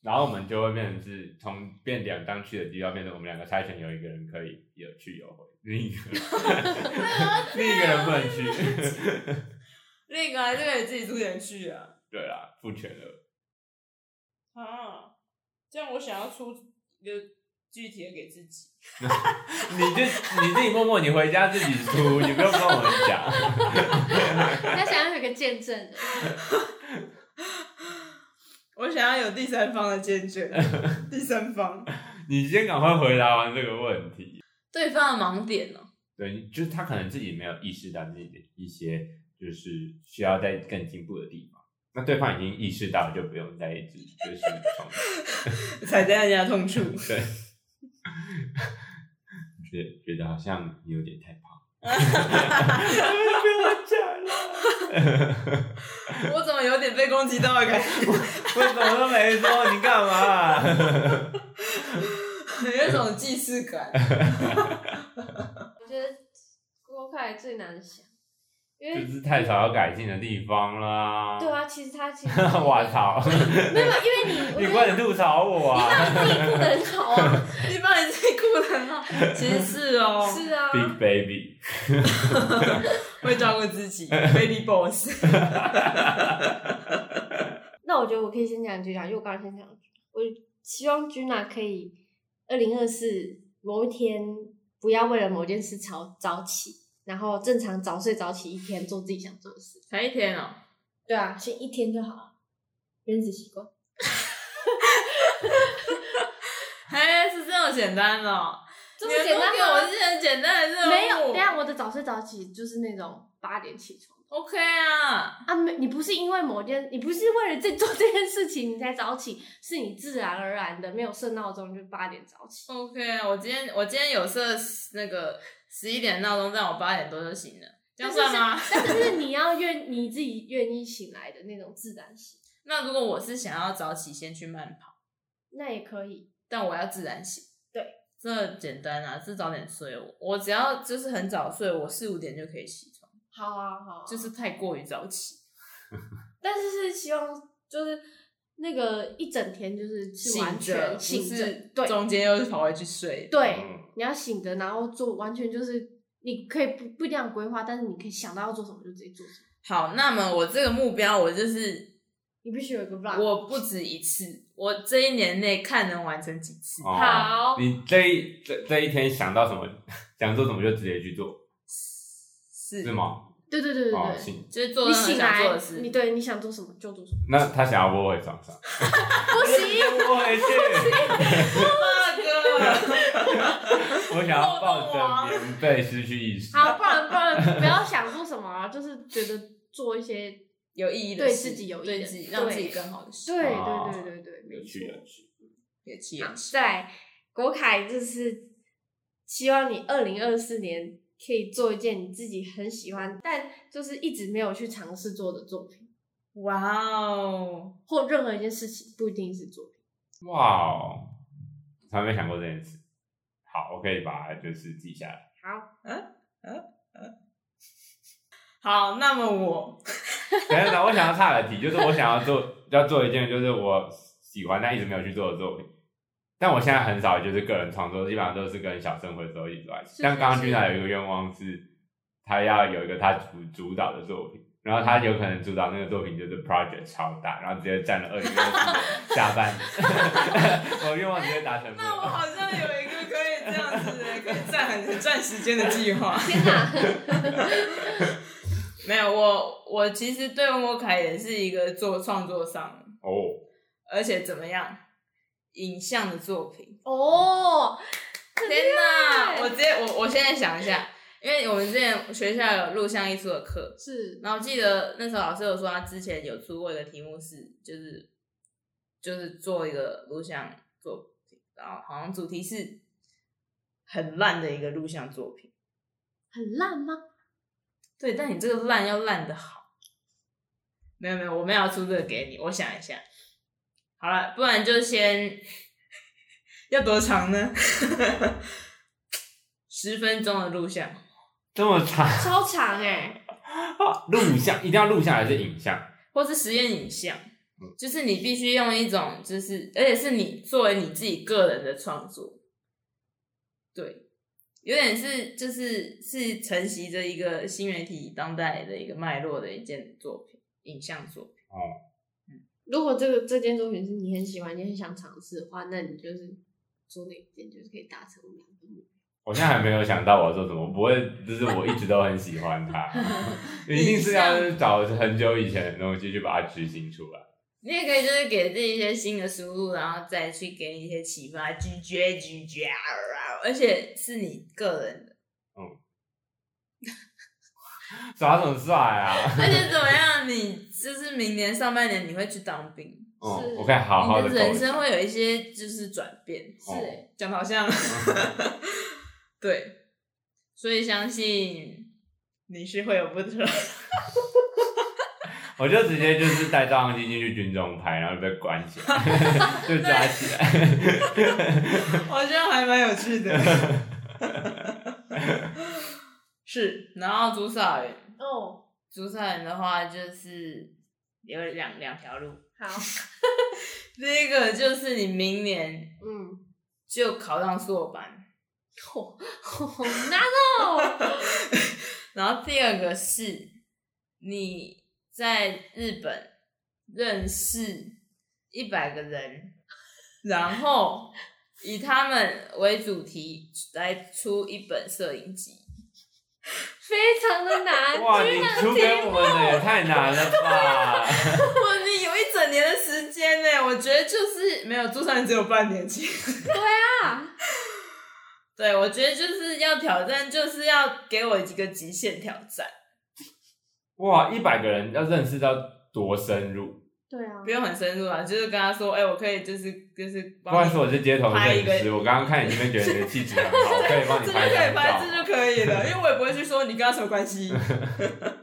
[SPEAKER 2] 然后我们就会变成是从变两张去的机票，变成我们两个猜拳，有一个人可以有去有回，另一个另一个人不能去。
[SPEAKER 3] 那个啊，这个也自己出钱去啊。
[SPEAKER 2] 对啦，付钱了。
[SPEAKER 3] 啊，这样我想要出一个具体的给自己。
[SPEAKER 2] 你就你自己默默，你回家自己出，你不用跟我们讲。
[SPEAKER 1] 人家想要有个见证人，
[SPEAKER 3] 我想要有第三方的见 证，第三方
[SPEAKER 2] 你先赶快回答完这个问题。
[SPEAKER 3] 对方的盲点哦。
[SPEAKER 2] 对，就是他可能自己没有意识到自己的一些就是需要再更进步的地方。那对方已经意识到，就不用再一直就是重
[SPEAKER 3] 踩在人家痛处。
[SPEAKER 2] 对。觉得觉得好像你有点太 胖，
[SPEAKER 3] 我怎么有点被攻击到的感觉？
[SPEAKER 2] 我什么都没说，你干 嘛？
[SPEAKER 3] 有一种既视 感。
[SPEAKER 4] 我觉得郭凯最难想，因
[SPEAKER 1] 因
[SPEAKER 2] 就
[SPEAKER 1] 为
[SPEAKER 2] 是太少要改进的地方啦。
[SPEAKER 1] 对，啊，其实他其实
[SPEAKER 2] 我操，
[SPEAKER 1] 没有，因为你我
[SPEAKER 2] 你
[SPEAKER 1] 觉
[SPEAKER 2] 快
[SPEAKER 1] 得
[SPEAKER 2] 点吐槽我啊
[SPEAKER 1] 你自己过得很好 啊，
[SPEAKER 3] 你把你自己顾得很好，其实是哦，
[SPEAKER 1] 是啊，
[SPEAKER 2] ，Big Baby，
[SPEAKER 3] 会照顾自 己，baby boss。
[SPEAKER 1] 那我觉得我可以先讲局长，因为我刚刚先讲，我希望君娜可以二零二四某一天不要为了某件事早早起，然后正常早睡早起一天，做自己想做的事。
[SPEAKER 3] 才一天哦，
[SPEAKER 1] 对啊，先一天就好了，原子习惯。
[SPEAKER 3] 嘿，是这么简单哦，
[SPEAKER 1] 这么简单
[SPEAKER 3] 你的
[SPEAKER 1] 吗
[SPEAKER 3] 我是很简单的任务，
[SPEAKER 1] 没有，等一下我的早睡早起就是那种八点起床
[SPEAKER 3] OK 啊，
[SPEAKER 1] 啊，没，你不是因为某件，你不是为了这 做这件事情你才早起，是你自然而然的没有设闹钟就八点早起。
[SPEAKER 3] OK，我啊今天我今天有设那个十一点闹钟，但我八点多就醒了，这样算吗？
[SPEAKER 1] 但是是你要愿你自己愿意醒来的那种自然醒，
[SPEAKER 3] 那如果我是想要早起先去慢跑，
[SPEAKER 1] 那也可以。
[SPEAKER 3] 但我要自然醒，
[SPEAKER 1] 对，
[SPEAKER 3] 这简单啊，这早点睡，我我只要就是很早睡，我四五点就可以起床，
[SPEAKER 1] 好啊，好啊，
[SPEAKER 3] 就是太过于早
[SPEAKER 1] 哦
[SPEAKER 3] 起，
[SPEAKER 1] 但是是希望就是那个一整天就是是完全
[SPEAKER 3] 着不
[SPEAKER 1] 醒
[SPEAKER 3] 是
[SPEAKER 1] 对
[SPEAKER 3] 中间又是跑回去睡，
[SPEAKER 1] 对，
[SPEAKER 2] 嗯
[SPEAKER 1] 你要醒着，然后做，完全就是你可以不不一定要规划，但是你可以想到要做什么就直接做什么。
[SPEAKER 3] 好，那么我这个目标，我就是
[SPEAKER 1] 你必须有一个 run。
[SPEAKER 3] 我不止一次，我这一年内看能完成几次。
[SPEAKER 2] 哦
[SPEAKER 1] 好
[SPEAKER 2] 你这一这这一天想到什么，想做什么就直接去做，
[SPEAKER 3] 是
[SPEAKER 2] 是？吗？
[SPEAKER 1] 对对对对
[SPEAKER 2] 哦，
[SPEAKER 1] 对，
[SPEAKER 2] 行，
[SPEAKER 3] 就是做
[SPEAKER 1] 你
[SPEAKER 3] 任何
[SPEAKER 1] 醒
[SPEAKER 3] 想做的
[SPEAKER 1] 来，
[SPEAKER 3] 事。
[SPEAKER 1] 你对你想做什么就做什么。
[SPEAKER 2] 那他想要窝回床上，
[SPEAKER 1] 不 行，
[SPEAKER 2] 窝回去，
[SPEAKER 3] 那
[SPEAKER 2] 我想要抱着棉被失去意识。
[SPEAKER 1] 好，不然不然不要想做什么啊，就是觉得做一些，
[SPEAKER 3] 有意义的
[SPEAKER 1] 对
[SPEAKER 3] 事
[SPEAKER 1] 自己有意义
[SPEAKER 3] 对
[SPEAKER 1] 的
[SPEAKER 3] 自己
[SPEAKER 1] 事
[SPEAKER 3] 让
[SPEAKER 1] 对
[SPEAKER 3] 自己更好的事，
[SPEAKER 1] 对
[SPEAKER 2] 哦
[SPEAKER 1] 对对对对，没
[SPEAKER 2] 有
[SPEAKER 1] 错
[SPEAKER 2] 趣。啊有趣，
[SPEAKER 3] 也气人。
[SPEAKER 1] 再来，国凯就是希望你二零二四年可以做一件你自己很喜欢，但就是一直没有去尝试做的作品，
[SPEAKER 3] 哇哦，
[SPEAKER 1] 或任何一件事情，不一定是作品。
[SPEAKER 2] 哇哦，从来没想过这件事。好，我可以把它就是记下来。
[SPEAKER 1] 好，
[SPEAKER 3] 好，那么我
[SPEAKER 2] 等一下等一下，我想要岔个题，就是我想要做要做一件就是我喜欢但一直没有去做的作品。但我现在很少就是个人创作，基本上都是跟小生活的时候一起在一起。
[SPEAKER 1] 是
[SPEAKER 2] 像刚刚
[SPEAKER 1] 是
[SPEAKER 2] 君娜有一个愿望是，她要有一个她主主导的作品，然后她有可能主导那个作品就是 project 超大，然后直接占了二零二四下半 年。我愿望直接达成不
[SPEAKER 3] 那我
[SPEAKER 2] 了。
[SPEAKER 3] 好像有一个可以这样子的，可以占很占时间的计划。
[SPEAKER 1] 天哪！
[SPEAKER 3] 没有，我我其实对温国凯也是一个做创作上，
[SPEAKER 2] 哦，
[SPEAKER 3] 而且怎么样，影像的作品。
[SPEAKER 1] 哦，
[SPEAKER 3] 天
[SPEAKER 1] 很厉
[SPEAKER 3] 哪！
[SPEAKER 1] 害
[SPEAKER 3] 我直接我我现在想一下，因为我们之前学校有录像艺术的课，
[SPEAKER 1] 是
[SPEAKER 3] 然后记得那时候老师有说他之前有出过一个题目是，就是就是做一个录像作品，然后好像主题是很烂的一个录像作品。
[SPEAKER 1] 很烂吗？
[SPEAKER 3] 对，但你这个烂要烂的好。没有没有，我们要出这个给你，我想一下。好了，不然就先要多长呢？十分钟的录像，
[SPEAKER 2] 这么长，
[SPEAKER 1] 超长哎、
[SPEAKER 2] 录像一定要录下来是影像。
[SPEAKER 3] 或是实验影像，就是你必须用一种，就是而且是你作为你自己个人的创作，对，有点是就是是承袭着一个新媒体当代的一个脉络的一件作品，影像作品。
[SPEAKER 1] 如果这个这件作品是你很喜欢，你很想尝试的话，那你就是做那一件，就是可以达成两个目标。
[SPEAKER 3] 哦
[SPEAKER 2] 我现在还没有想到我要做什么，不会，就是我一直都很喜欢 它，一定是要找很久以前的东西去把它执行出来。
[SPEAKER 3] 你也可以就是给自己一些新的输入，然后再去给你一些启发，咀嚼咀嚼啊，而且是你个人的，
[SPEAKER 2] 耍什么帅啊？
[SPEAKER 3] 而且怎么样，你就是明年上半年你会去当兵，
[SPEAKER 2] 嗯，我可以好好
[SPEAKER 3] 你
[SPEAKER 2] 的
[SPEAKER 3] 的人生会有一些就是转变，
[SPEAKER 2] 是欸
[SPEAKER 3] 讲的好像，
[SPEAKER 2] 嗯
[SPEAKER 3] 对，所以相信你是会有 不同，
[SPEAKER 2] 我就直接就是带照相机进去军中拍，然后被关起 来，就抓起来。
[SPEAKER 3] 我觉得还蛮有趣的， 是，然后朱少爷，
[SPEAKER 1] 哦，
[SPEAKER 3] 主持人的话就是有两两条路，
[SPEAKER 1] 好，
[SPEAKER 3] 第一个就是你明年
[SPEAKER 1] 嗯，
[SPEAKER 3] 就考上硕班，
[SPEAKER 1] 吼吼难哦，
[SPEAKER 3] 然后第二个是你在日本认识一百个人，然后以他们为主题来出一本摄影集。
[SPEAKER 1] 非常的难，
[SPEAKER 2] 哇，你出给我们的也太难了吧！
[SPEAKER 3] 哇，你有一整年的时间呢，我觉得就是没有，就算只有半年期。
[SPEAKER 1] 啊，
[SPEAKER 3] 对，我觉得就是要挑战，就是要给我一个极限挑战，
[SPEAKER 2] 哇，一百个人要认识到多深入？
[SPEAKER 1] 对啊
[SPEAKER 3] 不，用很深入啊，就是跟他说，哎、我可以就是就是
[SPEAKER 2] 不
[SPEAKER 3] 帮
[SPEAKER 2] 好意
[SPEAKER 3] 你
[SPEAKER 2] 思，我是街头摄
[SPEAKER 3] 拍一
[SPEAKER 2] 影
[SPEAKER 3] 个
[SPEAKER 2] 师，我刚刚看你那边觉得你的气 质很好，可以帮你
[SPEAKER 3] 这就
[SPEAKER 2] 拍
[SPEAKER 3] 可以
[SPEAKER 2] 张
[SPEAKER 3] 拍，
[SPEAKER 2] 照
[SPEAKER 3] 这。就可以了，因为我也不会去说你跟他什么 关系。哦、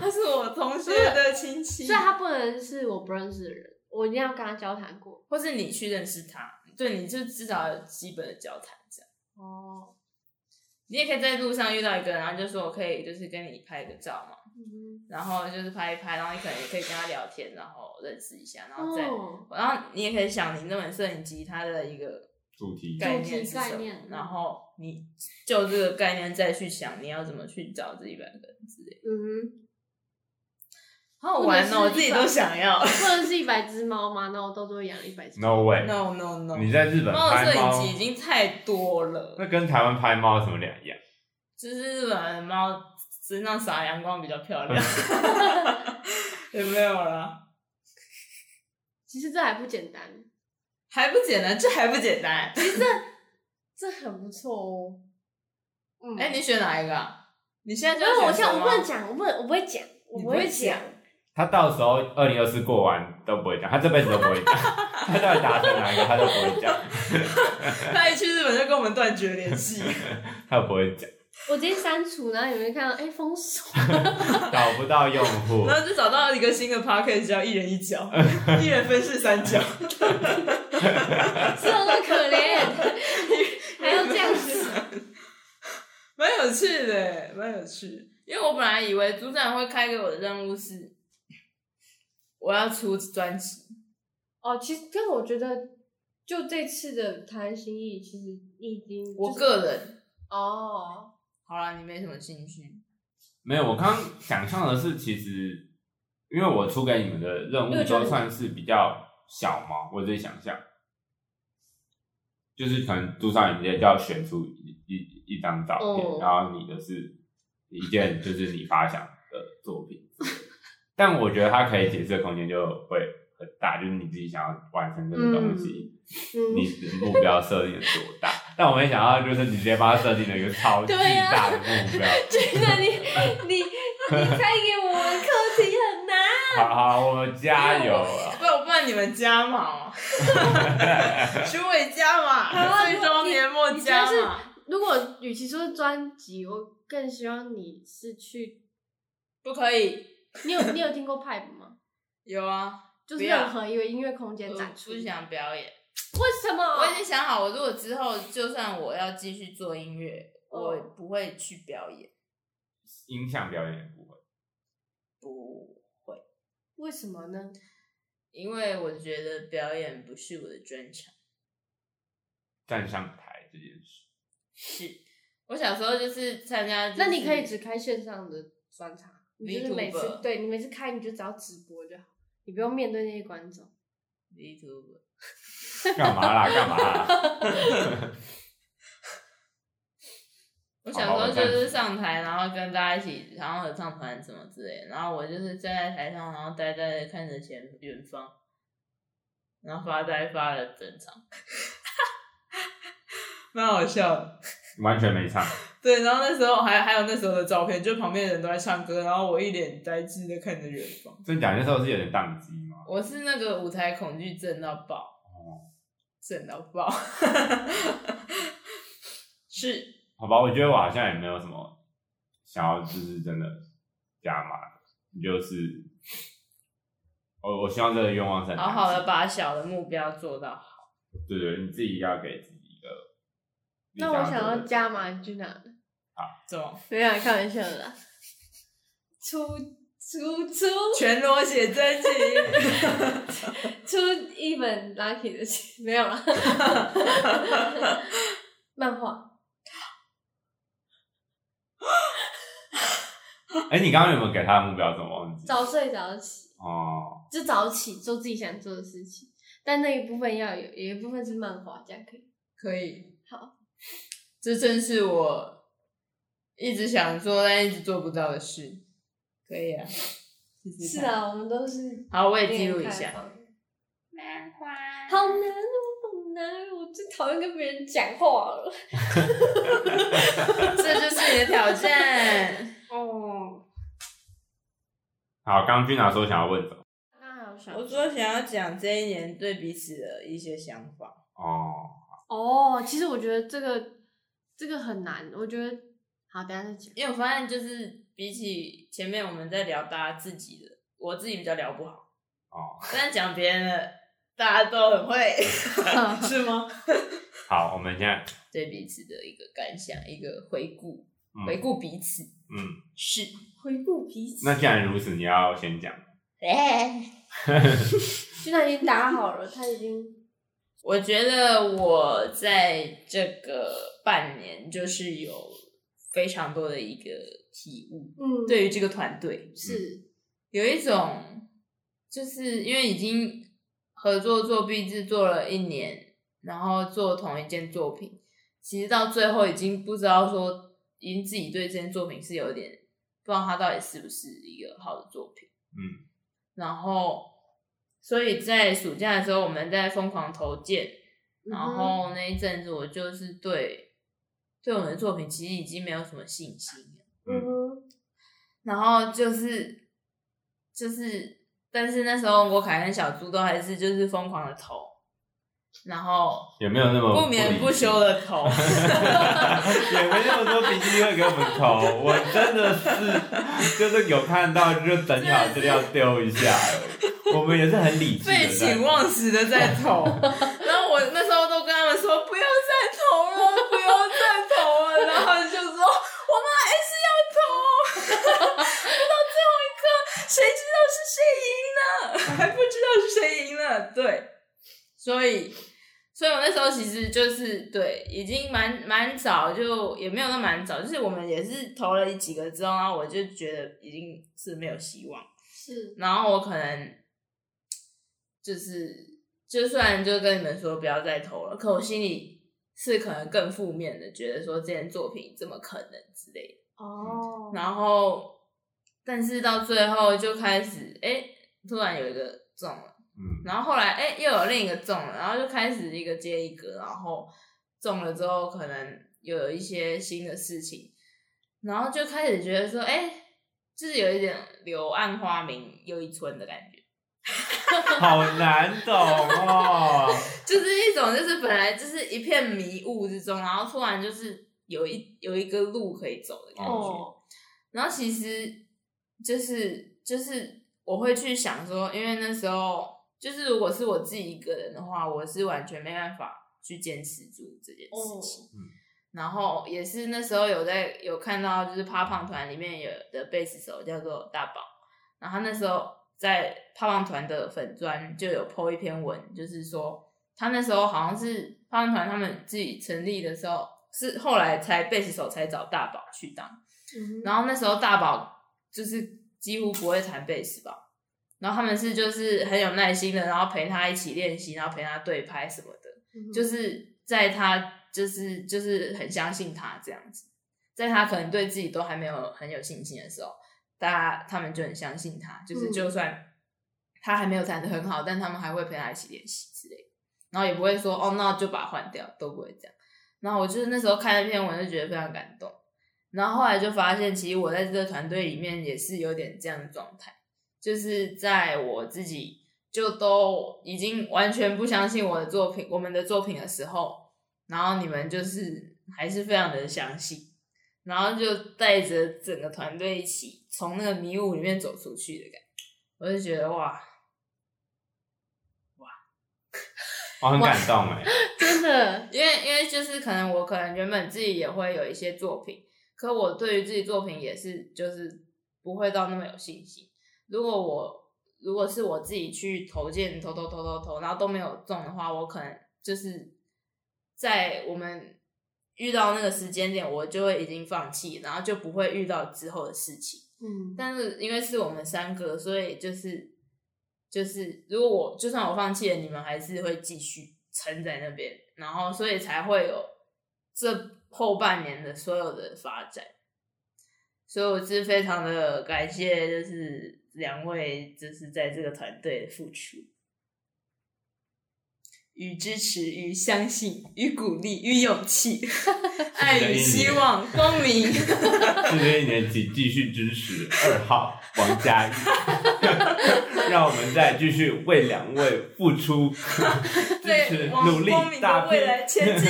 [SPEAKER 3] 他是我同学的亲戚
[SPEAKER 1] 所以，他不能是啊我不认识的人，我一定要跟他交谈过。
[SPEAKER 3] 或是你去认识他，对，你就至少有基本的交谈这样。
[SPEAKER 1] 哦，
[SPEAKER 3] 你也可以在路上遇到一个人，然后就说我可以就是跟你拍个照嘛，
[SPEAKER 1] 嗯，
[SPEAKER 3] 然后就是拍一拍，然后你可能也可以跟他聊天，然后认识一下，然后再，
[SPEAKER 1] 哦，
[SPEAKER 3] 然后你也可以想你那本摄影机它的一个
[SPEAKER 2] 主题
[SPEAKER 3] 概念是
[SPEAKER 1] 主题概
[SPEAKER 3] 什么
[SPEAKER 1] 念，嗯
[SPEAKER 3] 然后你就这个概念再去想你要怎么去找这一百个人之类的，
[SPEAKER 1] 嗯
[SPEAKER 3] 好好
[SPEAKER 1] 或
[SPEAKER 3] 玩哦，
[SPEAKER 1] 者是
[SPEAKER 3] 我自己都想 要
[SPEAKER 1] 哼，。或者是一百只猫吗？那我到最后养一百只。
[SPEAKER 2] No way！
[SPEAKER 3] No no no，
[SPEAKER 2] 你在日本
[SPEAKER 3] 猫的摄
[SPEAKER 2] 拍
[SPEAKER 3] 影
[SPEAKER 2] 猫
[SPEAKER 3] 机，已经太多了，
[SPEAKER 2] 那跟台湾拍猫有什么两样？
[SPEAKER 3] 就是日本的猫身上洒阳光比较漂 亮，有没有啦？
[SPEAKER 1] 其实这还不简单，
[SPEAKER 3] 还不简单，这还不简单。
[SPEAKER 1] 这很不错哦。嗯，
[SPEAKER 3] 哎、你选哪一个啊？你现在
[SPEAKER 1] 因
[SPEAKER 3] 就
[SPEAKER 1] 为我
[SPEAKER 3] 选
[SPEAKER 1] 现在
[SPEAKER 3] 什
[SPEAKER 1] 我
[SPEAKER 3] 么
[SPEAKER 1] 不能讲，我不能，我不会讲，我
[SPEAKER 3] 你不
[SPEAKER 1] 会
[SPEAKER 3] 会讲
[SPEAKER 1] 讲。
[SPEAKER 2] 他到时候二零二四过完都不会讲，他这辈子都不 会讲，他到底达成哪一个他都不会讲，
[SPEAKER 3] 他一去日本就跟我们断绝联系。
[SPEAKER 2] 他不会讲，
[SPEAKER 1] 我直接删除，然后有人看到，哎、封锁。
[SPEAKER 2] 找不到用 户。
[SPEAKER 3] 然后就找到一个新的 p a c k a g e 叫一人一角，一人分饰三角，
[SPEAKER 1] 这么可 怜， 还要这样子。
[SPEAKER 3] 蛮有趣的，蛮有趣。因为我本来以为组长会开给我的任务是，我要出专辑，
[SPEAKER 1] 哦，其实，但我觉得，就这次的谈心意，其实你已经、就是、
[SPEAKER 3] 我个人。
[SPEAKER 1] 哦，
[SPEAKER 3] 好啦，你没什么兴趣，
[SPEAKER 2] 没有，我刚刚想象的是，其实因为我出给你们的任务都算是比较小嘛，我自己想象，就是可能朱少爷要选出一一一张照片，
[SPEAKER 1] 嗯
[SPEAKER 2] 然后你的是一件就是你发想的作品，但我觉得它可以解释的空间就会很大，就是你自己想要完成这个东西，
[SPEAKER 1] 嗯，
[SPEAKER 2] 你的目标设定有多大？但我没想到，就是你直接帮他设定了一个超级
[SPEAKER 1] 对啊
[SPEAKER 2] 大的目标。
[SPEAKER 1] 真的，你 你你开给我们课题很难。
[SPEAKER 2] 好好，我们加油啊！
[SPEAKER 3] 不然我不然你们加码，哦徐伟加
[SPEAKER 1] 好
[SPEAKER 3] 码，
[SPEAKER 1] 啊
[SPEAKER 3] 最终年末加
[SPEAKER 1] 你你
[SPEAKER 3] 码，
[SPEAKER 1] 如果与其说是专辑，我更希望你是去，
[SPEAKER 3] 不可以。
[SPEAKER 1] 你 有你有听过 Pipe 吗？
[SPEAKER 3] 有啊，
[SPEAKER 1] 就是
[SPEAKER 3] 不要
[SPEAKER 1] 任何一个音乐空
[SPEAKER 3] 我
[SPEAKER 1] 间展出。
[SPEAKER 3] 不想表演。
[SPEAKER 1] 为什么？
[SPEAKER 3] 我已经想好，我如果之后就算我要继续做音乐，
[SPEAKER 1] 哦
[SPEAKER 3] 我不会去表演，
[SPEAKER 2] 音响表演也不会，
[SPEAKER 3] 不，
[SPEAKER 1] 为什么呢？
[SPEAKER 3] 因为我觉得表演不是我的专长。
[SPEAKER 2] 站上台这件事，
[SPEAKER 3] 是我小时候就是参加、
[SPEAKER 1] 那你可以只开线上的专场，你就是每次
[SPEAKER 3] VTuber
[SPEAKER 1] 对你每次开，你就只要直播就好，你不用面对那些观众。
[SPEAKER 3] v t u b
[SPEAKER 2] 干嘛 啦？干嘛啦？
[SPEAKER 3] 我小时候就是上台，然后跟大家一起，然后合唱团什么之类的，然后我就是站在台上，然后呆呆的看着前远方，然后发呆发了整场， 蛮好笑的。
[SPEAKER 2] 完全没唱，
[SPEAKER 3] 对，然后那时候还还有那时候的照片，就旁边的人都在唱歌，然后我一脸呆滞的看着远方。
[SPEAKER 2] 真讲那时候是有点宕机吗？
[SPEAKER 3] 我是那个舞台恐惧症到爆，
[SPEAKER 2] 哦，
[SPEAKER 3] 症到爆， 是
[SPEAKER 2] 好吧，我觉得我好像也没有什么想要，就是真的加码的，就是我我希望这个愿望是很
[SPEAKER 3] 好
[SPEAKER 2] 难
[SPEAKER 3] 好的
[SPEAKER 2] 实
[SPEAKER 3] 把小的目标做到好。
[SPEAKER 2] 现对对，你自己要给自己一个。
[SPEAKER 1] 那我
[SPEAKER 2] 你
[SPEAKER 1] 想
[SPEAKER 2] 做
[SPEAKER 1] 要
[SPEAKER 2] 的
[SPEAKER 1] 加码，你去哪？
[SPEAKER 3] 怎么？
[SPEAKER 1] 没有，开玩笑的啦。
[SPEAKER 4] 初初初
[SPEAKER 3] 全裸写真集，
[SPEAKER 4] 出一本 Lucky 的戏没有了，漫画
[SPEAKER 5] 哎、你刚刚有没有给他的目标？怎么忘记？
[SPEAKER 4] 早睡早起，
[SPEAKER 5] 哦，
[SPEAKER 4] 就早起做自己想做的事情，但那一部分要有，有一部分是漫画，这样可以。
[SPEAKER 3] 可以。
[SPEAKER 4] 好，
[SPEAKER 3] 这正是我一直想做但一直做不到的事。可以啊，试试
[SPEAKER 4] 是
[SPEAKER 3] 看。
[SPEAKER 4] 啊，我们都是
[SPEAKER 3] 好，我也记录一
[SPEAKER 4] 恋爱
[SPEAKER 3] 下。
[SPEAKER 4] 方面好难哦，好难哦！我最讨厌跟别人讲话了。
[SPEAKER 3] 这就是你的挑战。
[SPEAKER 4] 哦，
[SPEAKER 5] 好，刚刚君娜说想要问什么？
[SPEAKER 4] 刚还有想
[SPEAKER 3] 我说想要讲这一年对彼此的一些想法。
[SPEAKER 5] 哦，
[SPEAKER 1] 哦，其实我觉得这个这个很难，我觉得好，等一下再讲。
[SPEAKER 3] 因为我发现，就是比起前面我们在聊大家自己的，我自己比较聊不好，
[SPEAKER 5] 哦，
[SPEAKER 3] 但是讲别人的，大家都很 会，是吗？
[SPEAKER 5] 好，我们现在，
[SPEAKER 3] 对彼此的一个感想，一个回顾，回
[SPEAKER 5] 嗯
[SPEAKER 3] 顾彼此
[SPEAKER 5] 嗯，
[SPEAKER 3] 是。
[SPEAKER 4] 回顾彼此，
[SPEAKER 5] 那既然如此，你要先讲。
[SPEAKER 3] 哎，
[SPEAKER 4] 现在已经打好了，他已经
[SPEAKER 3] 我觉得我在这个半年就是有非常多的一个体悟，
[SPEAKER 4] 嗯，，
[SPEAKER 3] 对于这个团队，
[SPEAKER 4] 是
[SPEAKER 3] 有一种，就是因为已经合作做壁纸做了一年，然后做同一件作品，其实到最后已经不知道说，已经自己对这件作品是有点不知道它到底是不是一个好的作品。
[SPEAKER 5] 嗯，
[SPEAKER 3] 然后，所以在暑假的时候，我们在疯狂投件，然后那一阵子我就是对对我们的作品其实已经没有什么信心了。
[SPEAKER 4] 嗯哼，
[SPEAKER 3] 然后就是就是，但是那时候我凯跟小猪都还是就是疯狂的投，然后
[SPEAKER 5] 也没有那么
[SPEAKER 2] 哦
[SPEAKER 3] 不眠不休
[SPEAKER 5] 的，
[SPEAKER 3] 的 投，
[SPEAKER 5] 也没那么多笔记会给我们投。我真的是，就是有看到就整好资料丢一下而已。我们也是很理智的在，
[SPEAKER 3] 废寝忘食的在投。然后我那时候都跟他们说不要再投了，不要再投了，然后就说我们还是要投，投到最后一刻，谁知道是谁赢了？还 不知道是谁赢了，对，所以。所以我那时候其实就是对，已经蛮蛮早就也没有那蛮早，就是我们也是投了几个之后，然后我就觉得已经是没有希望了。
[SPEAKER 4] 是，
[SPEAKER 3] 然后我可能就是就算就跟你们说不要再投了，可我心里是可能更负面的，觉得说这件作品怎么可能之类的。
[SPEAKER 4] 哦，
[SPEAKER 2] 嗯
[SPEAKER 3] 然后，但是到最后就开始哎、诶突然有一个中了，
[SPEAKER 5] 嗯，
[SPEAKER 3] 然后后来哎、诶又有另一个中了，然后就开始一个接一个，然后中了之后可能又有一些新的事情，然后就开始觉得说哎、诶就是有一点柳暗花明又一村的感觉。
[SPEAKER 5] 好难懂哦。
[SPEAKER 3] 就是一种就是本来就是一片迷雾之中，然后突然就是有一有一个路可以走的感觉。
[SPEAKER 4] 哦
[SPEAKER 3] 然后其实就是就是我会去想说，因为那时候就是如果是我自己一个人的话，我是完全没办法去坚持住这件事情。
[SPEAKER 5] 嗯
[SPEAKER 3] 然后也是那时候有在有看到，就是趴胖团里面有的贝斯手叫做大宝，然后他那时候在胖胖团的粉砖就有 po 一篇文，就是说他那时候好像是胖胖团他们自己成立的时候，是后来才贝斯手才找大宝去当，
[SPEAKER 4] 嗯
[SPEAKER 3] 然后那时候大宝就是几乎不会弹贝斯吧，然后他们是就是很有耐心的，然后陪他一起练习，然后陪他对拍什么的，
[SPEAKER 1] 嗯
[SPEAKER 4] 哼
[SPEAKER 3] 就是在他就是就是很相信他这样子，在他可能对自己都还没有很有信心的时候，大家他们就很相信他，就是
[SPEAKER 4] 嗯
[SPEAKER 3] 就算他还没有弹得很好，但他们还会陪他一起练习之类的，然后也不会说哦那就把它换掉，都不会这样。然后我就是那时候看那篇文就觉得非常感动，然后后来就发现其实我在这个团队里面也是有点这样的状态。就是在我自己就都已经完全不相信我的作品，我们的作品的时候，然后你们就是还是非常的相信，然后就带着整个团队一起从那个迷雾里面走出去的感觉，我就觉得哇，
[SPEAKER 5] 我很感动哎，
[SPEAKER 1] 真的，
[SPEAKER 3] 因为因为就是可能我可能原本自己也会有一些作品，可我对于自己作品也是就是不会到那么有信心。如果我如果是我自己去投件投投投投投，然后都没有中的话，我可能就是在我们遇到那个时间点，我就会已经放弃，然后就不会遇到之后的事情。
[SPEAKER 1] 嗯，
[SPEAKER 3] 但是因为是我们三个，所以就是就是，如果我就算我放弃了，你们还是会继续撑在那边，然后所以才会有这后半年的所有的发展。所以我是非常的感谢，就是两位就是在这个团队的付出。与支持，与相信，与鼓励，与勇气， 爱与希望，光明。
[SPEAKER 2] 谢谢一年请继续支持二号王 佳玉，让我们再继续为两位付出， 支持
[SPEAKER 3] 对，往
[SPEAKER 2] 努力
[SPEAKER 3] 光明
[SPEAKER 2] 大
[SPEAKER 3] 的未来
[SPEAKER 2] 拼
[SPEAKER 3] 前进。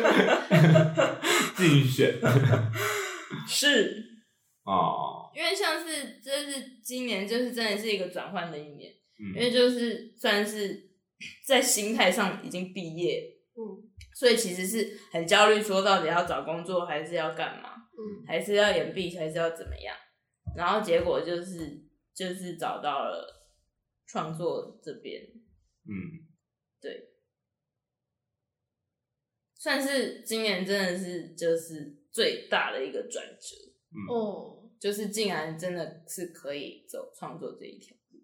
[SPEAKER 2] 竞选
[SPEAKER 3] 是，
[SPEAKER 2] 哦，
[SPEAKER 3] 因为像是就是今年就是真的是一个转换的一年，因
[SPEAKER 2] 嗯
[SPEAKER 3] 为就是算是在心态上已经毕业，
[SPEAKER 1] 嗯
[SPEAKER 3] 所以其实是很焦虑，说到底要找工作还是要干嘛，
[SPEAKER 1] 嗯
[SPEAKER 3] 还是要延毕，还是要怎么样？然后结果就是就是找到了创作这边，
[SPEAKER 2] 嗯，
[SPEAKER 3] 算是今年真的是就是最大的一个转折。
[SPEAKER 2] 嗯
[SPEAKER 1] 哦，
[SPEAKER 3] 就是竟然真的是可以走创作这一条路，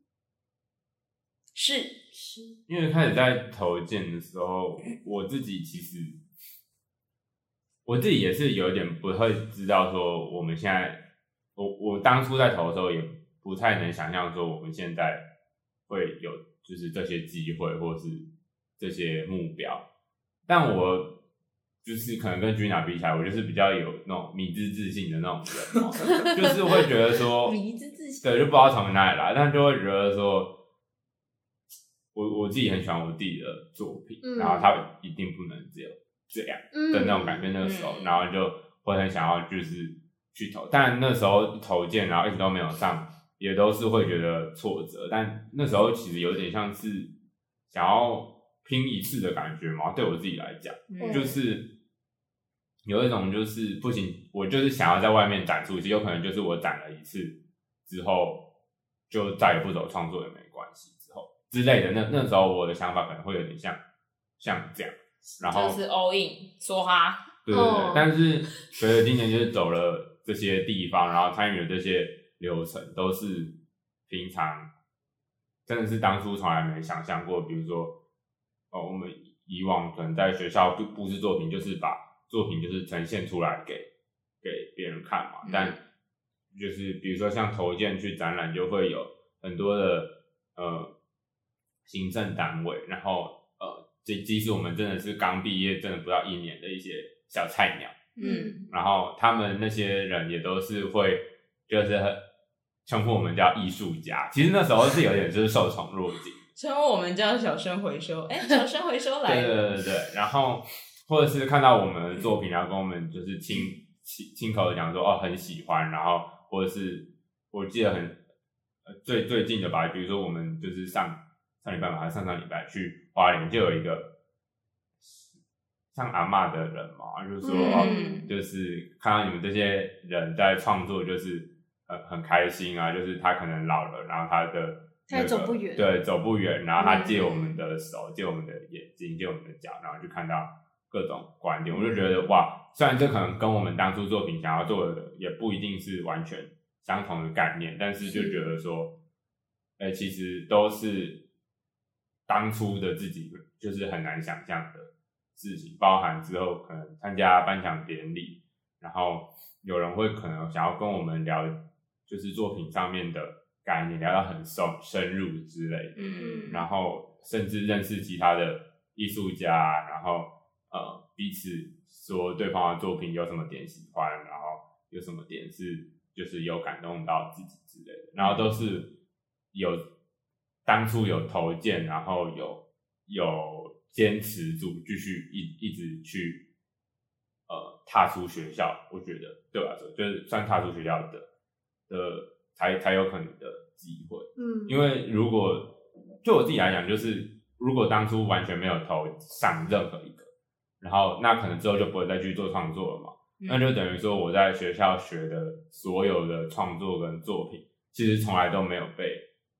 [SPEAKER 3] 是
[SPEAKER 1] 是，
[SPEAKER 2] 因为开始在投件的时候，我自己其实我自己也是有点不会知道说我们现在，我我当初在投的时候也不太能想象说我们现在会有就是这些机会或是这些目标，但我。就是可能跟君雅比起来，我就是比较有那种迷之自信的那种人哦， 就是会觉得说
[SPEAKER 1] 迷之自信，
[SPEAKER 2] 对，就不知道从哪里来，但就会觉得说，我我自己很喜欢我自己的作品，
[SPEAKER 1] 嗯
[SPEAKER 2] 然后它一定不能只有这样
[SPEAKER 1] 嗯
[SPEAKER 2] 的那种感觉。那个时候，
[SPEAKER 3] 嗯
[SPEAKER 2] 然后就会很想要就是去投，但那时候投件然后一直都没有上，也都是会觉得挫折。但那时候其实有点像是想要拼一次的感觉嘛，对我自己来讲。
[SPEAKER 3] 嗯哦
[SPEAKER 2] 就是有一种就是不行，我就是想要在外面展出一次，有可能就是我展了一次之后，就再也不走创作也没关系，之后之类的。那那时候我的想法可能会有点像像这样，然后、
[SPEAKER 3] 就是 all in 说哈，
[SPEAKER 2] 对对对。
[SPEAKER 1] 哦
[SPEAKER 2] 但是随着今年就是走了这些地方，然后参与了这些流程，都是平常真的是当初从来没想象过。比如说，哦，我们以往可能在学校布布置作品，就是把作品就是呈现出来给给别人看嘛。
[SPEAKER 3] 嗯
[SPEAKER 2] 但就是比如说像投件去展览，就会有很多的呃行政单位，然后呃，即即使我们真的是刚毕业，真的不到一年的一些小菜鸟，
[SPEAKER 3] 嗯，
[SPEAKER 2] 然后他们那些人也都是会就是很称呼我们叫艺术家。其实那时候是有点就是受宠若惊，
[SPEAKER 3] 称呼我们叫小生回收，哎、小生回收来
[SPEAKER 2] 对
[SPEAKER 3] 了，
[SPEAKER 2] 对对对对，然后或者是看到我们的作品，然后跟我们就是亲亲亲口地讲说哦很喜欢，然后或者是我记得很呃最最近的吧，比如说我们就是上上礼拜嘛，还是上上礼拜去花莲就有一个像阿嬷的人嘛，就是说、哦
[SPEAKER 3] 嗯，
[SPEAKER 2] 就是看到你们这些人在创作，就是很很开心啊。就是他可能老了，然后他的、
[SPEAKER 1] 他
[SPEAKER 2] 那
[SPEAKER 1] 也
[SPEAKER 2] 个
[SPEAKER 1] 走不远
[SPEAKER 2] 对，走不远。然后他借
[SPEAKER 3] 嗯
[SPEAKER 2] 我们的手，借我们的眼睛，借我们的脚，然后就看到各种观点。我就觉得哇，虽然这可能跟我们当初作品想要做的也不一定是完全相同的概念，但是就觉得说，哎、其实都是当初的自己，就是很难想象的事情，包含之后可能参加颁奖典礼，然后有人会可能想要跟我们聊，就是作品上面的概念，聊到很深深入之类的，
[SPEAKER 3] 嗯，
[SPEAKER 2] 然后甚至认识其他的艺术家，然后呃彼此说对方的作品有什么点喜欢，然后有什么点是就是有感动到自己之类的，然后都是有当初有投件，然后有有坚持住，继续一一直去呃踏出学校，我觉得对我来说就是算踏出学校的的才才有可能的机会。
[SPEAKER 1] 嗯，
[SPEAKER 2] 因为如果就我自己来讲，就是如果当初完全没有投上任何一个，然后那可能之后就不会再去做创作了嘛。
[SPEAKER 3] 嗯
[SPEAKER 2] 那就等于说我在学校学的所有的创作跟作品，其实从来都没有被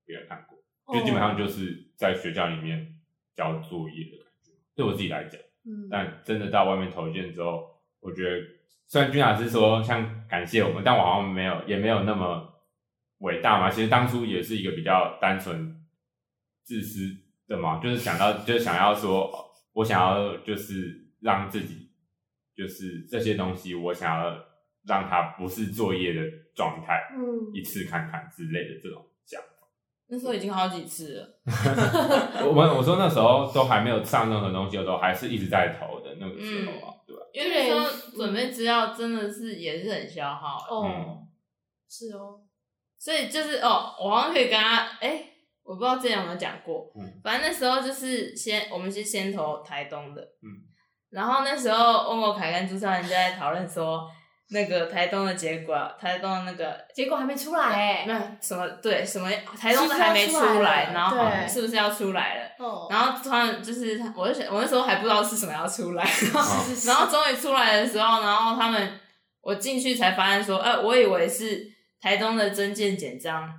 [SPEAKER 2] 别人看过，就基本
[SPEAKER 1] 哦
[SPEAKER 2] 上就是在学校里面交作业的感觉。对我自己来讲，
[SPEAKER 4] 哦
[SPEAKER 1] 嗯，
[SPEAKER 2] 但真的到外面投件之后，我觉得虽然君老师说像感谢我们，但我好像没有也没有那么伟大嘛。其实当初也是一个比较单纯、自私的嘛，就是想到就是想要说，哦我想要就是让自己就是这些东西，我想要让它不是作业的状态，
[SPEAKER 1] 嗯
[SPEAKER 2] 一次看看之类的这种讲。
[SPEAKER 3] 那时候已经好几次了，
[SPEAKER 2] 我们我说那时候都还没有上任何东西的时候，还是一直在投的那个时候啊，对吧？
[SPEAKER 3] 因为那时候准备资料真的是也是很消耗、
[SPEAKER 2] 嗯
[SPEAKER 3] 欸
[SPEAKER 1] 哦，是哦，
[SPEAKER 3] 所以就是哦，我好像可以跟他，哎、我不知道之前有没有讲过，
[SPEAKER 2] 嗯
[SPEAKER 3] 反正那时候就是先我们是先投台东的，
[SPEAKER 2] 嗯，
[SPEAKER 3] 然后那时候翁国凯跟朱少仁就在讨论说，那个台东的结果，台东的那个
[SPEAKER 1] 结果还没出来
[SPEAKER 3] 没
[SPEAKER 1] 哎，
[SPEAKER 3] 有什么对什么台
[SPEAKER 1] 是
[SPEAKER 3] 东的
[SPEAKER 1] 不是要
[SPEAKER 3] 还没
[SPEAKER 1] 出来了
[SPEAKER 3] 来，然后
[SPEAKER 1] 对
[SPEAKER 3] 是不是要出来了？
[SPEAKER 1] 哦，
[SPEAKER 3] 然后突然就是，我就想，我那时候还不知道是什么要出来，然后
[SPEAKER 2] 哦
[SPEAKER 1] 是是是
[SPEAKER 3] 然后终于出来的时候，然后他们我进去才发现说，哎、我以为是台东的增建简章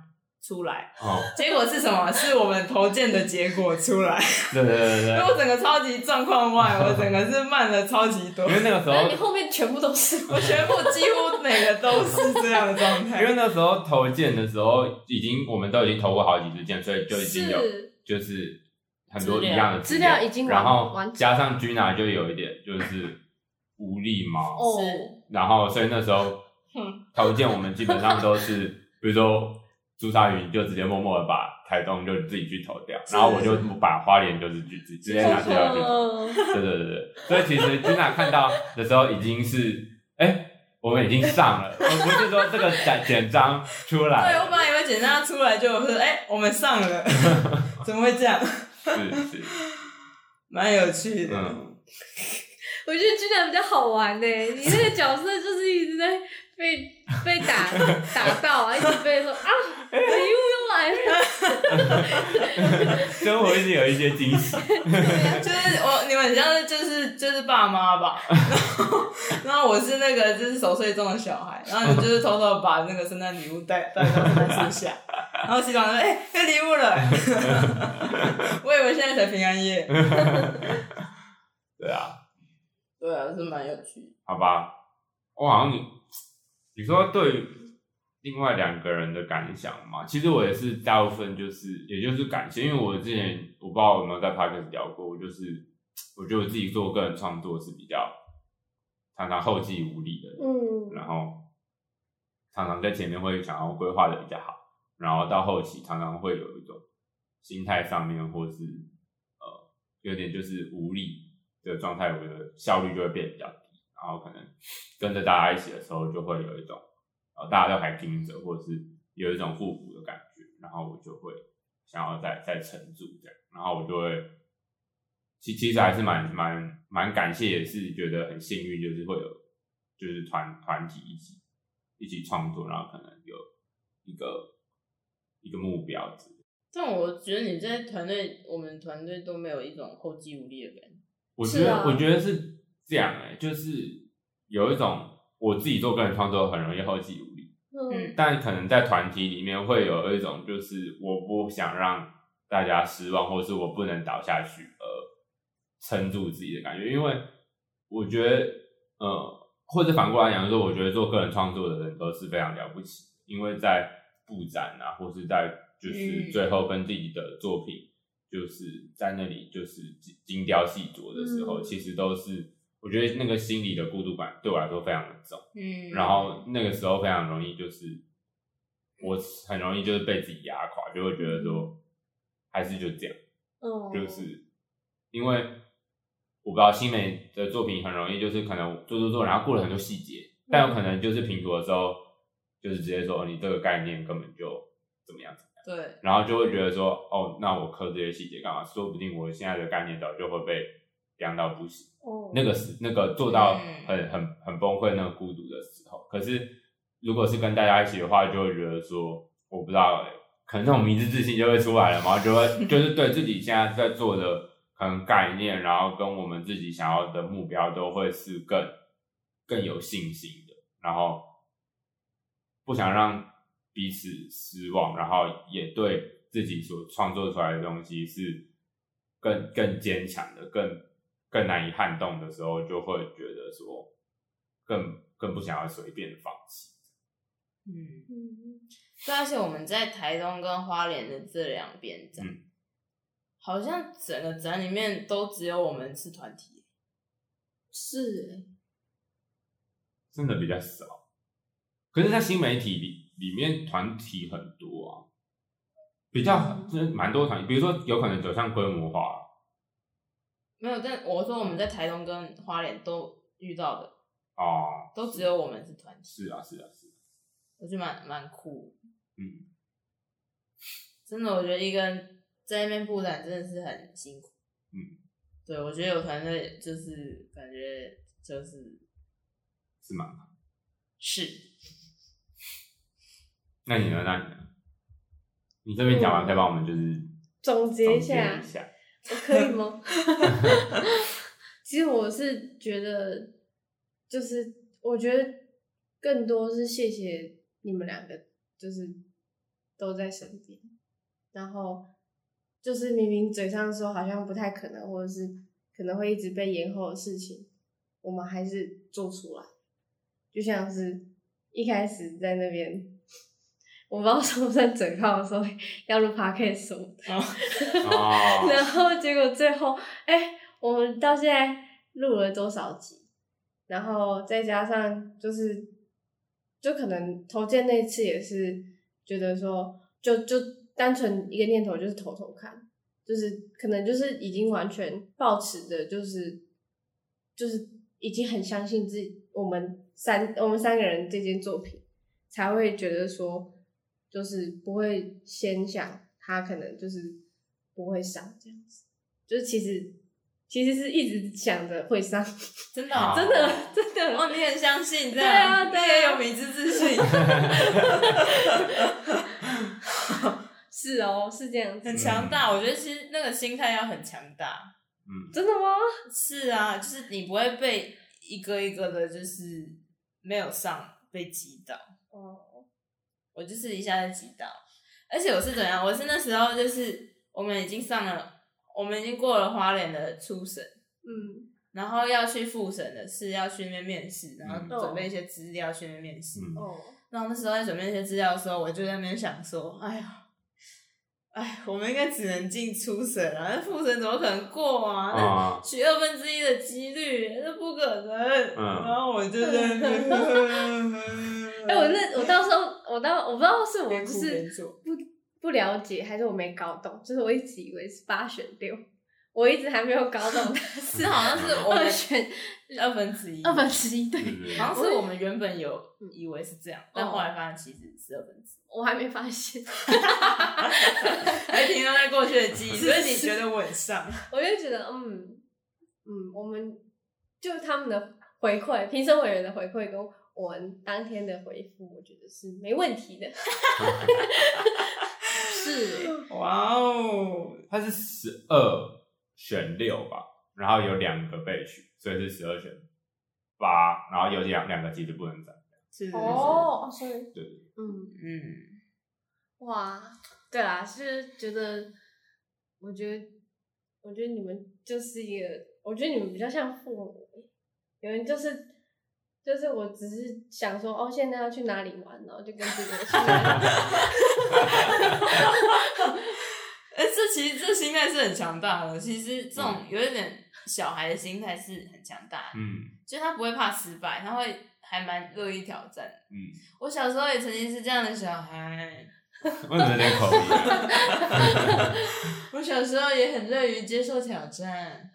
[SPEAKER 3] 出来，
[SPEAKER 2] 哦，
[SPEAKER 3] 结果是什么？是我们投件的结果 出来，
[SPEAKER 2] 对对对对
[SPEAKER 3] 所以
[SPEAKER 2] 对。
[SPEAKER 3] 我整个超级状况外，我整个是慢了超级多
[SPEAKER 2] 因，为那个时
[SPEAKER 1] 那你
[SPEAKER 2] 候，
[SPEAKER 1] 后面全部都是
[SPEAKER 3] 我全部几乎每个都是这样的状
[SPEAKER 2] 因
[SPEAKER 3] 态。
[SPEAKER 2] 为那时候投件的时候，已经我们都已经投过好几次件，所以就已经有
[SPEAKER 1] 是
[SPEAKER 2] 就是很多一样的
[SPEAKER 1] 资料资料已经完
[SPEAKER 2] 然后
[SPEAKER 1] 完
[SPEAKER 2] 加上 Gina 就有一点就是无力嘛，
[SPEAKER 1] 哦，
[SPEAKER 2] 然后所以那时候
[SPEAKER 3] 嗯
[SPEAKER 2] 投件我们基本上都是，比如说朱砂云就直接默默的把台东就自己去投掉，然后我就把花莲就是去直直接拿去要去投。 对对对对，所以其实 Gina 看到的时候已经是，哎、我们已经上了，而不是说这个简简章出来
[SPEAKER 3] 对，
[SPEAKER 2] 了
[SPEAKER 3] 我本来以为简章出来就说，哎、我们 上了，怎么会这样？
[SPEAKER 2] 是是，
[SPEAKER 3] 蛮有趣的。
[SPEAKER 2] 嗯
[SPEAKER 4] 我觉得居然比较好玩呢、你那个角色就是一直在被被打打到啊，一直被说啊，礼物又来了，
[SPEAKER 2] 生活一直有一些惊喜，
[SPEAKER 3] 就是我你们像是就是就是爸妈吧， 然后然后我是那个就是守岁中的小孩，然后你就是偷偷地把那个圣诞礼物带带到圣诞树下，然后西装说哎有礼物了， 我以为现在才平安夜，
[SPEAKER 2] 对啊，
[SPEAKER 3] 对啊是蛮有趣，
[SPEAKER 2] 好吧，我好像你你说对于另外两个人的感想嘛，其实我也是大部分就是也就是感谢，因为我之前我不知道有没有在 podcast 聊过，我就是我觉得我自己做个人创作是比较常常后继无力的人，
[SPEAKER 1] 嗯
[SPEAKER 2] 然后常常在前面会想要规划的比较好，然后到后期常常会有一种心态上面或是呃有点就是无力的状态，我的效率就会变比较低，然后可能跟着大家一起的时候就会有一种呃大家都还盯着，或者是有一种互补的感觉，然后我就会想要再再撑住这样，然后我就会。其其实还是蛮蛮蛮感谢，也是觉得很幸运，就是会有就是团团体一起一起创作，然后可能有一个一个目标之类的。
[SPEAKER 3] 但我觉得你在团队我们团队都没有一种后继无力的感觉，
[SPEAKER 2] 我觉
[SPEAKER 1] 是
[SPEAKER 2] 得、
[SPEAKER 1] 啊
[SPEAKER 2] 我觉得是这样哎、就是有一种我自己做个人创作很容易后继无力，
[SPEAKER 1] 嗯
[SPEAKER 2] 但可能在团体里面会有一种就是我不想让大家失望，或是我不能倒下去而撑住自己的感觉，因为我觉得呃。或者反过来讲，说我觉得做个人创作的人都是非常了不起的，因为在布展啊，或是在就是
[SPEAKER 3] 嗯
[SPEAKER 2] 最后跟自己的作品，就是在那里就是精精雕细琢的时候，
[SPEAKER 1] 嗯
[SPEAKER 2] 其实都是我觉得那个心理的孤独感对我来说非常的重，
[SPEAKER 3] 嗯
[SPEAKER 2] 然后那个时候非常容易就是我很容易就是被自己压垮，就会觉得说还是就这样。
[SPEAKER 1] 嗯，
[SPEAKER 2] 就是因为我不知道新美的作品很容易就是可能做做做，然后过了很多细节，但有可能就是评图的时候就是直接说、哦、你这个概念根本就怎么样怎么样，
[SPEAKER 3] 对
[SPEAKER 2] 然后就会觉得说哦，那我刻这些细节干嘛？说不定我现在的概念早就会被凉到不行。
[SPEAKER 1] 哦
[SPEAKER 2] 那个时那个做到
[SPEAKER 3] 嗯
[SPEAKER 2] 很很很崩溃那个孤独的时候，可是如果是跟大家一起的话，就会觉得说，我不知道、欸，可能那种迷之自信就会出来了嘛，就会就是对自己现在在做的可能概念，然后跟我们自己想要的目标都会是更
[SPEAKER 5] 更有信心的，然后不想让彼此失望，然后也对自己所创作出来的东西是更更坚强的，更更难以撼动的时候，就会觉得说更更不想要随便放弃。
[SPEAKER 3] 嗯，
[SPEAKER 1] 嗯，
[SPEAKER 3] 对，啊而且我们在台东跟花莲的这两边展，
[SPEAKER 5] 嗯
[SPEAKER 3] 好像整个展里面都只有我们是团体，
[SPEAKER 1] 是欸
[SPEAKER 5] 真的比较少。可是，在新媒体里里面，团体很多啊，比较
[SPEAKER 1] 嗯
[SPEAKER 5] 就是蛮多团体，比如说有可能走向规模化，
[SPEAKER 3] 没有。但我说我们在台东跟花莲都遇到的，
[SPEAKER 5] 哦，
[SPEAKER 3] 都只有我们是团体，
[SPEAKER 5] 是啊，是啊，是啊
[SPEAKER 3] 我觉得蛮蛮酷。
[SPEAKER 5] 嗯，
[SPEAKER 3] 真的，我觉得一个人在那边布展真的是很辛苦。
[SPEAKER 5] 嗯，
[SPEAKER 3] 对，我觉得有团队就是感觉就是
[SPEAKER 5] 是吗？
[SPEAKER 3] 是
[SPEAKER 1] 嗯
[SPEAKER 5] 那你呢？那你呢？你这边讲完，可以帮我们就是
[SPEAKER 1] 总
[SPEAKER 5] 总
[SPEAKER 1] 结
[SPEAKER 5] 结
[SPEAKER 1] 一下
[SPEAKER 5] 一，下，
[SPEAKER 1] 我可以吗？ 其实我是觉得，就是我觉得更多是谢谢你们两个，就是都在身边，然后就是明明嘴上说好像不太可能，或者是可能会一直被延后的事情，我们还是做出来，就像是一开始在那边。我不知道算不算嘴炮的时候要录 podcast 什么的
[SPEAKER 3] 哦
[SPEAKER 5] 哦，
[SPEAKER 1] 然后结果最后，哎、我们到现在录了多少集？然后再加上就是，就可能投件那次也是觉得说，就就单纯一个念头就是投投看，就是可能就是已经完全抱持的，就是就是已经很相信自己，我们三我们三个人这件作品才会觉得说，就是不会先想他可能就是不会上这样子，就是其实其实是一直想着会上，
[SPEAKER 3] 真的哦、
[SPEAKER 5] 真
[SPEAKER 1] 真的真的
[SPEAKER 3] 哦，你很相信这
[SPEAKER 1] 对啊
[SPEAKER 3] 样，
[SPEAKER 1] 对啊
[SPEAKER 3] 你也有迷之自信，
[SPEAKER 1] 是哦，是这样子
[SPEAKER 3] 很。强大。我觉得其实那个心态要很强大。
[SPEAKER 5] 嗯，
[SPEAKER 1] 真的吗？
[SPEAKER 3] 是啊，就是你不会被一个一个的，就是没有上被击倒。
[SPEAKER 1] 哦，
[SPEAKER 3] 我就是一下就击倒，而且我是怎样？我是那时候就是我们已经上了，我们已经过了花莲的初审，
[SPEAKER 1] 嗯，
[SPEAKER 3] 然后要去复审的是要去那边面试，然后
[SPEAKER 1] 嗯
[SPEAKER 3] 准备一些资料去那边面试。
[SPEAKER 5] 嗯，
[SPEAKER 1] 哦，
[SPEAKER 3] 那我那时候在准备一些资料的时候，我就在那边想说，哎呀，哎，我们应该只能进初审啊，那复审怎么可能过啊？那
[SPEAKER 5] 啊，
[SPEAKER 3] 取二分之一的几率，这不可能。
[SPEAKER 5] 嗯
[SPEAKER 3] 然后我就在那 边，
[SPEAKER 1] 哎、我 那我到时候我到我不知道是我
[SPEAKER 3] 边
[SPEAKER 1] 就
[SPEAKER 3] 哭边
[SPEAKER 1] 是
[SPEAKER 3] 做
[SPEAKER 1] 不不了解，还是我没搞懂，就是我一直以为是八选六，我一直还没有搞懂
[SPEAKER 3] 是好像是我
[SPEAKER 1] 二
[SPEAKER 3] 们
[SPEAKER 1] 选嗯
[SPEAKER 3] 二分之一，
[SPEAKER 1] 哦二分之一，对
[SPEAKER 5] 对对对
[SPEAKER 3] 好像是我嗯们原本有以为是这样，但
[SPEAKER 1] 哦
[SPEAKER 3] 后来发现其实是二分之
[SPEAKER 1] 我还没发现，
[SPEAKER 3] 一，还停留在过去的记忆， 所以你觉得我很上？
[SPEAKER 1] 我就觉得嗯嗯，我们就他们的回馈，评审委员的回馈跟我们当天的回复，我觉得是没问题的， 是
[SPEAKER 3] 哇哦，
[SPEAKER 5] 它是十二选六吧，然后有两个被取，所以是十二选八，然后有两两个其实不能展，
[SPEAKER 3] 是
[SPEAKER 1] 哦，所以
[SPEAKER 5] 对，
[SPEAKER 1] 嗯。
[SPEAKER 3] 嗯，
[SPEAKER 1] 哇，对啦，是觉得，我觉得，我觉得你们就是一个，我觉得你们比较像父母，你们就是，就是我只是想说，哦，现在要去哪里玩，然后就跟这个去 哪里
[SPEAKER 3] 哎，这其实这心态是很强大的，其实这种有一点小孩的心态是很强大的，
[SPEAKER 5] 嗯
[SPEAKER 3] 就是他不会怕失败，他会还蛮乐意挑战。
[SPEAKER 5] 嗯，
[SPEAKER 3] 我小时候也曾经是这样的小孩，
[SPEAKER 5] 为什么有点口音啊？
[SPEAKER 3] 我小时候也很乐于接受挑 战。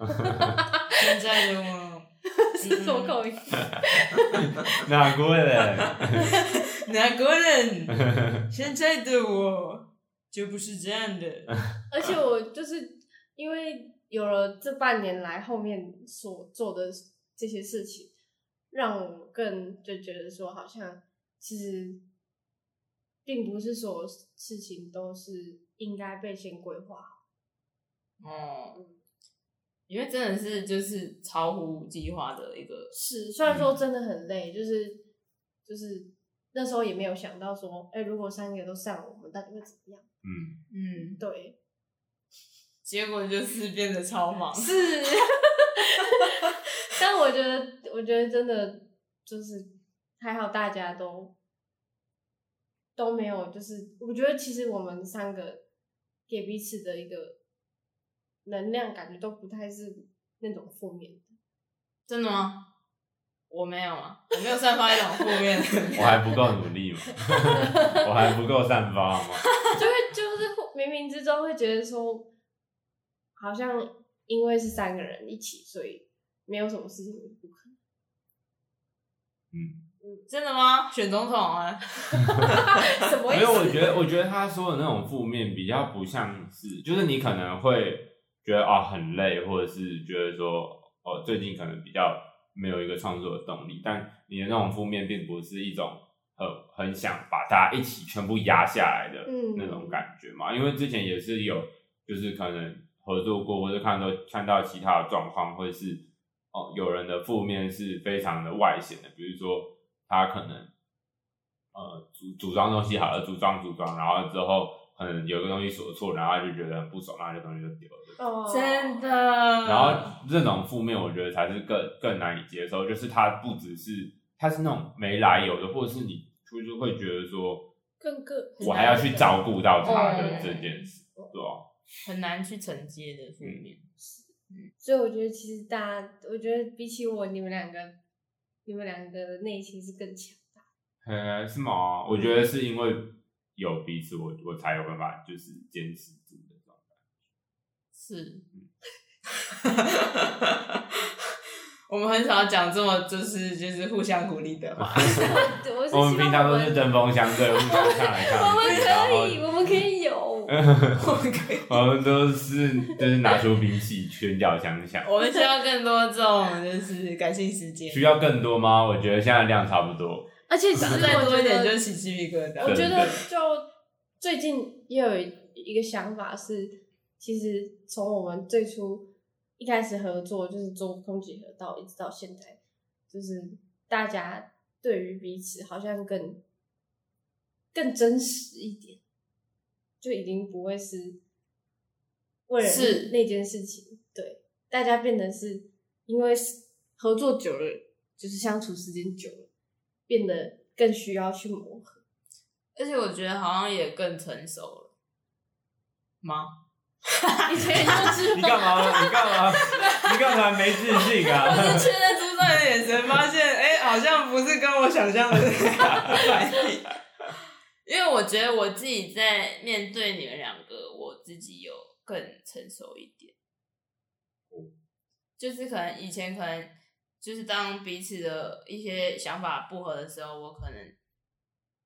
[SPEAKER 3] 现在的我
[SPEAKER 1] 是什么口音？
[SPEAKER 5] 哪国人？
[SPEAKER 3] 哪国 人？现在的我就不是这样的。
[SPEAKER 1] 而且我就是因为有了这半年来后面所做的这些事情，让我更就觉得说，好像其实并不是所有事情都是应该被先规划好。
[SPEAKER 3] 哦，因为真的是就是超乎计划的一个，
[SPEAKER 1] 是，虽然说真的很累，就是就是那时候也没有想到说，哎、如果三个都上了，我们到底会怎么样？
[SPEAKER 2] 嗯，
[SPEAKER 3] 嗯，
[SPEAKER 1] 对，
[SPEAKER 3] 结果就是变得超 忙，
[SPEAKER 1] 是， 但我觉得，我觉得真的就是还好，大家都都没有，就是我觉得其实我们三个给彼此的一个能量，感觉都不太是那种负面的。
[SPEAKER 3] 真的吗？我没有啊，我没有散发一种负面 的，
[SPEAKER 2] 我还不够努力嘛，我还不够散发嘛，
[SPEAKER 1] 就会就是冥冥之中会觉得说，好像因为是三个人一起，所以没有什么事情是不可能。
[SPEAKER 2] 嗯，
[SPEAKER 3] 真的吗？选总统啊，
[SPEAKER 1] 什么意
[SPEAKER 2] 因
[SPEAKER 1] 思？
[SPEAKER 2] 为我觉得，我觉得他说的那种负面比较不像是，就是你可能会觉得啊很累，或者是觉得说哦最近可能比较没有一个创作的动力，但你的那种负面并不是一种很很想把大家一起全部压下来的
[SPEAKER 1] 嗯
[SPEAKER 2] 那种感觉嘛，因为之前也是有就是可能合作过，或者看到看到其他的状况，或者是哦有人的负面是非常的外显的，比如说他可能呃组组装东西好了，组装组装，然后之后可能有个东西锁错，然后他就觉得很不爽，然后这东西就丢了。
[SPEAKER 1] 哦
[SPEAKER 3] 真的，
[SPEAKER 1] 嗯
[SPEAKER 2] 然后这种负面，我觉得才是更更难以接受，就是它不只是它是那种没来由的，或者是你就是会觉得说
[SPEAKER 1] 更个
[SPEAKER 2] 我还要去照顾到他
[SPEAKER 3] 哦
[SPEAKER 2] 的这件事，对啊，
[SPEAKER 3] 很难去承接的负面，
[SPEAKER 1] 所以我觉得其实大家，我觉得比起我，你们两个，你们两个的内心是更强大。
[SPEAKER 2] 呃，是吗？我觉得是因为有彼此，我我才有办法就是坚持住的状态。
[SPEAKER 3] 是。 我们很少讲这么就是就是互相鼓励的话，
[SPEAKER 1] 对， 我是希
[SPEAKER 2] 我
[SPEAKER 1] 望
[SPEAKER 2] 们平常都是
[SPEAKER 1] 们
[SPEAKER 2] 针锋相对，互相看来
[SPEAKER 1] 我们
[SPEAKER 2] 看去，然
[SPEAKER 1] 可
[SPEAKER 2] 后
[SPEAKER 1] 以，我们可以有。
[SPEAKER 3] 我们可以
[SPEAKER 2] 我们都是就是拿出兵器拳脚相向。
[SPEAKER 3] 我们需要更多这种就是感性时间，
[SPEAKER 2] 需要更多吗？我觉得现在量差不多。
[SPEAKER 1] 而且其实
[SPEAKER 3] 再
[SPEAKER 1] 我
[SPEAKER 3] 多
[SPEAKER 1] 觉
[SPEAKER 3] 一点就
[SPEAKER 1] 得，
[SPEAKER 3] 起鸡皮疙瘩。
[SPEAKER 1] 我觉得
[SPEAKER 2] 对
[SPEAKER 1] 就最近也有一个想法是，其实从我们最初一开始合作，就是做空姐合到一直到现在，就是大家对于彼此好像更更真实一点，就已经不会是为了
[SPEAKER 3] 是
[SPEAKER 1] 那件事情，对，大家变得是因为是合作久了，就是相处时间久了，变得更需要去磨合。
[SPEAKER 3] 而且我觉得好像也更成熟了吗？
[SPEAKER 1] 以前就是
[SPEAKER 2] 你干嘛？你干嘛？你干嘛没自信 啊？
[SPEAKER 3] 就确认朱帅的眼神，发现哎、好像不是跟我想象的那样反应。因为我觉得我自己在面对你们两个，我自己有更成熟一点。就是可能以前可能就是当彼此的一些想法不合的时候，我可能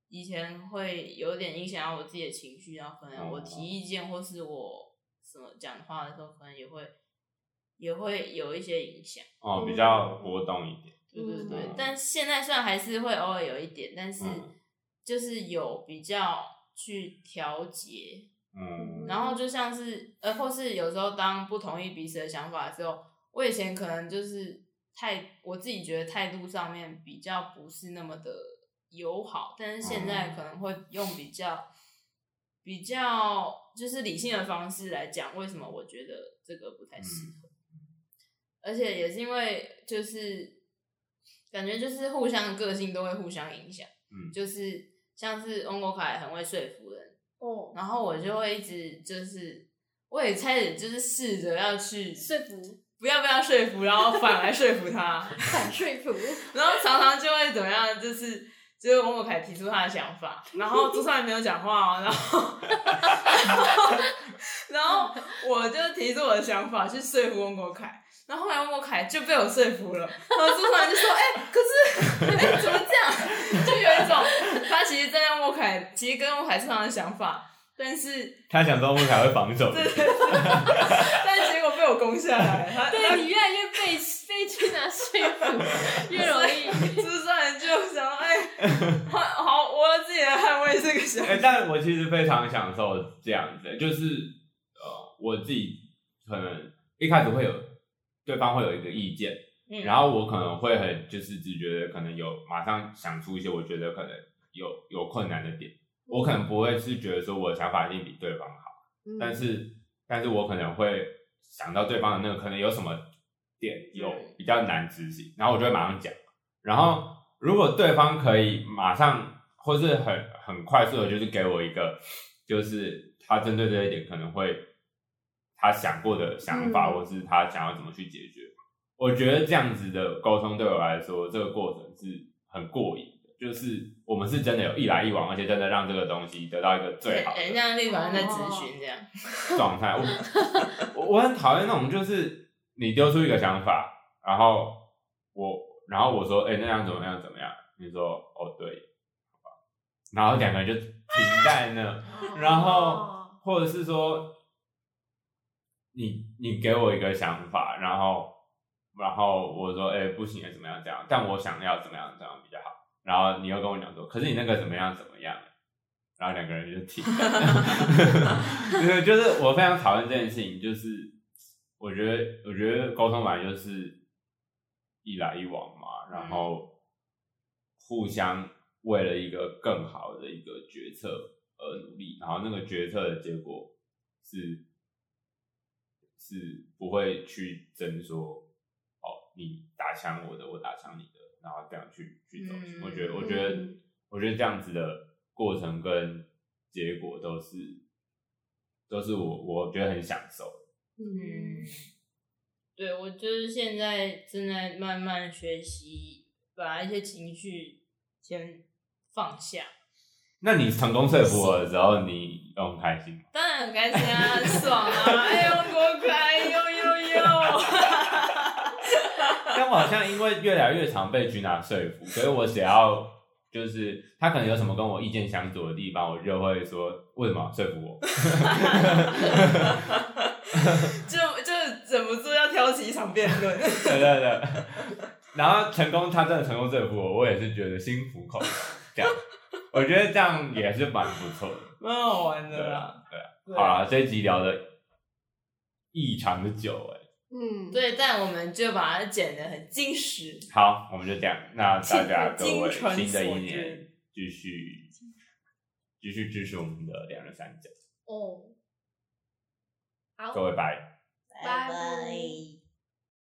[SPEAKER 3] 以前会有点影响到我自己的情绪，然后可能我提意见或是我什么讲话的时候，可能也会也会有一些影响。
[SPEAKER 2] 哦，比较波动一点。
[SPEAKER 3] 对对对，
[SPEAKER 2] 嗯
[SPEAKER 3] 但现在虽然还是会偶尔有一点，但是
[SPEAKER 2] 嗯
[SPEAKER 3] 就是有比较去调节，
[SPEAKER 2] 嗯，
[SPEAKER 3] 然后就像是呃，或是有时候当不同意彼此的想法的时候，我以前可能就是态，我自己觉得态度上面比较不是那么的友好，但是现在可能会
[SPEAKER 2] 哦
[SPEAKER 3] 用比较比较就是理性的方式来讲，为什么我觉得这个不太适合，
[SPEAKER 2] 嗯
[SPEAKER 3] 而且也是因为就是感觉就是互相的个性都会互相影响，
[SPEAKER 2] 嗯
[SPEAKER 3] 就是像是翁国凯很会说服人，
[SPEAKER 1] 哦，
[SPEAKER 3] 然后我就会一直就是，我也开始就是试着要去
[SPEAKER 1] 说服，
[SPEAKER 3] 不要被他说服，然后反来说服他，
[SPEAKER 1] 反说服，
[SPEAKER 3] 然后常常就会怎么样，就是就是翁国凯提出他的想法，然后朱少爷没有讲话、哦，然后 然后我就提出我的想法去说服翁国凯。然后后来翁国凯就被我说服了，然后朱少爷就说：“哎、可是哎、怎么这样？”就有一种他其实站在翁国凯，其实跟翁国凯是他的想法，但是
[SPEAKER 2] 他想说木凯会防守，
[SPEAKER 3] 但结果被我攻下来，他
[SPEAKER 1] 对你越来越被被去拿说服，越容易。
[SPEAKER 3] 朱少爷就想说，哎、好好，我要自己来捍卫这个想
[SPEAKER 2] 哎，但我其实非常享受这样子，就是呃，我自己可能一开始会有对方会有一个意见，
[SPEAKER 3] 嗯
[SPEAKER 2] 然后我可能会很就是直觉的，可能有马上想出一些我觉得可能有有困难的点，我可能不会是觉得说我的想法一定比对方好，
[SPEAKER 1] 嗯
[SPEAKER 2] 但是但是我可能会想到对方的那个可能有什么点有比较难执行，然后我就会马上讲，然后如果对方可以马上或是很很快速的，就是给我一个就是他针对这一点可能会他想过的想法，
[SPEAKER 1] 嗯
[SPEAKER 2] 或是他想要怎么去解决。我觉得这样子的沟通对我来说，这个过程是很过瘾的，就是我们是真的有一来一往，而且真的让这个东西得到一个最好
[SPEAKER 1] 哎
[SPEAKER 3] 人
[SPEAKER 2] 的
[SPEAKER 3] 家立马在咨询这样，
[SPEAKER 2] 状态。我我我很讨厌那种，就是你丢出一个想法，然后我然后我说，哎、那样怎么样怎么样？你说，哦，对，好吧。然后两个人就停在那。然后
[SPEAKER 1] 哦
[SPEAKER 2] 或者是说，你你给我一个想法，然后然后我说，哎、不行，怎么样这样？但我想要怎么样这样比较好。然后你又跟我讲说，可是你那个怎么样怎么样？然后两个人就停了。就是我非常讨厌这件事情，就是我觉得我觉得沟通本来就是一来一往嘛，然后互相为了一个更好的一个决策而努力，然后那个决策的结果是是不会去争说哦你打枪我的，我打枪你的，然后这样去去走。
[SPEAKER 3] 嗯
[SPEAKER 2] 我觉得我觉得
[SPEAKER 1] 嗯
[SPEAKER 2] 我觉得这样子的过程跟结果都是都是我我觉得很享受的。
[SPEAKER 1] 嗯，
[SPEAKER 3] 对我就是现在正在慢慢学习，把一些情绪先放下。
[SPEAKER 2] 那你成功说服我的时候，你都很开心吗？
[SPEAKER 3] 当然很开心啊，很爽 啊！哎呦，多可爱，呦呦呦！
[SPEAKER 2] 但我好像因为越来越常被君娜说服，所以我只要就是他可能有什么跟我意见相左的地方，我就会说为什么要说服我？
[SPEAKER 3] 就就忍不住要挑起一场辩论。
[SPEAKER 2] 对对对。然后成功，他真的成功说服我，我也是觉得心服口服。这样，我觉得这样也是蛮不错的。
[SPEAKER 3] 蛮好玩
[SPEAKER 2] 对
[SPEAKER 3] 的
[SPEAKER 2] 啊
[SPEAKER 3] 啦。，
[SPEAKER 2] 对啊。
[SPEAKER 3] 对
[SPEAKER 2] 好啦，这一集聊的异常的久哎、
[SPEAKER 1] 嗯，
[SPEAKER 3] 对，但我们就把它剪得很精实。
[SPEAKER 2] 好，我们就这样。那大家各位，
[SPEAKER 3] 精诚
[SPEAKER 2] 新的一
[SPEAKER 3] 所
[SPEAKER 2] 年
[SPEAKER 3] 至
[SPEAKER 2] 继续继续支持我们的两人三角，
[SPEAKER 1] 哦，好
[SPEAKER 2] 各位拜。